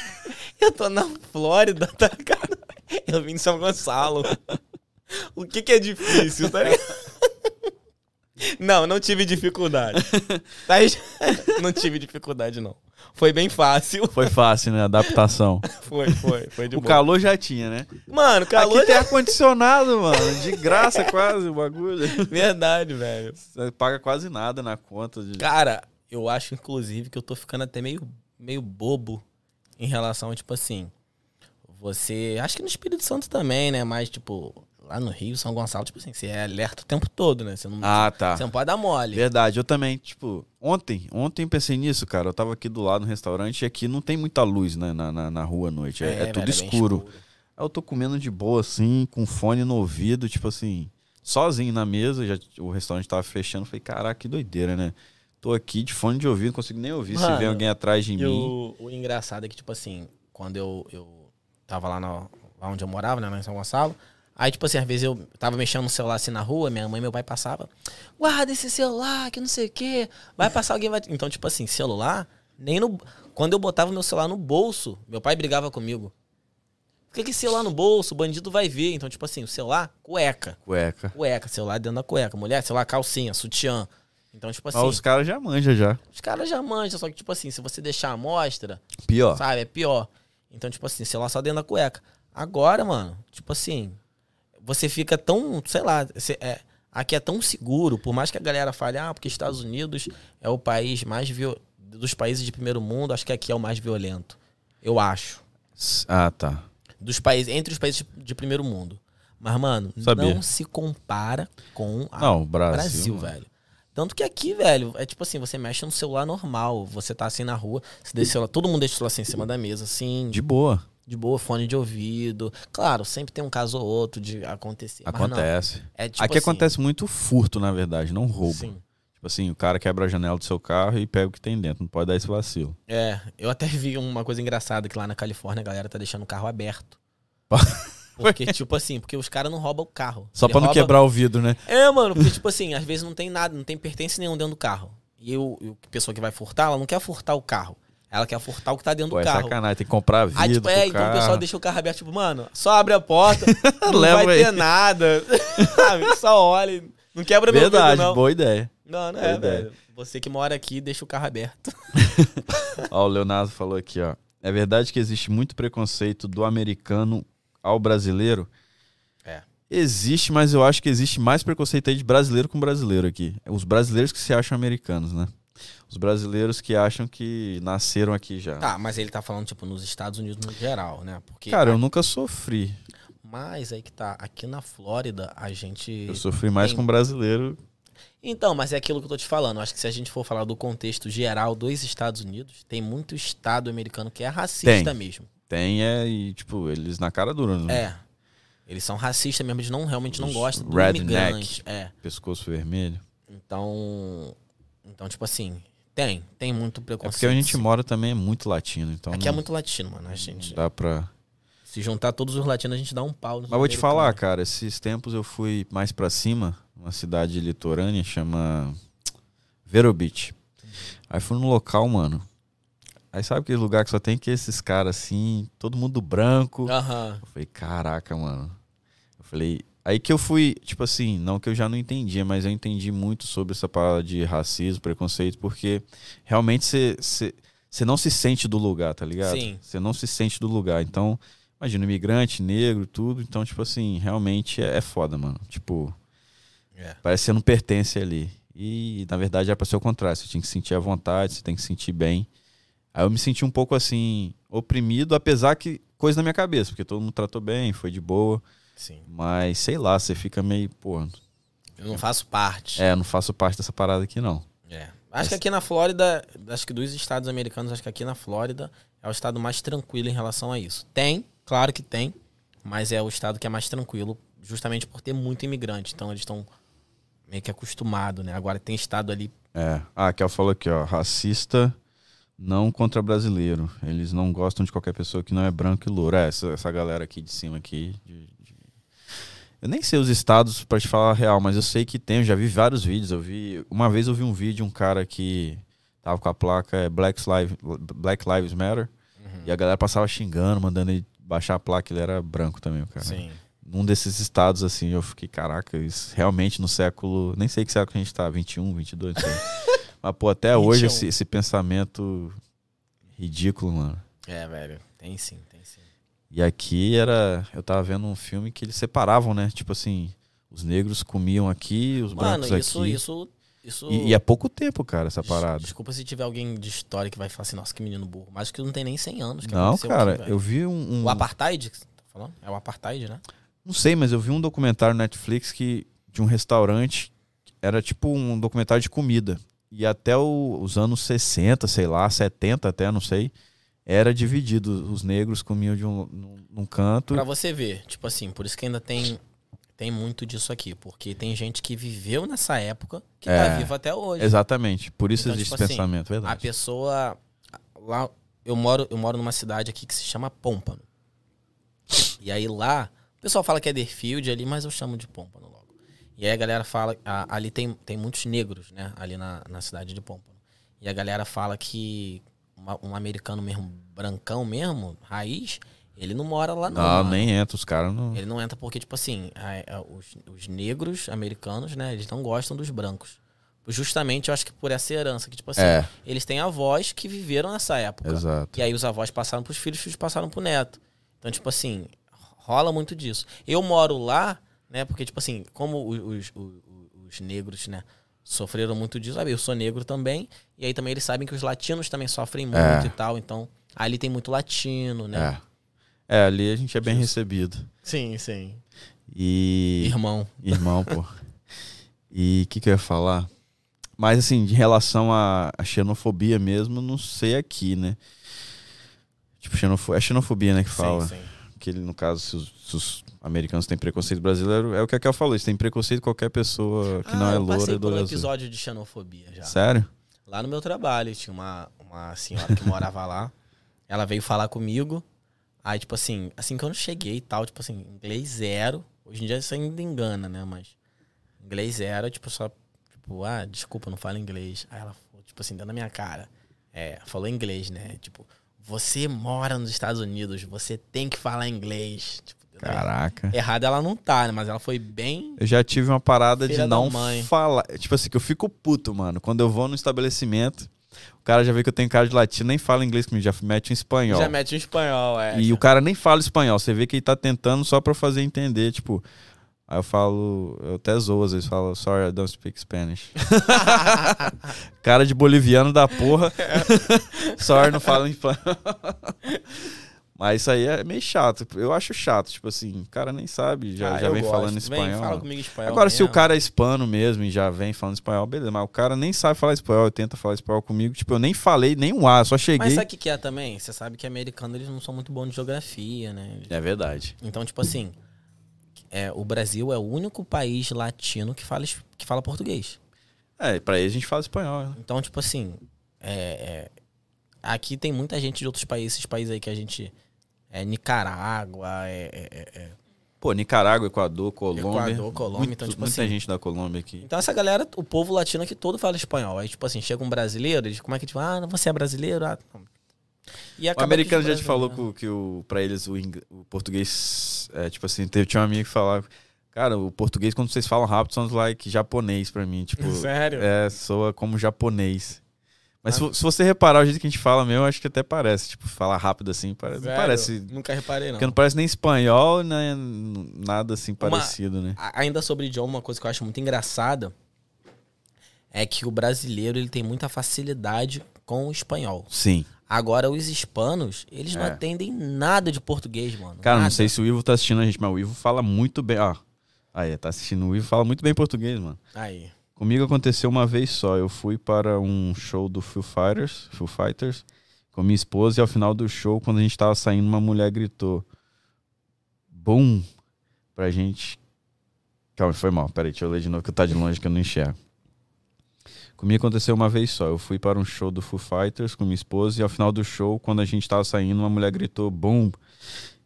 Speaker 1: eu tô na Flórida, tá ligado? Eu vim de São Gonçalo. O que que é difícil, tá ligado? Não, não tive dificuldade. Tá aí- Não tive dificuldade, não. Foi bem fácil.
Speaker 2: Foi fácil, né? a Adaptação.
Speaker 1: Foi, foi, foi de
Speaker 2: o
Speaker 1: boa.
Speaker 2: calor já tinha, né?
Speaker 1: Mano, calor
Speaker 2: Aqui tem ar-condicionado, mano. De graça, quase, o bagulho.
Speaker 1: Verdade, velho.
Speaker 2: Você paga quase nada na conta. De...
Speaker 1: Cara, eu acho, inclusive, que eu tô ficando até meio, meio bobo em relação, tipo assim. Você. Acho que no Espírito Santo também, né? Mas, tipo, lá no Rio, São Gonçalo, tipo assim, você é alerta o tempo todo, né? Você não,
Speaker 2: Ah, tá.
Speaker 1: você não pode dar mole.
Speaker 2: Verdade, eu também, tipo, ontem, ontem eu pensei nisso, cara. Eu tava aqui do lado no restaurante e aqui não tem muita luz né, na, na, na rua à noite. É, é
Speaker 1: velho,
Speaker 2: tudo
Speaker 1: bem
Speaker 2: escuro. Aí eu tô comendo de boa, assim, com fone no ouvido, tipo assim, sozinho na mesa. Já, o restaurante tava fechando. Falei, caraca, que doideira, né? Tô aqui de fone de ouvido, não consigo nem ouvir se
Speaker 1: Mano,
Speaker 2: vem alguém atrás de
Speaker 1: E
Speaker 2: mim.
Speaker 1: o, o engraçado é que, tipo assim, quando eu, eu tava lá, na, lá onde eu morava, né, lá em São Gonçalo, aí, tipo assim, às vezes eu tava mexendo no celular assim na rua, minha mãe e meu pai passava, guarda esse celular, que não sei o quê, vai passar alguém, vai... Então, tipo assim, celular, nem no... Quando eu botava meu celular no bolso, meu pai brigava comigo. Por que que celular no bolso? O bandido vai ver. Então, tipo assim, o celular, cueca.
Speaker 2: Cueca.
Speaker 1: Cueca, celular dentro da cueca. Mulher, celular, calcinha, sutiã. Então, tipo assim,
Speaker 2: Mas os caras já manjam já.
Speaker 1: os caras já manjam, só que, tipo assim, se você deixar a amostra,
Speaker 2: Pior.
Speaker 1: Sabe? É pior. Então, tipo assim, sei lá, só dentro da cueca. Agora, mano, tipo assim, você fica tão, sei lá, você- é, aqui é tão seguro, por mais que a galera fale, ah, porque Estados Unidos é o país mais viol... dos países de primeiro mundo, acho que aqui é o mais violento. Eu acho.
Speaker 2: S- Ah, tá.
Speaker 1: Dos países, entre os países de primeiro mundo. Mas, mano,
Speaker 2: Sabia.
Speaker 1: não se compara com a
Speaker 2: Não, Brasil.
Speaker 1: Brasil,
Speaker 2: mano.
Speaker 1: velho. Tanto que aqui, velho, é tipo assim, você mexe no celular normal, você tá assim na rua, você deixa o celular, todo mundo deixa o celular assim em cima da mesa, assim, de,
Speaker 2: De boa.
Speaker 1: de boa, fone de ouvido. Claro, sempre tem um caso ou outro de acontecer. mas não,
Speaker 2: Acontece.
Speaker 1: é tipo
Speaker 2: Aqui
Speaker 1: assim,
Speaker 2: acontece muito furto, na verdade, não roubo.
Speaker 1: Sim.
Speaker 2: Tipo assim, o cara quebra a janela do seu carro e pega o que tem dentro. Não pode dar esse vacilo.
Speaker 1: É, eu até vi uma coisa engraçada que lá na Califórnia a galera tá deixando o carro aberto. Porque, tipo assim, porque os caras não roubam o carro.
Speaker 2: Só
Speaker 1: Ele
Speaker 2: pra não
Speaker 1: rouba-
Speaker 2: quebrar o vidro, né?
Speaker 1: É, mano, porque, tipo assim, às vezes não tem nada, não tem pertence nenhum dentro do carro. E o- e a pessoa que vai furtar, ela não quer furtar o carro. Ela quer furtar o que tá dentro
Speaker 2: Pô, é
Speaker 1: do carro.
Speaker 2: sacanagem. Tem que comprar vidro.
Speaker 1: Aí, tipo, é,
Speaker 2: pro
Speaker 1: então o
Speaker 2: carro.
Speaker 1: pessoal deixa o carro aberto, tipo, mano, só abre a porta, não
Speaker 2: Leva
Speaker 1: vai ter
Speaker 2: aí.
Speaker 1: nada, sabe? Só olha, e não quebra meu
Speaker 2: Verdade,
Speaker 1: vidro, não.
Speaker 2: boa ideia.
Speaker 1: Não, não
Speaker 2: Boa
Speaker 1: é,
Speaker 2: ideia.
Speaker 1: velho. Você que mora aqui, deixa o carro aberto.
Speaker 2: ó, o Leonardo falou aqui, ó. É verdade que existe muito preconceito do americano ao brasileiro?
Speaker 1: É.
Speaker 2: Existe, mas eu acho que existe mais preconceito aí de brasileiro com brasileiro aqui. É Os brasileiros que se acham americanos, né? Os brasileiros que acham que nasceram aqui já.
Speaker 1: Tá, mas ele tá falando, tipo, nos Estados Unidos no geral, né? Porque,
Speaker 2: Cara, eu nunca sofri.
Speaker 1: mas aí que tá, aqui na Flórida, a gente...
Speaker 2: Eu sofri mais
Speaker 1: Tem-
Speaker 2: com brasileiro.
Speaker 1: Então, mas é aquilo que eu tô te falando. Acho que se a gente for falar do contexto geral dos Estados Unidos, tem muito estado americano que é racista
Speaker 2: Tem.
Speaker 1: mesmo.
Speaker 2: Tem, é, e tipo, eles na cara dura, né?
Speaker 1: É. Eles são racistas mesmo, eles não, realmente não
Speaker 2: Os
Speaker 1: gostam do
Speaker 2: redneck.
Speaker 1: imigrante. É.
Speaker 2: Pescoço vermelho.
Speaker 1: Então. Então, tipo assim, tem. Tem muito
Speaker 2: É
Speaker 1: preconceito.
Speaker 2: porque a gente mora também é muito latino, então
Speaker 1: Aqui
Speaker 2: não
Speaker 1: é muito latino, mano. A gente.
Speaker 2: dá pra...
Speaker 1: Se juntar todos os latinos, a gente dá um pau.
Speaker 2: Mas vou te falar, cara, esses tempos eu fui mais pra cima, uma cidade litorânea, chama Vero Beach. Aí fui num local, mano. Aí sabe aquele lugar que só tem que esses caras assim, todo mundo branco.
Speaker 1: Aham.
Speaker 2: Eu falei, caraca, mano. Eu falei. Aí que eu fui, tipo assim, não que eu já não entendia, mas eu entendi muito sobre essa parada de racismo, preconceito, porque realmente você não se sente do lugar, tá ligado?
Speaker 1: Sim.
Speaker 2: Você não se sente do lugar. Então, imagina, imigrante, negro, tudo. Então, tipo assim, realmente é, é foda, mano. Tipo,
Speaker 1: É.
Speaker 2: parece que você não pertence ali. E na verdade era pra ser o contrário. Você tinha que sentir à vontade, você tem que sentir bem. Aí eu me senti um pouco assim, oprimido, apesar que coisa na minha cabeça, porque todo mundo tratou bem, foi de boa.
Speaker 1: Sim.
Speaker 2: Mas sei lá, você fica meio, pô,
Speaker 1: Eu não faço parte.
Speaker 2: é, não faço parte dessa parada aqui não.
Speaker 1: É. Acho que aqui na Flórida, acho que dos estados americanos, acho que aqui na Flórida é o estado mais tranquilo em relação a isso. Tem, claro que tem, mas é o estado que é mais tranquilo, justamente por ter muito imigrante. Então eles estão meio que acostumados, né? Agora tem estado ali.
Speaker 2: É. Ah, a Kel falou aqui, ó. Racista não contra brasileiro. Eles não gostam de qualquer pessoa que não é branca e loura. É, essa, essa galera aqui de cima aqui. de- de- Eu nem sei os estados pra te falar a real, mas eu sei que tem. Eu já vi vários vídeos. Eu vi. Uma vez eu vi um vídeo de um cara que tava com a placa é, Black, Lives, Black Lives Matter. E a galera passava xingando, mandando ele baixar a placa. Ele era branco também, o cara
Speaker 1: Sim.
Speaker 2: num desses estados, assim, eu fiquei, caraca, isso realmente no século. Nem sei que século a gente tá, 21, 22, não sei. Mas, pô, até hoje
Speaker 1: 21.
Speaker 2: esse, esse pensamento ridículo, mano.
Speaker 1: É, velho. Tem sim, tem sim.
Speaker 2: E aqui era. Eu tava vendo um filme que eles separavam, né? Tipo assim, os negros comiam aqui, os
Speaker 1: Mano,
Speaker 2: brancos
Speaker 1: isso,
Speaker 2: aqui.
Speaker 1: isso, isso.
Speaker 2: E, e é pouco tempo, cara, essa
Speaker 1: Des-
Speaker 2: parada.
Speaker 1: Desculpa se tiver alguém de história que vai falar assim, nossa, que menino burro. Mas que não tem nem 100 anos. Que
Speaker 2: Não,
Speaker 1: aconteceu
Speaker 2: cara,
Speaker 1: aqui, velho.
Speaker 2: eu vi um. um-
Speaker 1: O apartheid que você tá falando? É o apartheid, né?
Speaker 2: Não sei, mas eu vi um documentário na Netflix que de um restaurante era tipo um documentário de comida. E até o- os anos 60, sei lá, 70 até, não sei, era dividido. Os negros comiam de um num, num canto.
Speaker 1: Pra você ver, tipo assim, por isso que ainda tem tem muito disso aqui, porque tem gente que viveu nessa época que tá
Speaker 2: É.
Speaker 1: viva até hoje.
Speaker 2: Exatamente. Por isso
Speaker 1: Então,
Speaker 2: existe
Speaker 1: tipo
Speaker 2: esse pensamento,
Speaker 1: A
Speaker 2: verdade.
Speaker 1: pessoa lá eu moro eu moro numa cidade aqui que se chama Pompano. E aí lá, o pessoal fala que é Deerfield ali, mas eu chamo de Pompano logo. E aí a galera fala, a- ali tem, tem muitos negros, né, ali na, na cidade de Pompano. E a galera fala que uma- um americano mesmo, brancão mesmo, raiz, ele não mora lá não.
Speaker 2: Não,
Speaker 1: mano.
Speaker 2: Ah, nem entra, os caras não.
Speaker 1: Ele não entra porque, tipo assim, a- a- os, os negros americanos, né, eles não gostam dos brancos. Justamente, eu acho que por essa herança, que, tipo assim,
Speaker 2: É,
Speaker 1: eles têm avós que viveram nessa época.
Speaker 2: exato.
Speaker 1: E aí os avós passaram pros filhos, os filhos passaram pro neto. Então, tipo assim, rola muito disso. Eu moro lá, né, porque, tipo assim, como os, os- os- os negros, né, sofreram muito disso, sabe? Eu sou negro também, e aí também eles sabem que os latinos também sofrem muito
Speaker 2: É.
Speaker 1: e tal, então... Ali tem muito latino, né?
Speaker 2: É. É, ali a gente é bem recebido.
Speaker 1: Sim, sim.
Speaker 2: E.
Speaker 1: Irmão.
Speaker 2: Irmão, pô. E o que, que eu ia falar? Mas, assim, de relação à, à xenofobia mesmo, eu não sei aqui, né? Tipo, xenofo... é xenofobia, né, que fala.
Speaker 1: Sim, sim.
Speaker 2: Que ele, no caso, se os, se os americanos têm preconceito brasileiro, é o que a Kel falou, eles têm preconceito com qualquer pessoa que não
Speaker 1: Ah,
Speaker 2: é
Speaker 1: eu
Speaker 2: loura
Speaker 1: passei
Speaker 2: e do
Speaker 1: por um
Speaker 2: olho azul.
Speaker 1: episódio de xenofobia já.
Speaker 2: Sério?
Speaker 1: Lá no meu trabalho, tinha uma, uma senhora que morava lá. Ela veio falar comigo. Aí, tipo assim, assim que eu não cheguei e tal, tipo assim, inglês zero. Hoje em dia isso ainda engana, né? Mas inglês zero, tipo, só, tipo, ah, desculpa, não falo inglês. Aí ela, falou, tipo assim, dando a minha cara. É, falou inglês, né? Tipo, você mora nos Estados Unidos, você tem que falar inglês. Tipo, dando a minha-
Speaker 2: Caraca.
Speaker 1: Errada ela não tá, né? Mas ela foi bem.
Speaker 2: Eu já tive uma parada
Speaker 1: Filha
Speaker 2: de
Speaker 1: da
Speaker 2: não
Speaker 1: mãe.
Speaker 2: falar. Tipo assim, que eu fico puto, mano. Quando eu vou no estabelecimento, o cara já vê que eu tenho cara de latino, nem fala inglês comigo, já mete um espanhol.
Speaker 1: Já mete um espanhol, é.
Speaker 2: E o cara nem fala espanhol, você vê que ele tá tentando só pra fazer entender, tipo. Aí eu falo, eu até zoo às vezes, falo, sorry, I don't speak Spanish. cara de boliviano da porra, sorry, não fala espanhol. Mas isso aí é meio chato, eu acho chato, tipo assim, o cara nem sabe, já,
Speaker 1: Ah,
Speaker 2: já
Speaker 1: eu
Speaker 2: vem
Speaker 1: gosto.
Speaker 2: falando espanhol.
Speaker 1: Vem, fala comigo em espanhol.
Speaker 2: Agora, se o
Speaker 1: mesmo.
Speaker 2: cara é hispano mesmo e já vem falando espanhol, beleza, mas o cara nem sabe falar espanhol, tenta falar espanhol comigo, tipo, eu nem falei nem um A, só cheguei.
Speaker 1: Mas sabe o que, que é também? Você sabe que americano eles não são muito bons de geografia, né? Eles-
Speaker 2: É verdade.
Speaker 1: Então, tipo assim, é, o Brasil é o único país latino que fala, es- que fala português.
Speaker 2: É, pra ele a gente fala espanhol, né?
Speaker 1: Então, tipo assim, é, é, aqui tem muita gente de outros países, esses países aí que a gente. É Nicarágua, é, é, é- é.
Speaker 2: Pô, Nicarágua, Equador, Colômbia.
Speaker 1: Equador, Colômbia,
Speaker 2: Muito-
Speaker 1: então, tipo
Speaker 2: muita
Speaker 1: assim-
Speaker 2: gente da Colômbia aqui.
Speaker 1: Então, essa galera, o povo latino aqui todo fala espanhol. Aí, tipo assim, chega um brasileiro, eles, como é que tipo, ah, você é brasileiro? Ah, não. E
Speaker 2: O
Speaker 1: acaba que os
Speaker 2: americano já te
Speaker 1: brasileiros-
Speaker 2: falou que, que o, pra eles o, ing- o português. É, tipo assim, teve, tinha um amigo que falava. Cara, o português, quando vocês falam rápido, sounds like japonês pra mim. Tipo,
Speaker 1: Sério?
Speaker 2: é, soa como japonês.
Speaker 1: Ah.
Speaker 2: Mas se, vo- se você reparar o jeito que a gente fala mesmo, acho que até parece. Tipo, falar rápido assim, pare- não
Speaker 1: Sério?
Speaker 2: parece.
Speaker 1: Nunca reparei, não.
Speaker 2: Porque não parece nem espanhol, né? Nada assim
Speaker 1: Uma-
Speaker 2: parecido, né?
Speaker 1: A- Ainda sobre idioma, uma coisa que eu acho muito engraçada é que o brasileiro ele tem muita facilidade com o espanhol.
Speaker 2: Sim.
Speaker 1: Agora, os hispanos, eles não
Speaker 2: É.
Speaker 1: atendem nada de português, mano.
Speaker 2: Cara, não
Speaker 1: Nada.
Speaker 2: sei se o Ivo tá assistindo a gente, mas o Ivo fala muito bem. Ó. Aí, tá assistindo o Ivo, fala muito bem português, mano.
Speaker 1: Aí.
Speaker 2: Comigo aconteceu uma vez só. Eu fui para um show do Foo Fighters, Foo Fighters com minha esposa, e ao final do show, quando a gente tava saindo, uma mulher gritou Boom! Pra gente. Calma, foi mal. Peraí, deixa eu ler de novo que tá de longe que eu não enxergo. Comigo aconteceu uma vez só. Eu fui para um show do Foo Fighters com minha esposa, e ao final do show, quando a gente tava saindo, uma mulher gritou Boom!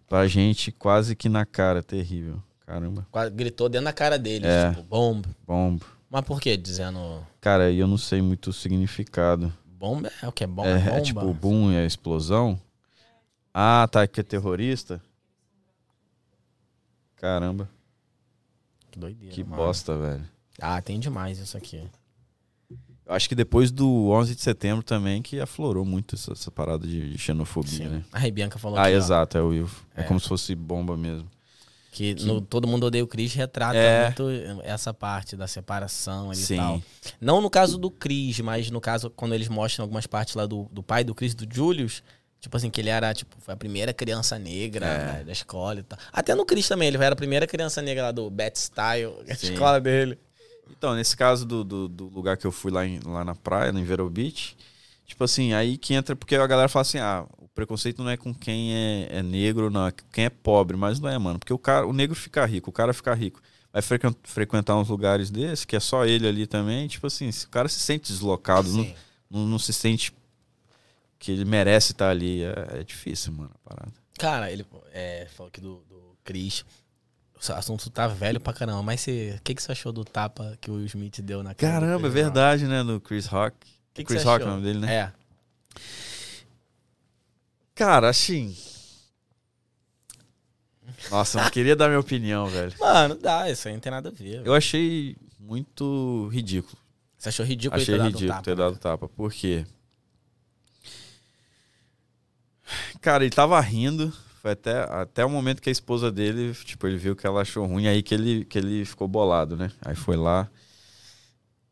Speaker 2: Pra gente quase que na cara. Terrível. Caramba.
Speaker 1: Qua- Gritou dentro da cara deles,
Speaker 2: É.
Speaker 1: tipo, bomba.
Speaker 2: Bomb.
Speaker 1: Mas por que dizendo
Speaker 2: Cara, e eu não sei muito o significado.
Speaker 1: bomba? É o que? É bom-
Speaker 2: é,
Speaker 1: bomba?
Speaker 2: é tipo, boom é explosão? Ah, tá, que é terrorista? Caramba,
Speaker 1: Que doideira.
Speaker 2: que
Speaker 1: mano.
Speaker 2: bosta, velho.
Speaker 1: Ah, tem demais isso aqui.
Speaker 2: Eu acho que depois do 11 de setembro também que aflorou muito essa, essa parada de, de xenofobia,
Speaker 1: Sim.
Speaker 2: né?
Speaker 1: A Bianca falou
Speaker 2: Ah,
Speaker 1: aqui, ó,
Speaker 2: exato, é o Ivo. É.
Speaker 1: É.
Speaker 2: como se fosse bomba mesmo.
Speaker 1: que no Todo Mundo Odeia o Cris retrata
Speaker 2: É.
Speaker 1: muito essa parte da separação ali e
Speaker 2: Sim.
Speaker 1: tal. Não no caso do Cris, mas no caso quando eles mostram algumas partes lá do, do pai do Cris, do Julius. Tipo assim, que ele era, tipo, foi a primeira criança negra
Speaker 2: É.
Speaker 1: né, da escola e tal. Até no Cris também, ele era a primeira criança negra lá do Bat Style, a
Speaker 2: Sim.
Speaker 1: escola dele.
Speaker 2: Então, nesse caso do, do, do lugar que eu fui lá, em- lá na praia, no Vero Beach, tipo assim, aí que entra, porque a galera fala assim, ah, o preconceito não é com quem é, é negro, não, é com quem é pobre, mas não é, mano, porque o cara, o negro fica rico, o cara fica rico, vai frequen- frequentar uns lugares desses, que é só ele ali também, tipo assim, se o cara se sente deslocado, não,
Speaker 1: Sim.
Speaker 2: não, não se sente que ele merece estar ali, é, é difícil, mano, a parada.
Speaker 1: Cara, ele é, falou aqui do, do Cris. O assunto tá velho pra caramba, mas você- o que, que você achou do tapa que o Will Smith deu na cara? do
Speaker 2: Caramba, é
Speaker 1: Chris
Speaker 2: verdade, né, do Chris Rock.
Speaker 1: Brown? Que que
Speaker 2: Chris
Speaker 1: você
Speaker 2: Rock é o
Speaker 1: achou?
Speaker 2: nome dele, né?
Speaker 1: É.
Speaker 2: Cara, assim. Nossa, eu não queria dar minha opinião, velho.
Speaker 1: Mano, dá, isso aí não tem nada a ver.
Speaker 2: Eu achei muito ridículo.
Speaker 1: Você achou ridículo
Speaker 2: achei
Speaker 1: ele ter
Speaker 2: ridículo
Speaker 1: dado um
Speaker 2: ter
Speaker 1: tapa?
Speaker 2: dado tapa. Por quê? Cara, ele tava rindo. Foi até, até o momento que a esposa dele, tipo, ele viu que ela achou ruim, aí que ele, que ele ficou bolado, né? Aí foi lá.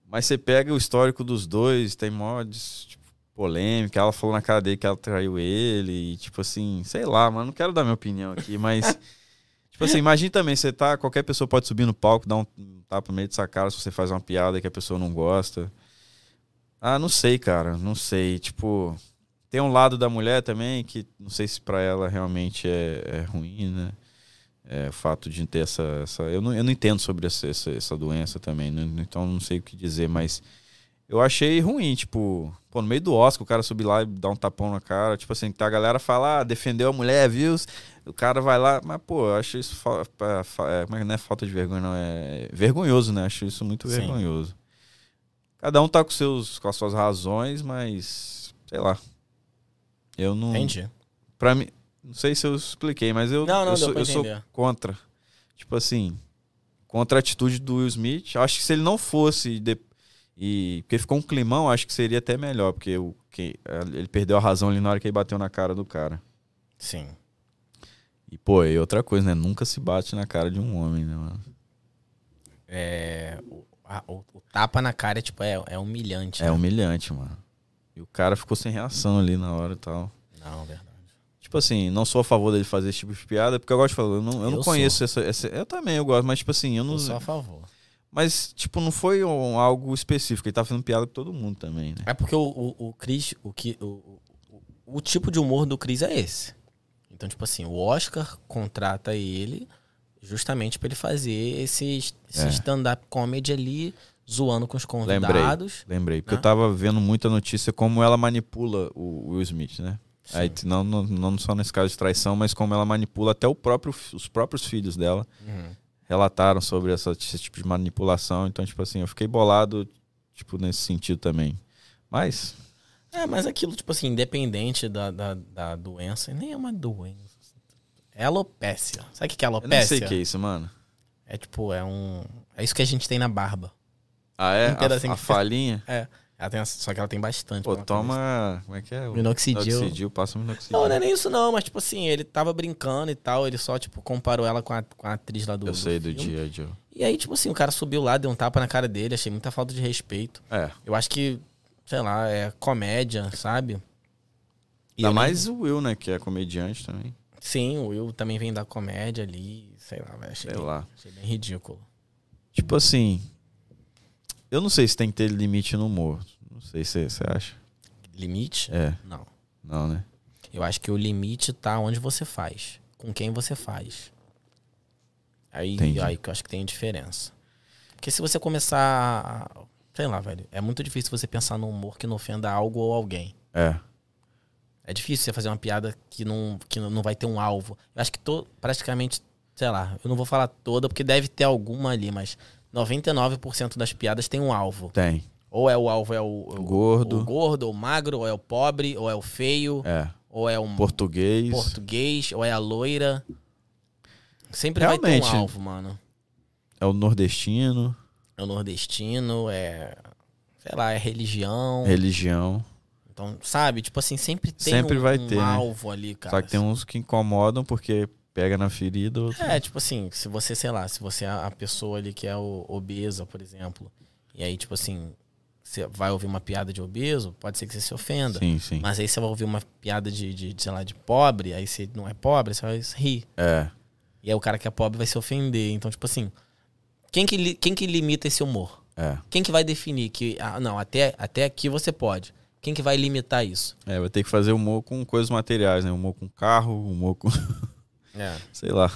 Speaker 2: Mas você pega o histórico dos dois, tem mods, tipo, polêmica. Ela falou na cara dele que ela traiu ele, e, tipo assim, sei lá, mano. Não quero dar minha opinião aqui, mas. tipo assim, imagina também, você tá. Qualquer pessoa pode subir no palco, dar um tapa no meio de sua cara se você faz uma piada que a pessoa não gosta. Ah, não sei, cara. Não sei. Tipo, tem um lado da mulher também que não sei se pra ela realmente é, é ruim, né? É, o fato de ter essa. essa eu, não, eu não entendo sobre essa, essa, essa doença também, né? então não sei o que dizer, mas eu achei ruim. Tipo, pô, no meio do Oscar, o cara subir lá e dar um tapão na cara. Tipo assim, tá, a galera fala, ah, defendeu a mulher, viu? O cara vai lá, mas pô, eu acho isso. fa- fa- fa- é, como é que não é falta de vergonha, não? É vergonhoso, né? Acho isso muito
Speaker 1: Sim.
Speaker 2: vergonhoso. Cada um tá com, seus, com as suas razões, mas. Sei lá. Eu não.
Speaker 1: Entendi.
Speaker 2: Pra mim. Não sei se eu expliquei, mas um eu,
Speaker 1: Não, não, deu
Speaker 2: eu, sou,
Speaker 1: pra
Speaker 2: eu sou
Speaker 1: entender.
Speaker 2: contra. Tipo assim. Contra a atitude do Will Smith. Acho que se ele não fosse. de- e Porque ficou um climão, acho que seria até melhor. Porque o, que, ele perdeu a razão ali na hora que ele bateu na cara do cara.
Speaker 1: Sim.
Speaker 2: E, pô, e outra coisa, né? Nunca se bate na cara de um homem, né, mano?
Speaker 1: É, o, a- o- o tapa na cara é, tipo, é, é humilhante.
Speaker 2: É
Speaker 1: né?
Speaker 2: humilhante, mano. E o cara ficou sem reação ali na hora e tal.
Speaker 1: Não, verdade.
Speaker 2: Tipo assim, não sou a favor dele fazer esse tipo de piada, porque eu gosto de falar, eu não, eu não
Speaker 1: Eu
Speaker 2: conheço essa, essa- Eu também, eu gosto, mas tipo assim, eu não.
Speaker 1: Eu sou a favor.
Speaker 2: Mas, tipo, não foi um- algo específico. Ele tá fazendo piada com todo mundo também, né?
Speaker 1: É porque o, o, o Chris, o que. O, o- o, o tipo de humor do Chris é esse. Então, tipo assim, o Oscar contrata ele justamente pra ele fazer esse, esse
Speaker 2: É.
Speaker 1: stand-up comedy ali, zoando com os convidados.
Speaker 2: Lembrei. Porque
Speaker 1: Né?
Speaker 2: eu tava vendo muita notícia como ela manipula o Will Smith, né? Aí,
Speaker 1: Sim.
Speaker 2: não, não, não só nesse caso de traição, mas como ela manipula até o próprio, os próprios filhos dela.
Speaker 1: Uhum.
Speaker 2: relataram sobre essa, esse tipo de manipulação. Então, tipo assim, eu fiquei bolado, tipo, nesse sentido também. Mas,
Speaker 1: É, mas aquilo, tipo assim, independente da, da, da doença, nem é uma doença. É alopecia. Sabe o que que é
Speaker 2: eu nem
Speaker 1: alopecia?
Speaker 2: sei o que é isso, mano.
Speaker 1: É tipo, é um. É isso que a gente tem na barba.
Speaker 2: Ah, é?
Speaker 1: Um pedacinho
Speaker 2: A, a
Speaker 1: que-
Speaker 2: falinha?
Speaker 1: Ela tem, só que ela tem bastante.
Speaker 2: Pô,
Speaker 1: pra uma
Speaker 2: toma... Como é que é?
Speaker 1: cabeça.
Speaker 2: O
Speaker 1: Minoxidil.
Speaker 2: minoxidil. Passa o minoxidil.
Speaker 1: Não, não é nem isso não, mas tipo assim, ele tava brincando e tal, ele só, tipo, comparou ela com a, com a atriz lá do
Speaker 2: eu sei do
Speaker 1: filme.
Speaker 2: dia, Joe.
Speaker 1: E aí, tipo assim, o cara subiu lá, deu um tapa na cara dele, achei muita falta de respeito.
Speaker 2: É.
Speaker 1: Eu acho que, sei lá, é comédia, sabe? E
Speaker 2: Ainda
Speaker 1: ele-
Speaker 2: mais o Will, né? Que é comediante também.
Speaker 1: Sim, o Will também vem da comédia ali, sei lá, velho. Achei,
Speaker 2: Sei
Speaker 1: bem-
Speaker 2: lá.
Speaker 1: achei bem ridículo.
Speaker 2: Tipo assim. Eu não sei se tem que ter limite no humor. Não sei se você acha.
Speaker 1: Limite?
Speaker 2: É,
Speaker 1: Não.
Speaker 2: não, né?
Speaker 1: Eu acho que o limite tá onde você faz, com quem você faz. Aí,
Speaker 2: Entendi.
Speaker 1: aí que eu acho que tem diferença. Porque se você começar. a- Sei lá, velho. É muito difícil você pensar num humor que não ofenda algo ou alguém.
Speaker 2: É.
Speaker 1: É difícil você fazer uma piada que não, que não vai ter um alvo. Eu acho que to, praticamente, sei lá, eu não vou falar toda, porque deve ter alguma ali, mas 99% das piadas tem um alvo.
Speaker 2: Tem.
Speaker 1: Ou é o alvo, é o, o-
Speaker 2: Gordo.
Speaker 1: o gordo, ou o magro, ou é o pobre, ou é o feio,
Speaker 2: É.
Speaker 1: ou é um
Speaker 2: Português.
Speaker 1: português, ou é a loira. Sempre vai
Speaker 2: Realmente.
Speaker 1: ter um alvo, mano.
Speaker 2: É o nordestino.
Speaker 1: É o nordestino, é. Sei lá, é religião.
Speaker 2: Religião.
Speaker 1: Então, sabe? Tipo assim, sempre tem
Speaker 2: Sempre
Speaker 1: um,
Speaker 2: vai
Speaker 1: um
Speaker 2: ter, né?
Speaker 1: alvo ali, cara.
Speaker 2: Só que tem um uns que incomodam porque pega na ferida. Outro...
Speaker 1: É, tipo assim, se você, sei lá, se você é a pessoa ali que é o- obesa, por exemplo, e aí, tipo assim, você vai ouvir uma piada de obeso, pode ser que você se ofenda.
Speaker 2: Sim, sim.
Speaker 1: Mas aí você vai ouvir uma piada de, de, de, sei lá, de pobre, aí você não é pobre, você vai rir.
Speaker 2: É.
Speaker 1: E aí o cara que é pobre vai se ofender. Então, tipo assim, quem que, li- quem que limita esse humor?
Speaker 2: É.
Speaker 1: Quem que vai definir que, ah, não, até, até aqui você pode. Quem que vai limitar isso?
Speaker 2: É, vai ter que fazer humor com coisas materiais, né? Humor com carro, humor com.
Speaker 1: É.
Speaker 2: Sei lá.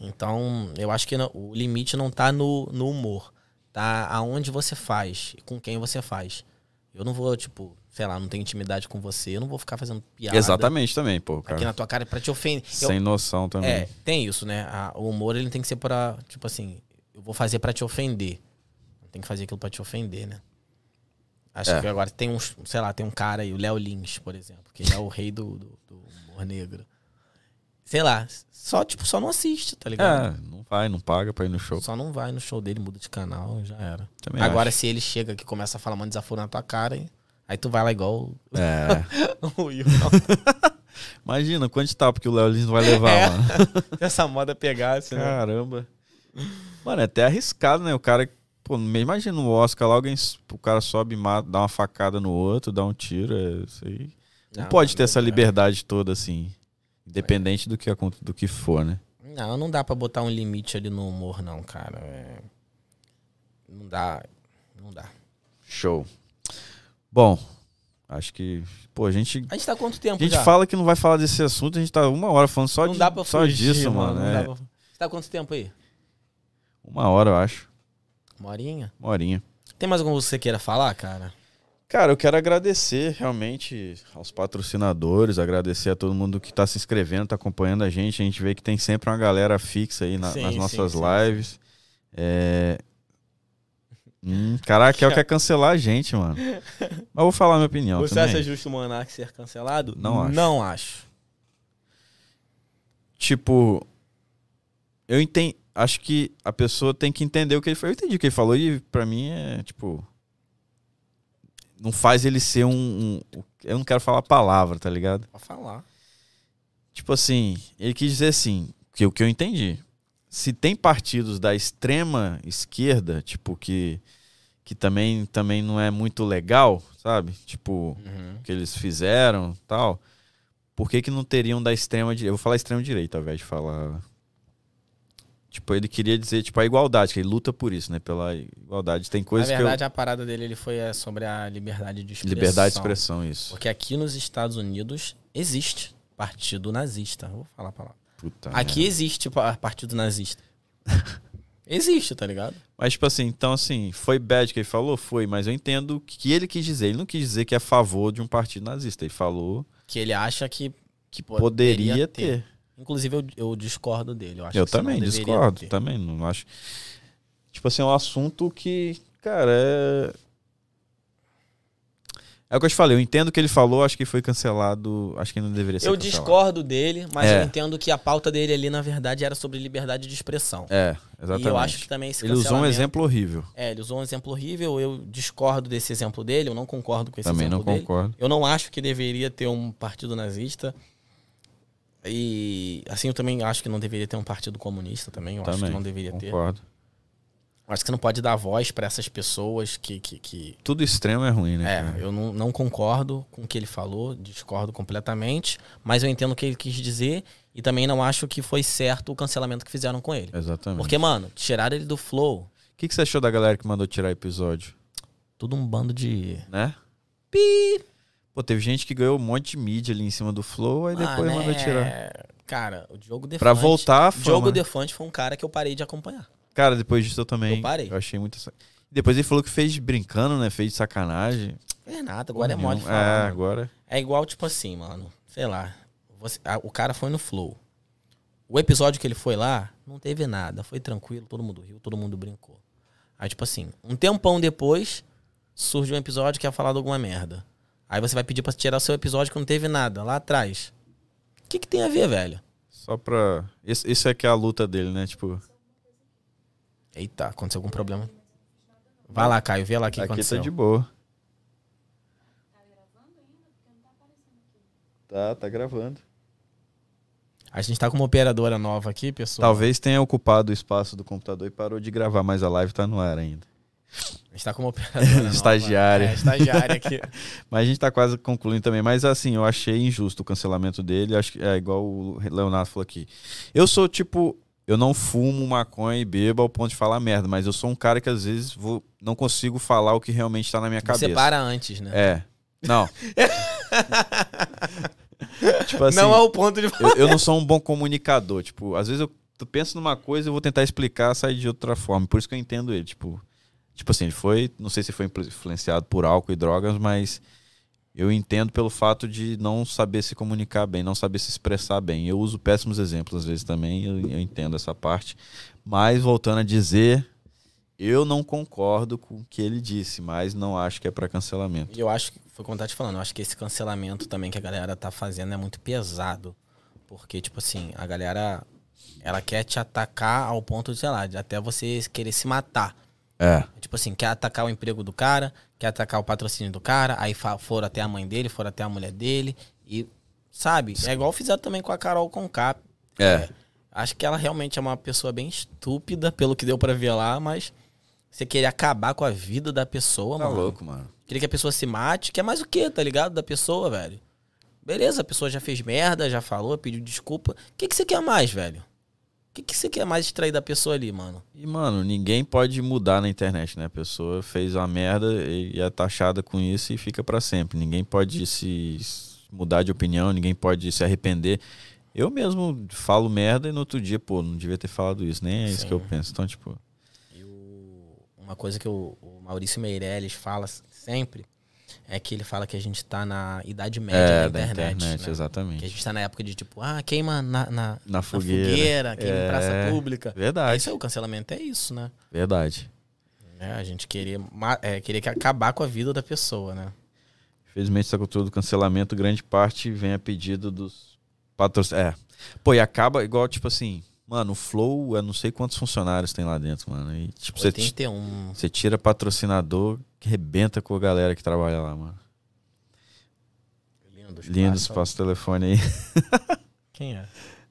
Speaker 1: Então, eu acho que não- o limite não tá no, no humor. Tá aonde você faz e com quem você faz. Eu não vou, tipo, sei lá, não tenho intimidade com você, eu não vou ficar fazendo piada
Speaker 2: Exatamente também, pô,
Speaker 1: aqui
Speaker 2: cara.
Speaker 1: na tua cara pra te ofender. Eu-
Speaker 2: Sem noção também.
Speaker 1: é, tem isso, né? A- o humor ele tem que ser pra, tipo assim, eu vou fazer pra te ofender. Não tem que fazer aquilo pra te ofender, né? Acho
Speaker 2: É.
Speaker 1: que agora tem uns, sei lá, tem um cara aí, o Léo Lins, por exemplo, que ele é o rei do, do, do humor negro. Sei lá, só, tipo, só não assiste, tá ligado?
Speaker 2: É, não vai, não paga pra ir no show.
Speaker 1: Só não vai no show dele, muda de canal, já era.
Speaker 2: Também
Speaker 1: Agora, se ele chega aqui e começa a falar um desaforo na tua cara, hein? aí tu vai lá igual
Speaker 2: acho. É.
Speaker 1: o Will.
Speaker 2: Imagina quanto tapa que o Léo Lins vai levar,
Speaker 1: É.
Speaker 2: mano.
Speaker 1: Se essa moda pegasse, né?
Speaker 2: Caramba. Mano, é até arriscado, né? O cara. Pô, me imagina no Oscar lá, alguém. O cara sobe e mata, dá uma facada no outro, dá um tiro. É, isso aí.
Speaker 1: Ah,
Speaker 2: Não, pode ter essa
Speaker 1: dá.
Speaker 2: liberdade toda, assim. Independente do que, acon- do que for, né?
Speaker 1: Não, não dá pra botar um limite ali no humor, não, cara. É, Não dá. Não dá.
Speaker 2: Show. Bom, acho que. Pô, a gente.
Speaker 1: A gente tá há quanto
Speaker 2: A
Speaker 1: tempo
Speaker 2: gente
Speaker 1: já?
Speaker 2: fala que não vai falar desse assunto, a gente tá uma hora falando só,
Speaker 1: não
Speaker 2: de-
Speaker 1: dá pra
Speaker 2: só
Speaker 1: fugir,
Speaker 2: disso, mano.
Speaker 1: Não
Speaker 2: é.
Speaker 1: dá pra... Você tá há quanto tempo aí?
Speaker 2: Uma hora, eu acho.
Speaker 1: Uma horinha?
Speaker 2: Uma horinha.
Speaker 1: Tem mais alguma coisa que você queira falar, cara?
Speaker 2: Cara, eu quero agradecer realmente aos patrocinadores, agradecer a todo mundo que está se inscrevendo, está acompanhando a gente. A gente vê que tem sempre uma galera fixa aí na-
Speaker 1: Sim,
Speaker 2: nas
Speaker 1: sim,
Speaker 2: nossas
Speaker 1: sim,
Speaker 2: lives. É... Hum, caraca, é o que é cancelar a gente, mano. Mas eu vou falar a minha opinião.
Speaker 1: você
Speaker 2: também.
Speaker 1: acha justo o Monark ser cancelado?
Speaker 2: Não acho.
Speaker 1: Não acho.
Speaker 2: Tipo, eu entendi. Acho que a pessoa tem que entender o que ele falou. Eu entendi o que ele falou e pra mim é tipo. Não faz ele ser um. um- eu não quero falar a palavra, tá ligado?
Speaker 1: Pra falar.
Speaker 2: Tipo assim, ele quis dizer assim, que o que eu entendi. Se tem partidos da extrema esquerda, tipo, que, que também, também não é muito legal, sabe? Tipo, o que eles fizeram tal. Por que, que não teriam da extrema direita? Eu vou falar extrema direita ao invés de falar. Tipo, ele queria dizer, tipo, a igualdade, que ele luta por isso, né? Pela igualdade. Tem
Speaker 1: Na
Speaker 2: coisas que eu.
Speaker 1: verdade, a parada dele ele foi é, sobre a liberdade de expressão.
Speaker 2: Liberdade de expressão, isso.
Speaker 1: Porque aqui nos Estados Unidos existe partido nazista. Vou falar a palavra.
Speaker 2: Puta
Speaker 1: Aqui existe pa- partido nazista. existe, tá ligado?
Speaker 2: Mas, tipo assim, então, assim, foi bad que ele falou? Foi, mas eu entendo o que ele quis dizer. Ele não quis dizer que é a favor de um partido nazista. Ele falou
Speaker 1: Que ele acha que.
Speaker 2: que
Speaker 1: Poderia
Speaker 2: poderia,
Speaker 1: ter.
Speaker 2: ter.
Speaker 1: Inclusive, eu, eu discordo dele. Eu, acho
Speaker 2: Eu
Speaker 1: que isso não
Speaker 2: também
Speaker 1: deveria
Speaker 2: discordo,
Speaker 1: ter.
Speaker 2: também não acho. Tipo assim, é um assunto que, cara, é. É o que eu te falei, eu entendo o que ele falou, acho que foi cancelado, acho que não deveria ser
Speaker 1: Eu
Speaker 2: cancelado.
Speaker 1: discordo dele, mas
Speaker 2: É.
Speaker 1: eu entendo que a pauta dele ali, na verdade, era sobre liberdade de expressão.
Speaker 2: É,
Speaker 1: e
Speaker 2: exatamente.
Speaker 1: eu acho que também esse
Speaker 2: ele usou um
Speaker 1: cancelamento-
Speaker 2: exemplo horrível.
Speaker 1: É, ele usou um exemplo horrível. Eu discordo desse exemplo dele, eu não concordo com esse
Speaker 2: também não
Speaker 1: exemplo dele.
Speaker 2: concordo.
Speaker 1: Eu não acho que deveria ter um partido nazista. E assim, eu também acho que não deveria ter um partido comunista também. Eu acho
Speaker 2: Também,
Speaker 1: que não deveria ter.
Speaker 2: Concordo.
Speaker 1: Acho que você não pode dar voz pra essas pessoas que. que, que-
Speaker 2: Tudo extremo é ruim, né?
Speaker 1: É,
Speaker 2: cara?
Speaker 1: eu não, não concordo com o que ele falou, discordo completamente, mas eu entendo o que ele quis dizer e também não acho que foi certo o cancelamento que fizeram com ele.
Speaker 2: Exatamente.
Speaker 1: Porque, mano, tiraram ele do flow,
Speaker 2: O que, que você achou da galera que mandou tirar episódio?
Speaker 1: tudo um bando de.
Speaker 2: Né? Pô, teve gente que ganhou um monte de mídia ali em cima do Flow, aí depois
Speaker 1: Mano,
Speaker 2: mandou
Speaker 1: é-
Speaker 2: tirar.
Speaker 1: Cara, o Diogo Defante.
Speaker 2: Pra voltar a fama. né?
Speaker 1: Diogo Defante foi um cara que eu parei de acompanhar.
Speaker 2: Cara, depois disso eu também.
Speaker 1: Eu parei.
Speaker 2: achei muito. sa- Depois ele falou que fez brincando, né? Fez de sacanagem.
Speaker 1: É nada, agora é
Speaker 2: Porra,
Speaker 1: mole
Speaker 2: não.
Speaker 1: falar.
Speaker 2: É,
Speaker 1: mano.
Speaker 2: agora.
Speaker 1: É igual, tipo assim, mano. Sei lá. você- a- o cara foi no Flow. O episódio que ele foi lá, não teve nada. Foi tranquilo, todo mundo riu, todo mundo brincou. Aí, tipo assim, um tempão depois, surge um episódio que é falar de alguma merda. Aí você vai pedir pra tirar o seu episódio que não teve nada, lá atrás. O que, que tem a ver, velho?
Speaker 2: Só pra. Isso, isso é que é a luta dele, né? Tipo,
Speaker 1: Eita, aconteceu algum problema. Vai lá, Caio, vê lá o que
Speaker 2: aqui
Speaker 1: aconteceu.
Speaker 2: tá de boa. Tá, tá gravando.
Speaker 1: A gente tá com uma operadora nova aqui, pessoal.
Speaker 2: Talvez tenha ocupado o espaço do computador e parou de gravar, mas a live tá no ar ainda.
Speaker 1: A gente tá com uma operadora nova.
Speaker 2: Estagiária.
Speaker 1: É, estagiária aqui.
Speaker 2: Mas a gente tá quase concluindo também. Mas assim, eu achei injusto o cancelamento dele. Acho que é igual o Leonardo falou aqui. Eu sou tipo. Eu não fumo maconha e bebo ao ponto de falar merda, mas eu sou um cara que às vezes vou, não consigo falar o que realmente tá na minha cabeça.
Speaker 1: Você para antes, né?
Speaker 2: É. Não. tipo assim,
Speaker 1: não é o ponto de
Speaker 2: eu, eu não sou um bom comunicador. Tipo, às vezes eu tu penso numa coisa eu vou tentar explicar, sai de outra forma. Por isso que eu entendo ele. Tipo, tipo assim, ele foi. Não sei se foi influ- influenciado por álcool e drogas, mas eu entendo pelo fato de não saber se comunicar bem, não saber se expressar bem. Eu uso péssimos exemplos às vezes também, eu, eu entendo essa parte. Mas voltando a dizer. Eu não concordo com o que ele disse, mas não acho que é para cancelamento.
Speaker 1: E eu acho que, foi como eu tava te falando, eu acho que esse cancelamento também que a galera tá fazendo é muito pesado. Porque, tipo assim, a galera, ela quer te atacar ao ponto, de, sei lá, de até você querer se matar.
Speaker 2: É.
Speaker 1: Tipo assim, quer atacar o emprego do cara, quer atacar o patrocínio do cara, aí fa- foram até a mãe dele, foram até a mulher dele. E, sabe? É igual fizeram também com a Carol Conká.
Speaker 2: É.
Speaker 1: Acho que ela realmente é uma pessoa bem estúpida, pelo que deu pra ver lá, mas você querer acabar com a vida da pessoa,
Speaker 2: Tá
Speaker 1: mano.
Speaker 2: louco, mano.
Speaker 1: Queria que a pessoa se mate, que é mais o que, tá ligado? Da pessoa, velho. Beleza, a pessoa já fez merda, já falou, pediu desculpa. O que, que você quer mais, velho? O que, que você quer mais extrair da pessoa ali, mano?
Speaker 2: E, mano, ninguém pode mudar na internet, né? A pessoa fez uma merda e e é taxada com isso e fica pra sempre. Ninguém pode se s- mudar de opinião, ninguém pode se arrepender. Eu mesmo falo merda e no outro dia, pô, não devia ter falado isso, nem é isso
Speaker 1: Sim.
Speaker 2: que eu penso. Então, tipo,
Speaker 1: E o- uma coisa que o, o Maurício Meirelles fala s- sempre é que ele fala que a gente tá na idade média
Speaker 2: é,
Speaker 1: da internet. né? Que a
Speaker 2: exatamente.
Speaker 1: gente tá na época de tipo, ah, queima na, na, na
Speaker 2: Na
Speaker 1: fogueira,
Speaker 2: fogueira.
Speaker 1: queima em
Speaker 2: É.
Speaker 1: praça pública.
Speaker 2: Verdade,
Speaker 1: Isso é o cancelamento, é isso, né?
Speaker 2: verdade.
Speaker 1: É, a gente querer, ma- é, querer que acabar com a vida da pessoa, né?
Speaker 2: Infelizmente, essa cultura do cancelamento, grande parte vem a pedido dos patrocinadores. É. Pô, e acaba igual, tipo assim, mano, o Flow, eu não sei quantos funcionários tem lá dentro, mano. E, tipo, você ti-
Speaker 1: 81.
Speaker 2: Você tira patrocinador, que rebenta com a galera que trabalha lá, mano.
Speaker 1: Lindo
Speaker 2: Lindo espaço telefone aí.
Speaker 1: Quem é?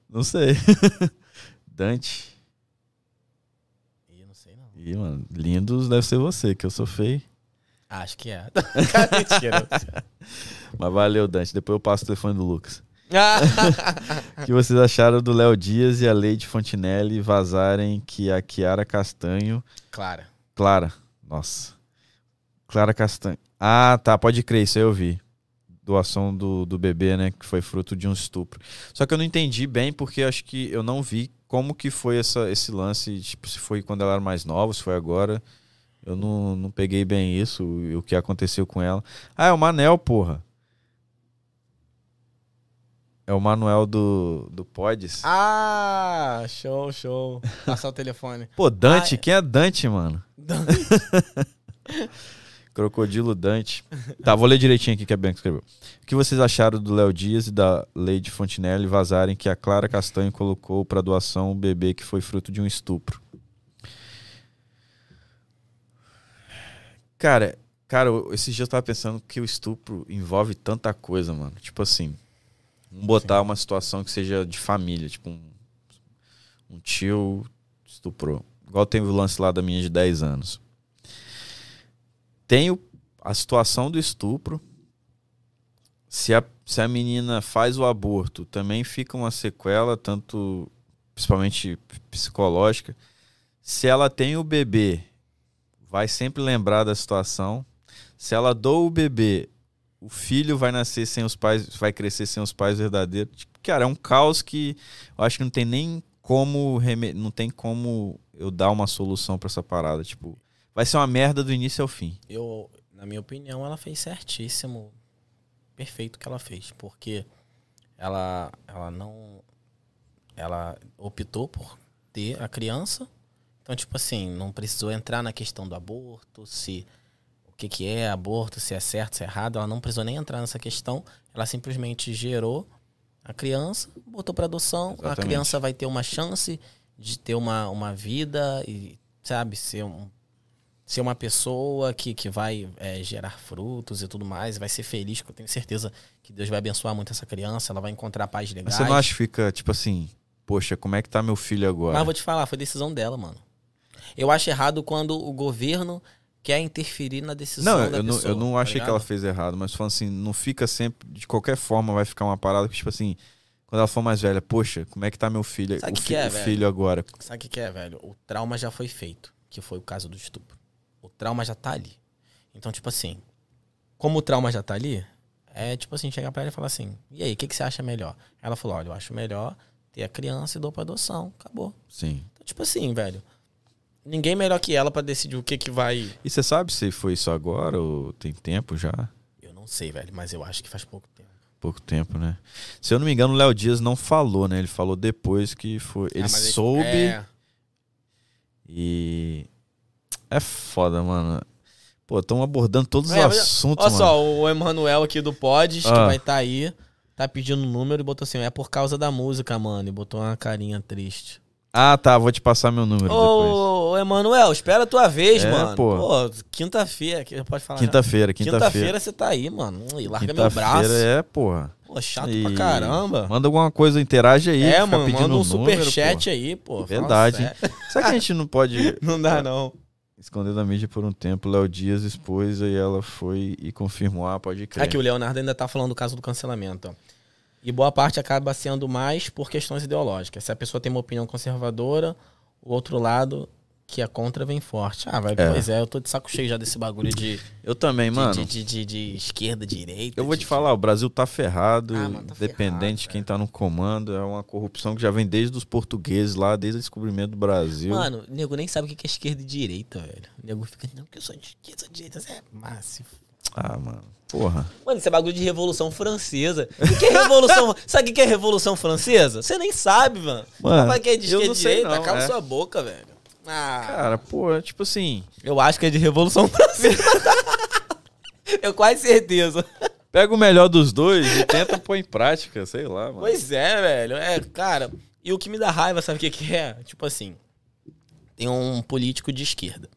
Speaker 2: Não sei. Dante.
Speaker 1: Ih, não sei não.
Speaker 2: Ih, mano, lindos deve ser você, que eu sou feio.
Speaker 1: Acho que é. Mentira.
Speaker 2: Mas valeu, Dante. Depois eu passo o telefone do Lucas. O que vocês acharam do Léo Dias e a Lady Fontinelli vazarem que a Kiara Castanho.
Speaker 1: Clara.
Speaker 2: Clara. Nossa. Clara Castanho. Ah, tá. Pode crer, isso aí eu vi. Doação do, do bebê, né? Que foi fruto de um estupro. Só que eu não entendi bem, porque acho que eu não vi como que foi essa, esse lance, tipo, se foi quando ela era mais nova, se foi agora. Eu não, não peguei bem isso, o, o que aconteceu com ela. Ah, é o Manel, porra. É o Manuel do, do Pods.
Speaker 1: Ah, show, show. Passar o telefone.
Speaker 2: Pô, Dante,
Speaker 1: ah, é.
Speaker 2: quem é Dante, mano? Crocodilo Dante. Tá, vou ler direitinho aqui que a Bianca escreveu. O que vocês acharam do Léo Dias e da Lady Fontinelli vazarem que a Clara Castanho colocou pra doação um bebê que foi fruto de um estupro? Cara, cara, eu- esses dias eu tava pensando que o estupro envolve tanta coisa, mano. Tipo assim, vamos botar uma situação que seja de família, tipo um, um tio estuprou. Igual teve o lance lá da minha de 10 anos. Tem o- a situação do estupro. Se a, se a menina faz o aborto, também fica uma sequela, tanto principalmente p- psicológica. Se ela tem o bebê, vai sempre lembrar da situação. Se ela doa o bebê, o filho vai nascer sem os pais, vai crescer sem os pais verdadeiros. Tipo, cara, é um caos que eu acho que não tem nem como reme- não tem como eu dar uma solução pra essa parada, tipo, vai ser uma merda do início ao fim.
Speaker 1: eu, na minha opinião, ela fez certíssimo. Perfeito o que ela fez. Porque ela, ela não. Ela optou por ter a criança. Então, tipo assim, não precisou entrar na questão do aborto, se o que, que é aborto, se é certo, se é errado. Ela não precisou nem entrar nessa questão. Ela simplesmente gerou a criança, botou para adoção.
Speaker 2: Exatamente.
Speaker 1: A criança vai ter uma chance de ter uma, uma vida e, sabe, ser um ser uma pessoa que, que vai é, gerar frutos e tudo mais, vai ser feliz, que eu tenho certeza que Deus vai abençoar muito essa criança, ela vai encontrar paz
Speaker 2: Mas
Speaker 1: legais.
Speaker 2: você não acha que fica tipo assim, poxa, como é que tá meu filho agora?
Speaker 1: Mas vou te falar, foi decisão dela, mano. Eu acho errado quando o governo quer interferir na decisão
Speaker 2: não,
Speaker 1: da
Speaker 2: eu não,
Speaker 1: pessoa.
Speaker 2: eu não
Speaker 1: tá
Speaker 2: achei que
Speaker 1: ligado?
Speaker 2: ela fez errado, mas falando assim, não fica sempre, de qualquer forma vai ficar uma parada que tipo assim, quando ela for mais velha, poxa, como é que tá meu filho,
Speaker 1: Sabe
Speaker 2: o,
Speaker 1: que
Speaker 2: fi-
Speaker 1: que é,
Speaker 2: o
Speaker 1: velho?
Speaker 2: filho agora?
Speaker 1: Sabe o que, que é, velho? O trauma já foi feito, que foi o caso do estupro. O trauma já tá ali. Então, tipo assim, como o trauma já tá ali, é tipo assim, chegar pra ela e falar assim, e aí, o que, que você acha melhor? Ela falou, olha, eu acho melhor ter a criança e dou pra adoção. Acabou.
Speaker 2: Sim.
Speaker 1: Então, tipo assim, velho, ninguém melhor que ela pra decidir o que que vai...
Speaker 2: E você sabe se foi isso agora ou tem tempo já?
Speaker 1: Eu não sei, velho, mas eu acho que faz pouco tempo.
Speaker 2: Pouco tempo, né? Se eu não me engano, o Léo Dias não falou, né? Ele falou depois que foi. Ele
Speaker 1: Ah, mas
Speaker 2: soube
Speaker 1: É,
Speaker 2: e. É foda, mano. Pô, estão abordando todos os
Speaker 1: É, mas-
Speaker 2: assuntos,
Speaker 1: Olha
Speaker 2: mano.
Speaker 1: só, o Emanuel aqui do Pods, que
Speaker 2: Ah.
Speaker 1: vai estar aí, tá pedindo um número e botou assim, é por causa da música, mano, e botou uma carinha triste.
Speaker 2: Ah, tá. Vou te passar meu número depois.
Speaker 1: Ô, ô, Emanuel, espera a tua vez,
Speaker 2: É,
Speaker 1: mano.
Speaker 2: pô.
Speaker 1: quinta-feira, que- pode falar já?
Speaker 2: Quinta-feira, quinta-feira.
Speaker 1: Quinta-feira você tá aí, mano. Ih, larga meu
Speaker 2: Quinta-feira
Speaker 1: braço.
Speaker 2: é, porra.
Speaker 1: Pô, chato
Speaker 2: E-
Speaker 1: pra caramba.
Speaker 2: Manda alguma coisa, interage aí.
Speaker 1: é,
Speaker 2: fica
Speaker 1: mano,
Speaker 2: pedindo
Speaker 1: manda um
Speaker 2: número,
Speaker 1: superchat Ah.
Speaker 2: pô.
Speaker 1: aí, pô. Fala
Speaker 2: Verdade, É.
Speaker 1: sério.
Speaker 2: Será que a gente não pode
Speaker 1: Não dá, não.
Speaker 2: esconder da mídia por um tempo? O Léo Dias expôs e ela foi e confirmou. Ah, pode crer.
Speaker 1: Aqui, o Leonardo ainda tá falando do caso do cancelamento. ó. E boa parte acaba sendo mais por questões ideológicas. Se a pessoa tem uma opinião conservadora, o outro lado que é contra vem forte. Ah, vai,
Speaker 2: É.
Speaker 1: pois é, eu tô de saco cheio já desse bagulho de, de-
Speaker 2: Eu também, mano.
Speaker 1: de, de, de- de esquerda, direita.
Speaker 2: Eu vou
Speaker 1: de-
Speaker 2: te falar, o Brasil tá ferrado,
Speaker 1: Ah, mano, tá
Speaker 2: dependente de
Speaker 1: ferrado,
Speaker 2: quem tá no comando, é uma corrupção que já vem desde os portugueses lá, desde o descobrimento do Brasil.
Speaker 1: Mano, o nego nem sabe o que que é esquerda e direita, velho. O nego fica, assim, não, que eu sou de esquerda, sou de direita, você é máximo.
Speaker 2: Ah, mano, porra.
Speaker 1: Mano, isso é bagulho de Revolução Francesa. O que é Revolução... sabe o que é Revolução Francesa? Você nem sabe, mano.
Speaker 2: Mano,
Speaker 1: Vai que é de
Speaker 2: Ah, eu
Speaker 1: esquerda
Speaker 2: não
Speaker 1: e
Speaker 2: sei
Speaker 1: direita,
Speaker 2: não,
Speaker 1: cala
Speaker 2: é.
Speaker 1: sua boca, velho. Ah,
Speaker 2: Cara, porra, tipo assim,
Speaker 1: eu acho que é de Revolução Francesa. eu quase certeza.
Speaker 2: pega o melhor dos dois e tenta pôr em prática, sei lá, mano.
Speaker 1: Pois é, velho. É, cara, e o que me dá raiva, sabe o que, que é? Tipo assim, tem um político de esquerda.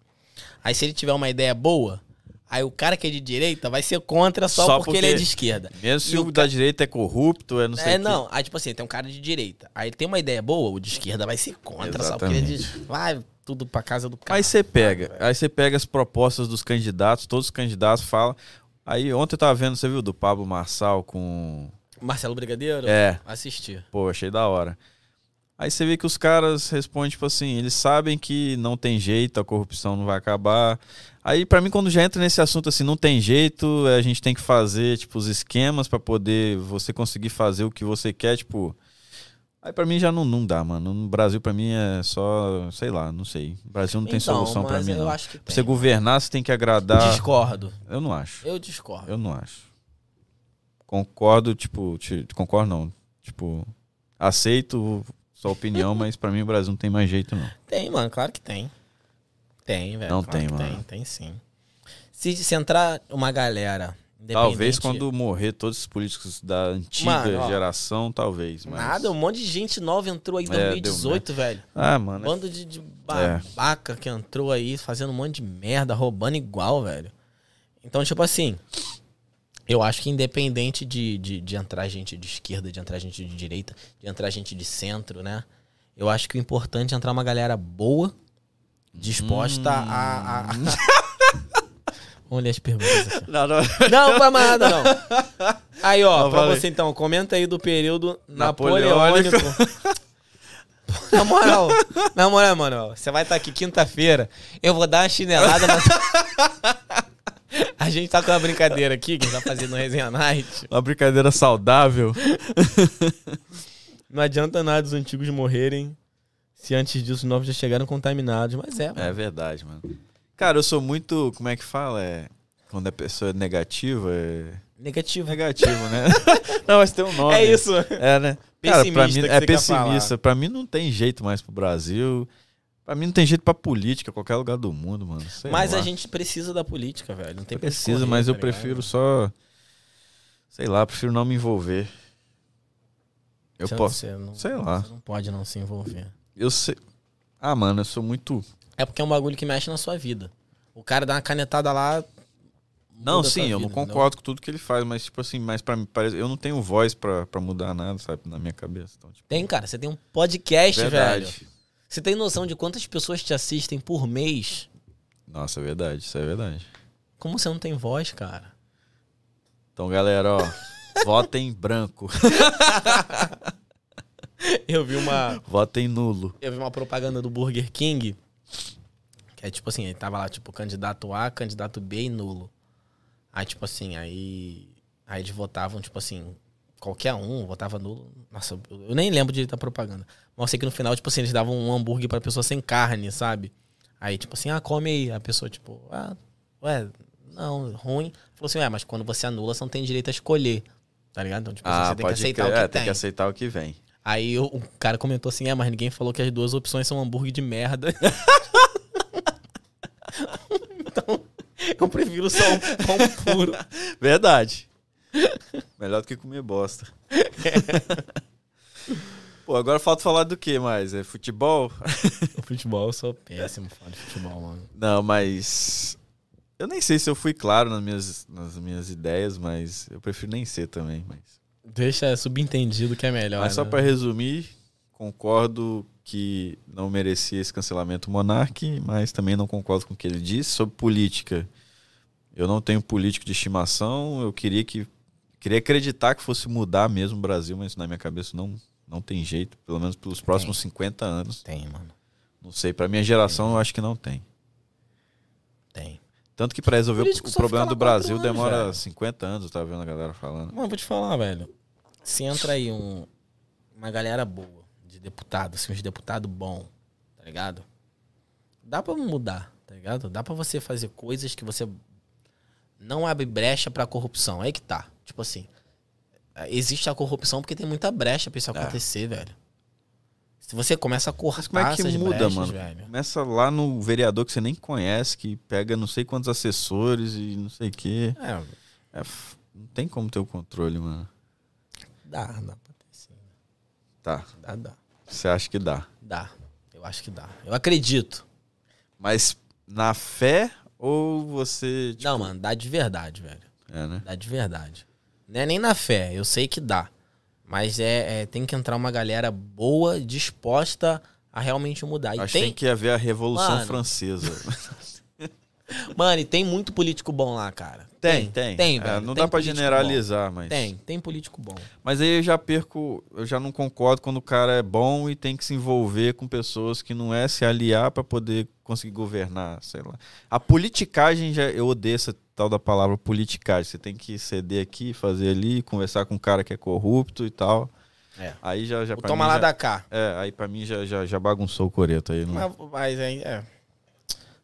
Speaker 1: Aí se ele tiver uma ideia boa, aí o cara que é de direita vai ser contra só,
Speaker 2: Só
Speaker 1: porque,
Speaker 2: porque-
Speaker 1: ele é de esquerda.
Speaker 2: Mesmo se
Speaker 1: E
Speaker 2: o da direita é corrupto, é não
Speaker 1: é,
Speaker 2: sei o quê.
Speaker 1: não. Aí, tipo assim, tem um cara de direita. Aí ele tem uma ideia boa, o de esquerda vai ser contra, só porque ele diz, vai tudo pra casa do cara.
Speaker 2: Aí você pega, aí você pega as propostas dos candidatos, todos os candidatos falam. Aí ontem eu tava vendo, você viu, do Pablo Marçal com...
Speaker 1: Marcelo Brigadeiro?
Speaker 2: É.
Speaker 1: Assistir.
Speaker 2: Pô, achei da hora. Aí você vê que os caras respondem, tipo assim, eles sabem que não tem jeito, a corrupção não vai acabar. Aí, pra mim, quando já entra nesse assunto assim, não tem jeito, é, a gente tem que fazer, tipo, os esquemas pra poder você conseguir fazer o que você quer, tipo. Aí, pra mim, já não, não dá, mano. No Brasil, pra mim, é só, sei lá, não sei. O Brasil não tem solução pra
Speaker 1: Então, mas
Speaker 2: mim,
Speaker 1: eu
Speaker 2: não. Pra
Speaker 1: acho né? que tem.
Speaker 2: você governar, você tem que agradar.
Speaker 1: Discordo.
Speaker 2: Eu não acho.
Speaker 1: Eu discordo.
Speaker 2: Eu não acho. Concordo, tipo, te- concordo não. Tipo, aceito sua opinião, mas pra mim o Brasil não tem mais jeito, não.
Speaker 1: Tem, mano, claro que tem. Tem, velho.
Speaker 2: Não
Speaker 1: claro
Speaker 2: tem,
Speaker 1: que
Speaker 2: mano.
Speaker 1: Tem, tem sim. Se, se entrar uma galera. independente-
Speaker 2: Talvez quando morrer todos os políticos da antiga
Speaker 1: Mano, ó.
Speaker 2: geração, talvez. Mas...
Speaker 1: Nada, um monte de gente nova entrou aí em
Speaker 2: É, deu É.
Speaker 1: 2018, velho.
Speaker 2: Ah, mano.
Speaker 1: Bando de, de babaca que entrou aí fazendo um monte de merda, roubando igual, velho. Então, tipo assim, eu acho que independente de, de, de entrar gente de esquerda, de entrar gente de direita, de entrar gente de centro, né? Eu acho que o importante é entrar uma galera boa disposta
Speaker 2: Hum.
Speaker 1: a. a- Olha as perguntas aqui.
Speaker 2: Não, não.
Speaker 1: Não, pra mais nada, não. Aí, ó,
Speaker 2: Não,
Speaker 1: pra
Speaker 2: falei.
Speaker 1: você então, comenta aí do período
Speaker 2: Napoleônico.
Speaker 1: napoleônico. na moral, na moral, mano, você vai estar aqui quinta-feira, eu vou dar uma chinelada na... A gente tá com uma brincadeira aqui, que a gente tá fazendo resenha night.
Speaker 2: Uma brincadeira saudável.
Speaker 1: Não adianta nada os antigos morrerem se antes disso os novos já chegaram contaminados. Mas é, mano.
Speaker 2: É verdade, mano. Cara, eu sou muito. Como é que fala? É. Quando a pessoa é negativa, é.
Speaker 1: negativo.
Speaker 2: Negativo, né? não, mas tem um nome.
Speaker 1: É isso.
Speaker 2: É, né? Cara, pra mim
Speaker 1: Pessimista que
Speaker 2: é
Speaker 1: você quer falar.
Speaker 2: pessimista. Pra mim não tem jeito mais pro Brasil. Pra mim não tem jeito pra política, qualquer lugar do mundo, mano. Sei
Speaker 1: Mas
Speaker 2: lá.
Speaker 1: a gente precisa da política, velho. Não tem pra onde
Speaker 2: Precisa,
Speaker 1: correr,
Speaker 2: mas eu
Speaker 1: tá ligado?
Speaker 2: prefiro só. Sei lá, prefiro não me envolver. Eu
Speaker 1: Você-
Speaker 2: posso.
Speaker 1: você não-
Speaker 2: sei lá.
Speaker 1: Você não pode não se envolver.
Speaker 2: Eu sei. Ah, mano, eu sou muito.
Speaker 1: É porque é um bagulho que mexe na sua vida. O cara dá uma canetada lá.
Speaker 2: Não,
Speaker 1: muda a
Speaker 2: sim,
Speaker 1: tua vida,
Speaker 2: eu não
Speaker 1: entendeu?
Speaker 2: concordo com tudo que ele faz, mas, tipo assim, mas para mim parece. Eu não tenho voz pra, pra mudar nada, sabe, na minha cabeça. Então, tipo,
Speaker 1: Tem, cara. Você tem um podcast, velho.
Speaker 2: verdade.
Speaker 1: Você tem noção de quantas pessoas te assistem por mês?
Speaker 2: Nossa, é verdade, isso é verdade.
Speaker 1: Como você não tem voz, cara?
Speaker 2: Então, galera, ó, votem branco,
Speaker 1: Eu vi uma.
Speaker 2: votem nulo.
Speaker 1: Eu vi uma propaganda do Burger King. Que é tipo assim, ele tava lá, tipo, candidato A, candidato B e nulo. Aí, tipo assim, aí. Aí eles votavam, tipo assim, qualquer um, votava nulo. Nossa, eu eu nem lembro direito da propaganda. Mas eu sei que no final, tipo assim, eles davam um hambúrguer pra pessoa sem carne, sabe? Aí, tipo assim, ah, come aí. A pessoa, tipo, ah, ué, não, ruim. Falou assim, ué, mas quando você anula, você não tem direito a escolher. Tá ligado? Então, tipo assim, você tem que aceitar
Speaker 2: crer.
Speaker 1: o que
Speaker 2: é, tem que aceitar o que vem.
Speaker 1: Aí o o cara comentou assim: é, mas ninguém falou que as duas opções são hambúrguer de merda. então, eu prefiro só um pão puro.
Speaker 2: Verdade. Melhor do que comer bosta. Pô, agora falta falar do que mais? É futebol?
Speaker 1: O futebol, eu sou péssimo fã de futebol, mano.
Speaker 2: Não, mas. Eu nem sei se eu fui claro nas minhas, nas minhas ideias, mas eu prefiro nem ser também. Mas,
Speaker 1: Deixa subentendido que é melhor.
Speaker 2: mas só
Speaker 1: né?
Speaker 2: pra resumir, concordo que não merecia esse cancelamento o Monark, mas também não concordo com o que ele disse sobre política. Eu não tenho político de estimação, eu queria que. Queria acreditar que fosse mudar mesmo o Brasil, mas na minha cabeça não, não tem jeito, pelo menos pelos próximos 50 anos.
Speaker 1: Tem, mano.
Speaker 2: Não sei, pra minha geração eu acho que não tem.
Speaker 1: Tem.
Speaker 2: Tanto que pra resolver
Speaker 1: Político
Speaker 2: o
Speaker 1: só
Speaker 2: problema
Speaker 1: fica lá
Speaker 2: do Brasil
Speaker 1: quatro anos, É.
Speaker 2: demora
Speaker 1: velho.
Speaker 2: 50 anos, eu tava vendo a galera falando.
Speaker 1: Mano, vou te falar, velho. Se entra aí um, uma galera boa de deputado, assim, uns deputados bom, tá ligado? Dá pra mudar, tá ligado? Dá pra você fazer coisas que você não abre brecha pra corrupção. Aí que tá. Tipo assim, eh, existe a corrupção porque tem muita brecha pra isso
Speaker 2: É.
Speaker 1: acontecer, velho. Se você começa a cortar
Speaker 2: Mas como é que
Speaker 1: essas
Speaker 2: muda,
Speaker 1: brechas,
Speaker 2: mano?
Speaker 1: velho.
Speaker 2: Começa lá no vereador que você nem conhece, que pega não sei quantos assessores e não sei o quê.
Speaker 1: É,
Speaker 2: É, f- não tem como ter o controle, mano.
Speaker 1: dá, dá pra ter sim.
Speaker 2: Tá,
Speaker 1: Dá, dá.
Speaker 2: você acha que dá.
Speaker 1: Dá. Eu acho que dá. Eu acredito.
Speaker 2: Mas na fé ou você. tipo,
Speaker 1: Não, mano, dá de verdade, velho.
Speaker 2: É, né?
Speaker 1: Dá de verdade. Não é nem na fé, eu sei que dá. Mas é, é- tem que entrar uma galera boa, disposta a realmente mudar. E
Speaker 2: Acho que tem
Speaker 1: tem,
Speaker 2: que haver a Revolução
Speaker 1: Mano.
Speaker 2: Francesa.
Speaker 1: mano, e tem muito político bom lá, cara. Tem,
Speaker 2: É,
Speaker 1: velho.
Speaker 2: não
Speaker 1: tem
Speaker 2: dá pra
Speaker 1: político
Speaker 2: generalizar, mas.
Speaker 1: bom. Tem, tem político bom.
Speaker 2: Mas aí eu já perco, eu já não concordo quando o cara é bom e tem que se envolver com pessoas que não é se aliar pra poder conseguir governar, sei lá. A politicagem já eu odeio essa tal da palavra politicagem. Você tem que ceder aqui, fazer ali, conversar com um cara que é corrupto e tal.
Speaker 1: É.
Speaker 2: Aí já já
Speaker 1: O
Speaker 2: pra
Speaker 1: toma
Speaker 2: mim
Speaker 1: lá
Speaker 2: já,
Speaker 1: da cá.
Speaker 2: É, aí para mim já, já já bagunçou o coreto aí, não. é?
Speaker 1: Mas, mas aí, é.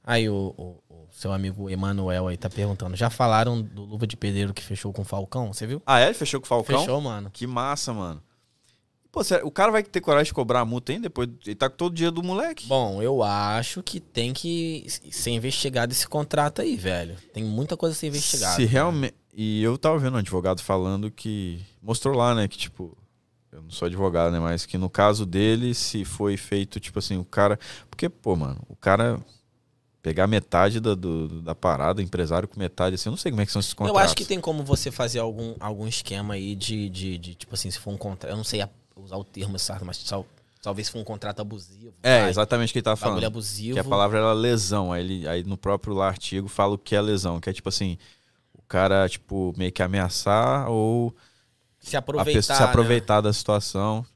Speaker 1: Aí o, o- o seu amigo Emanuel aí tá perguntando. Já falaram do Luva de Pedreiro que fechou com o Falcão? Você viu?
Speaker 2: Ah, é, ele fechou com o Falcão?
Speaker 1: Fechou, mano.
Speaker 2: Que massa, mano. Pô, será- o cara vai ter coragem de cobrar a multa ainda depois, ele tá com todo o dinheiro do moleque.
Speaker 1: Bom, eu acho que tem que ser investigado esse contrato aí, velho. Tem muita coisa a ser investigada.
Speaker 2: Se realmente. E eu tava vendo um advogado falando que. Mostrou lá, né? Que tipo. Eu não sou advogado, né? Mas que no caso dele, se foi feito, tipo assim, o cara. Porque, pô, mano, o cara pegar metade da, do- da parada, empresário com metade, assim, eu não sei como é que são esses
Speaker 1: eu
Speaker 2: contratos.
Speaker 1: acho que tem como você fazer algum, algum esquema aí de, de, de, tipo assim, se for um contrato. Eu não sei a- usar o termo exato, mas só Talvez foi um contrato abusivo.
Speaker 2: É,
Speaker 1: vai,
Speaker 2: exatamente o que ele tava
Speaker 1: Bagulho
Speaker 2: falando.
Speaker 1: abusivo.
Speaker 2: Que a palavra era lesão. Aí, ele, aí no próprio lá artigo fala o que é lesão, que é tipo assim, o cara, tipo, meio que ameaçar ou
Speaker 1: se
Speaker 2: a
Speaker 1: aproveitar.
Speaker 2: pessoa se
Speaker 1: né?
Speaker 2: aproveitar da situação.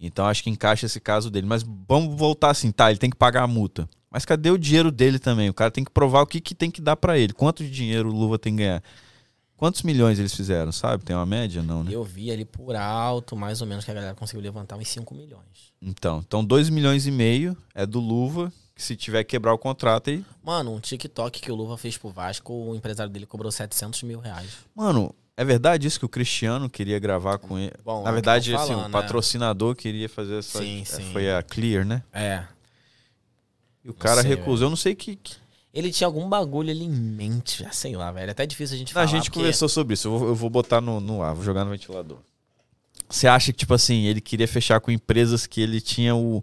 Speaker 2: Então acho que encaixa esse caso dele. Mas vamos voltar assim, tá? Ele tem que pagar a multa. Mas cadê o dinheiro dele também? O cara tem que provar o que, que tem que dar pra ele. Quanto de dinheiro o Luva tem que ganhar? Quantos milhões eles fizeram, sabe? Tem uma média? Não, né?
Speaker 1: Eu vi ali por alto, mais ou menos, que a galera conseguiu levantar uns 5 milhões.
Speaker 2: Então, então 2 milhões e meio é do Luva, que se tiver que quebrar o contrato aí.
Speaker 1: Mano, um TikTok que o Luva fez pro Vasco, o empresário dele cobrou 700 mil reais.
Speaker 2: Mano, é verdade isso que o Cristiano queria gravar com ele?
Speaker 1: Bom, é o
Speaker 2: Na
Speaker 1: que
Speaker 2: verdade,
Speaker 1: eu tô
Speaker 2: assim,
Speaker 1: falando,
Speaker 2: o
Speaker 1: né?
Speaker 2: patrocinador queria fazer essa.
Speaker 1: Sim, sim.
Speaker 2: Foi a Clear, né?
Speaker 1: É.
Speaker 2: E o cara
Speaker 1: sei,
Speaker 2: recusou. Eu não sei que. que-
Speaker 1: Ele tinha algum bagulho ali em mente, já sei lá, velho. É até difícil a gente falar.
Speaker 2: a gente
Speaker 1: porque-
Speaker 2: conversou sobre isso. Eu vou, eu vou botar no, no ar, vou jogar no ventilador. Você acha que, tipo assim, ele queria fechar com empresas que ele tinha o.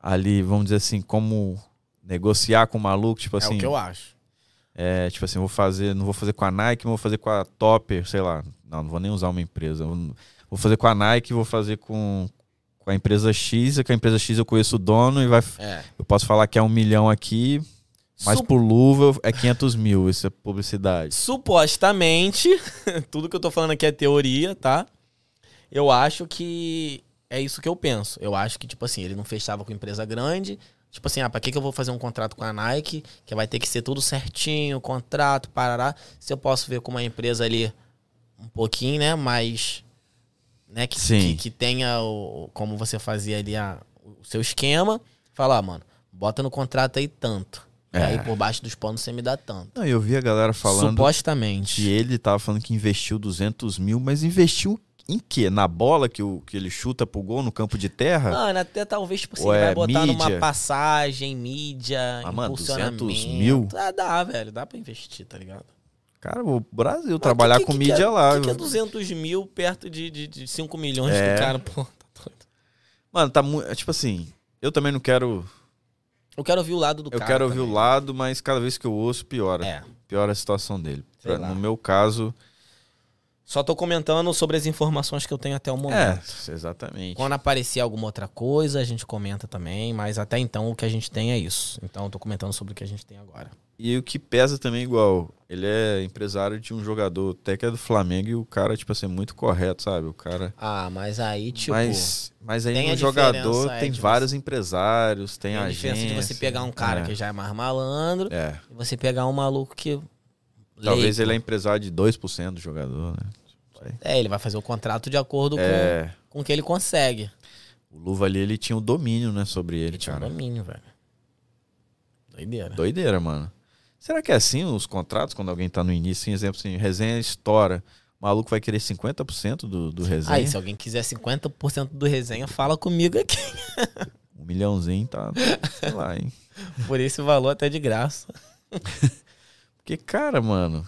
Speaker 2: Ali, vamos dizer assim, como negociar com o maluco? Tipo
Speaker 1: É
Speaker 2: assim.
Speaker 1: o que eu acho.
Speaker 2: É, tipo assim, vou fazer, não vou fazer com a Nike, mas vou fazer com a Topper, sei lá. Não, não vou nem usar uma empresa. Eu Vou fazer com a Nike, vou fazer com, com a empresa X, e com a empresa X eu conheço o dono e vai,
Speaker 1: É.
Speaker 2: eu posso falar que é um milhão aqui, mas
Speaker 1: Su-
Speaker 2: por luva é 500 mil, isso é publicidade.
Speaker 1: Supostamente, tudo que eu tô falando aqui é teoria, tá? Eu acho que é isso que eu penso. Eu acho que, tipo assim, ele não fechava com empresa grande. Tipo assim, ah, pra que, que eu vou fazer um contrato com a Nike? Que vai ter que ser tudo certinho, contrato, parará. Se eu posso ver com uma empresa ali um pouquinho, né? Mas. Né, que,
Speaker 2: Sim.
Speaker 1: que, que tenha o, como você fazia ali a, o seu esquema. Falar, "Ah, mano, bota no contrato aí tanto.
Speaker 2: É.
Speaker 1: Aí por baixo dos panos você me dá tanto.
Speaker 2: Não, eu vi a galera falando que
Speaker 1: Supostamente.
Speaker 2: ele tava falando que investiu 200 mil, mas investiu em quê? Na bola que, o, que ele chuta pro gol no campo de terra?
Speaker 1: Mano, até talvez, tipo assim,
Speaker 2: Ou
Speaker 1: ele
Speaker 2: é
Speaker 1: vai botar
Speaker 2: tá mídia?
Speaker 1: numa passagem, mídia,
Speaker 2: Ah, mano,
Speaker 1: impulsionamento.
Speaker 2: 200 mil?
Speaker 1: Ah, dá, velho. Dá pra investir, tá ligado?
Speaker 2: Cara, o Brasil,
Speaker 1: Mas
Speaker 2: trabalhar
Speaker 1: que- que-
Speaker 2: com
Speaker 1: que
Speaker 2: mídia
Speaker 1: é,
Speaker 2: lá.
Speaker 1: que, que é
Speaker 2: viu?
Speaker 1: 200 mil perto de, de, de 5 milhões
Speaker 2: É.
Speaker 1: do cara, pô. Tá doido.
Speaker 2: Mano, tá muito. Tipo assim, eu também não quero.
Speaker 1: Eu quero ouvir o lado do
Speaker 2: Eu
Speaker 1: cara.
Speaker 2: quero ouvir o
Speaker 1: também.
Speaker 2: lado, mas cada vez que eu ouço, piora.
Speaker 1: É.
Speaker 2: Piora a situação dele.
Speaker 1: Sei
Speaker 2: Pra-
Speaker 1: lá.
Speaker 2: no meu caso.
Speaker 1: Só tô comentando sobre as informações que eu tenho até o
Speaker 2: É,
Speaker 1: momento.
Speaker 2: exatamente.
Speaker 1: Quando aparecer alguma outra coisa, a gente comenta também, mas até então o que a gente tem é isso. Então eu tô comentando sobre o que a gente tem agora.
Speaker 2: E o que pesa também, é igual. Ele é empresário de um jogador, até que é do Flamengo, e o cara, tipo assim, é muito correto, sabe? O cara.
Speaker 1: Ah, mas aí, tipo.
Speaker 2: mas, mas
Speaker 1: tem
Speaker 2: aí
Speaker 1: a
Speaker 2: no
Speaker 1: diferença,
Speaker 2: jogador
Speaker 1: é,
Speaker 2: tem
Speaker 1: de
Speaker 2: vários empresários, tem
Speaker 1: Tem É a
Speaker 2: agência.
Speaker 1: diferença de você pegar um cara
Speaker 2: é,
Speaker 1: que já é mais malandro
Speaker 2: É.
Speaker 1: e você pegar um maluco que.
Speaker 2: Talvez
Speaker 1: leigo.
Speaker 2: ele é empresário de 2% do jogador, né? Vai.
Speaker 1: É, ele vai fazer o contrato de acordo
Speaker 2: É.
Speaker 1: com, com o que ele consegue.
Speaker 2: O Luva ali, ele tinha o domínio, né, sobre ele,
Speaker 1: Ele tinha um
Speaker 2: cara.
Speaker 1: domínio, é. velho. Doideira.
Speaker 2: Doideira, mano. Será que é assim os contratos, quando alguém tá no início, em exemplo assim, resenha estoura, o maluco vai querer 50% do, do resenha?
Speaker 1: Aí, se alguém quiser 50% do resenha, fala comigo aqui. é
Speaker 2: Um milhãozinho tá, sei lá, hein?
Speaker 1: Por esse valor até de graça.
Speaker 2: Porque, cara, mano,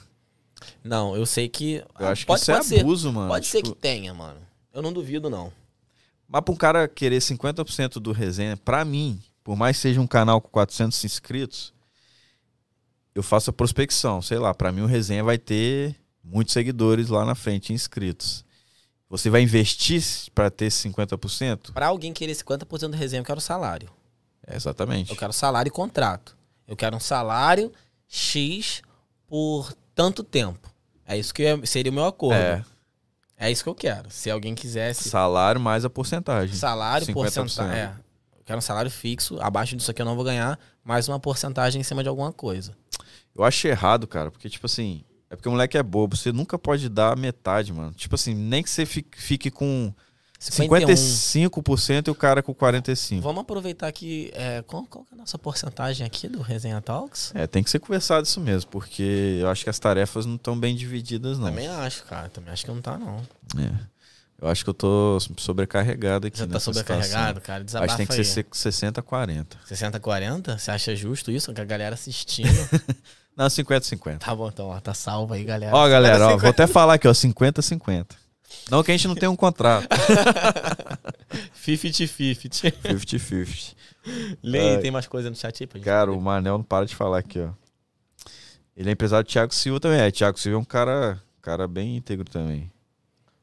Speaker 1: Não, eu sei que.
Speaker 2: eu
Speaker 1: Ah,
Speaker 2: acho que isso é
Speaker 1: ser.
Speaker 2: abuso, mano.
Speaker 1: Pode ser
Speaker 2: Tipo,
Speaker 1: que tenha, mano. Eu não duvido, não.
Speaker 2: Mas pra um cara querer 50% do resenha, pra mim, por mais que seja um canal com 400 inscritos, eu faço a prospecção, sei lá, pra mim o resenha vai ter muitos seguidores lá na frente, inscritos. Você vai investir pra ter 50%?
Speaker 1: Pra alguém querer 50% do resenha, eu quero salário.
Speaker 2: É, exatamente.
Speaker 1: Eu quero salário e contrato. Eu quero um salário X por tanto tempo. É isso que é- seria o meu acordo.
Speaker 2: É,
Speaker 1: É. isso que eu quero. Se alguém quisesse
Speaker 2: salário mais a porcentagem.
Speaker 1: salário,
Speaker 2: 50%.
Speaker 1: porcentagem. É. Eu quero um salário fixo, abaixo disso aqui eu não vou ganhar, mais uma porcentagem em cima de alguma coisa.
Speaker 2: Eu acho errado, cara, porque, tipo assim, é porque o moleque é bobo. Você nunca pode dar metade, mano. Tipo assim, nem que você fique, fique com
Speaker 1: 51.
Speaker 2: 55% e o cara com 45%.
Speaker 1: Vamos aproveitar que. é, qual, qual que é a nossa porcentagem aqui do Resenha Talks?
Speaker 2: É, tem que ser conversado isso mesmo, porque eu acho que as tarefas não estão bem divididas, não.
Speaker 1: Também acho, cara. Também acho que não tá, não.
Speaker 2: É. Eu acho que eu tô sobrecarregado aqui.
Speaker 1: Você tá
Speaker 2: nessa
Speaker 1: sobrecarregado, cara?
Speaker 2: Situação. Acho
Speaker 1: Desabafa
Speaker 2: que tem que
Speaker 1: aí.
Speaker 2: ser 60, 40.
Speaker 1: 60, 40? Você acha justo isso? Que a galera assistindo.
Speaker 2: Não, 50, 50.
Speaker 1: Tá bom, então, ó, tá salvo aí, galera.
Speaker 2: Ó, galera, ó, vou até falar aqui, ó, 50, 50. Não que a gente não tenha um contrato.
Speaker 1: 50-50.
Speaker 2: 50-50.
Speaker 1: Lê
Speaker 2: Ai.
Speaker 1: aí, tem mais coisa no chat aí pra gente.
Speaker 2: Cara, o Manel não para de falar aqui, ó. Ele é empresário do Thiago Silva também. É, Thiago Silva é um cara, cara bem íntegro também.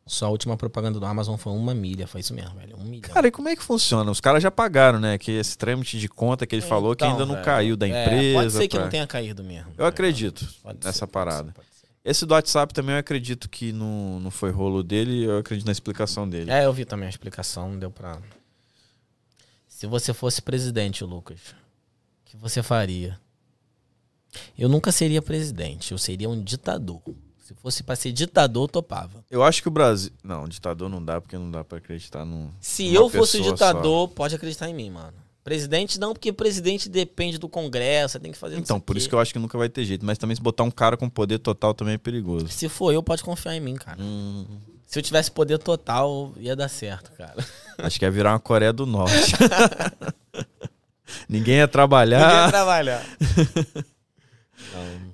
Speaker 1: Sua última propaganda do Amazon foi uma milha, foi isso mesmo, velho. Um milhão.
Speaker 2: Cara, e como é que funciona? Os caras já pagaram, né? Que esse trâmite de conta que ele falou que
Speaker 1: Então,
Speaker 2: ainda não
Speaker 1: velho,
Speaker 2: caiu da
Speaker 1: É,
Speaker 2: empresa.
Speaker 1: pode ser que
Speaker 2: pra-
Speaker 1: não tenha caído mesmo. É,
Speaker 2: Eu acredito
Speaker 1: Pode
Speaker 2: nessa
Speaker 1: ser, pode
Speaker 2: parada.
Speaker 1: ser, pode ser.
Speaker 2: Esse do WhatsApp também eu acredito que não, não foi rolo dele, eu acredito na explicação dele.
Speaker 1: É, eu vi também a explicação, não deu pra. Se você fosse presidente, Lucas, o que você faria? Eu nunca seria presidente, eu seria um ditador. Se fosse pra ser ditador, eu topava.
Speaker 2: Eu acho que o Brasil. Não, ditador não dá, porque não dá pra acreditar num.
Speaker 1: Se
Speaker 2: Uma
Speaker 1: eu fosse o
Speaker 2: pessoa
Speaker 1: ditador, pode acreditar em mim, mano. Presidente não, porque presidente depende do Congresso, você tem que fazer
Speaker 2: Então, por isso que eu acho que nunca vai ter jeito. Mas também se botar um cara com poder total também é perigoso.
Speaker 1: Se for eu, pode confiar em mim, cara.
Speaker 2: Hum,
Speaker 1: Se eu tivesse poder total, ia dar certo, cara.
Speaker 2: acho que ia virar uma Coreia do Norte. Ninguém ia
Speaker 1: Ninguém
Speaker 2: trabalhar.
Speaker 1: ia trabalhar. Não. gostaria de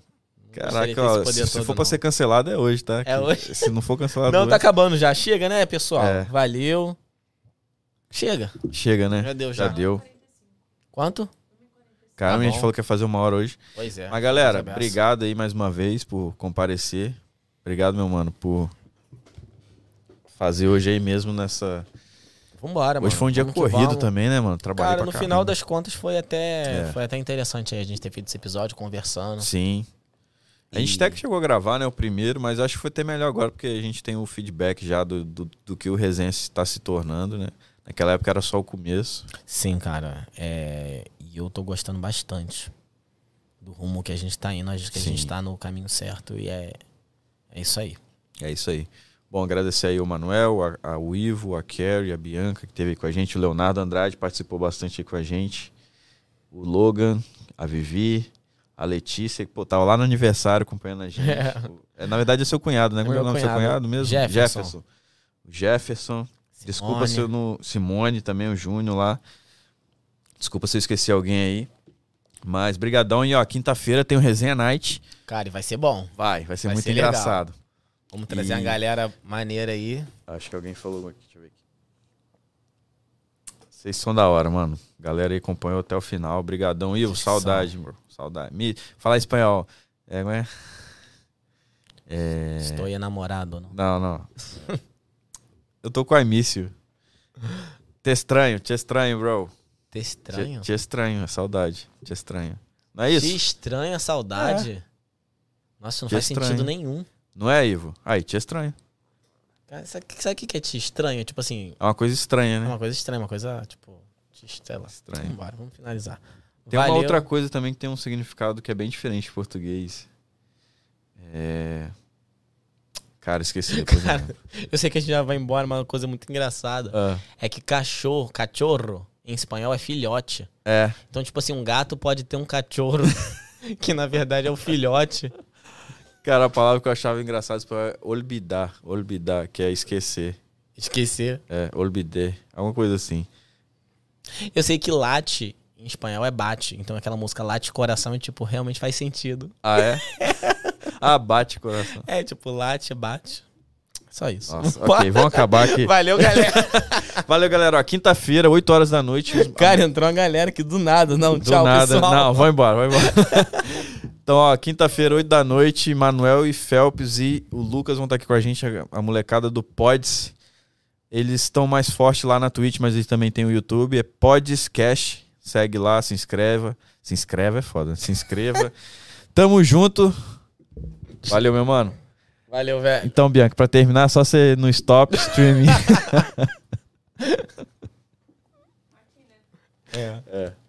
Speaker 1: ter
Speaker 2: Caraca,
Speaker 1: esse
Speaker 2: ó,
Speaker 1: poder
Speaker 2: se, se
Speaker 1: todo,
Speaker 2: for pra
Speaker 1: não.
Speaker 2: ser cancelado, é hoje, tá?
Speaker 1: É
Speaker 2: Que-
Speaker 1: hoje.
Speaker 2: Se não for cancelado, é.
Speaker 1: Não, tá
Speaker 2: hoje,
Speaker 1: acabando já. Chega, né, pessoal?
Speaker 2: É.
Speaker 1: Valeu. Chega.
Speaker 2: chega, né?
Speaker 1: Já deu, já.
Speaker 2: Já deu.
Speaker 1: Quanto?
Speaker 2: Cara,
Speaker 1: Tá
Speaker 2: a
Speaker 1: bom.
Speaker 2: gente falou que ia fazer uma hora hoje.
Speaker 1: Pois é.
Speaker 2: Mas galera,
Speaker 1: Abraço.
Speaker 2: obrigado aí mais uma vez por comparecer. Obrigado, meu mano, por fazer hoje aí mesmo nessa.
Speaker 1: Vambora, Tá, mano.
Speaker 2: hoje foi um dia
Speaker 1: Vamos que
Speaker 2: corrido
Speaker 1: vamos.
Speaker 2: também, né, mano? Trabalhei
Speaker 1: Cara,
Speaker 2: pra
Speaker 1: no
Speaker 2: caramba.
Speaker 1: final das contas foi até,
Speaker 2: É.
Speaker 1: foi até interessante aí a gente ter feito esse episódio conversando.
Speaker 2: Sim. A
Speaker 1: E-
Speaker 2: gente até que chegou a gravar, né, o primeiro, mas acho que foi até melhor agora, porque a gente tem o feedback já do, do, do que o resenha está se tornando, né? Naquela época era só o começo.
Speaker 1: Sim, cara. é, E eu tô gostando bastante do rumo que a gente tá indo. Acho que a
Speaker 2: Sim.
Speaker 1: gente tá no caminho certo e é, é isso aí.
Speaker 2: É isso aí. Bom, agradecer aí o Manuel, a, a o Ivo, a Carrie, a Bianca que teve aí com a gente, o Leonardo Andrade participou bastante aí com a gente, o Logan, a Vivi, a Letícia, que pô, tava lá no aniversário acompanhando a gente.
Speaker 1: É.
Speaker 2: O- É, na verdade é seu cunhado, né?
Speaker 1: É
Speaker 2: Como é o
Speaker 1: meu
Speaker 2: nome do seu
Speaker 1: cunhado.
Speaker 2: cunhado mesmo?
Speaker 1: Jefferson.
Speaker 2: O Jefferson. Desculpa se eu
Speaker 1: Simone,
Speaker 2: não. Simone também, o Júnior lá. Desculpa se eu esqueci alguém aí. Mas brigadão e ó, quinta-feira tem o Resenha Night.
Speaker 1: Cara, e vai ser bom.
Speaker 2: Vai, vai ser
Speaker 1: Vai
Speaker 2: muito
Speaker 1: ser legal.
Speaker 2: engraçado.
Speaker 1: Vamos trazer uma
Speaker 2: E-
Speaker 1: galera maneira aí.
Speaker 2: Acho que alguém falou aqui, deixa eu ver aqui. Vocês são da hora, mano. Galera aí acompanhou até o final. Obrigadão, Ivo.
Speaker 1: Vocês que
Speaker 2: Saudade, bro. Saudade. Me... Falar espanhol. É, como é?
Speaker 1: Estou aí namorado, não.
Speaker 2: Não, não. Eu tô com a Emício. Te estranho, te estranho, bro.
Speaker 1: Tá
Speaker 2: Te-
Speaker 1: estranho.
Speaker 2: Te, estranho, é saudade. Te estranho. Não é isso?
Speaker 1: Te estranha a saudade. Nossa, não
Speaker 2: Te
Speaker 1: faz sentido
Speaker 2: estranho.
Speaker 1: nenhum.
Speaker 2: Não é, Ivo? Aí, te estranho.
Speaker 1: Cara, sabe, o que- sabe o que que é te estranha? Tipo assim,
Speaker 2: É uma coisa estranha,
Speaker 1: é
Speaker 2: né?
Speaker 1: uma coisa estranha, uma coisa, tipo, te estela.
Speaker 2: Estranho.
Speaker 1: Vambora, vamos finalizar.
Speaker 2: Tem
Speaker 1: Valeu.
Speaker 2: uma outra coisa também que tem um significado que é bem diferente em português. É. Cara, esqueci depois. eu
Speaker 1: Cara.
Speaker 2: lembro.
Speaker 1: Eu sei que a gente já vai embora, mas é uma coisa muito engraçada
Speaker 2: Ah,
Speaker 1: é que cachorro, cachorro, em espanhol é filhote.
Speaker 2: é.
Speaker 1: Então, tipo assim, um gato pode ter um cachorro, que na verdade é o filhote.
Speaker 2: Cara, a palavra que eu achava engraçada é olvidar. Olvidar, que é esquecer.
Speaker 1: Esquecer.
Speaker 2: É, olvidar. Alguma coisa assim.
Speaker 1: Eu sei que late em espanhol é bate. Então, aquela música late coração e, tipo, realmente faz sentido.
Speaker 2: Ah, é? ah, bate coração.
Speaker 1: É, tipo, late, bate. Só isso.
Speaker 2: Nossa, ok, vamos acabar aqui.
Speaker 1: Valeu, galera.
Speaker 2: Valeu, galera. ó, Quinta-feira, 8 horas da noite. os-
Speaker 1: Cara, entrou uma galera que do nada. Não,
Speaker 2: Do
Speaker 1: tchau,
Speaker 2: nada.
Speaker 1: pessoal.
Speaker 2: Não, vai embora, vai embora. então, ó, quinta-feira, 8 da noite, Manuel e Phelps e o Lucas vão estar aqui com a gente, a, a molecada do Pods. Eles estão mais fortes lá na Twitch, mas eles também têm o YouTube. É Pods Cash. Segue lá, se inscreva. Se inscreva é foda. né? Se inscreva. Tamo junto. Valeu, meu mano.
Speaker 1: Valeu, velho.
Speaker 2: Então, Bianca, pra terminar, é só você no stop streaming.
Speaker 1: É.
Speaker 2: é.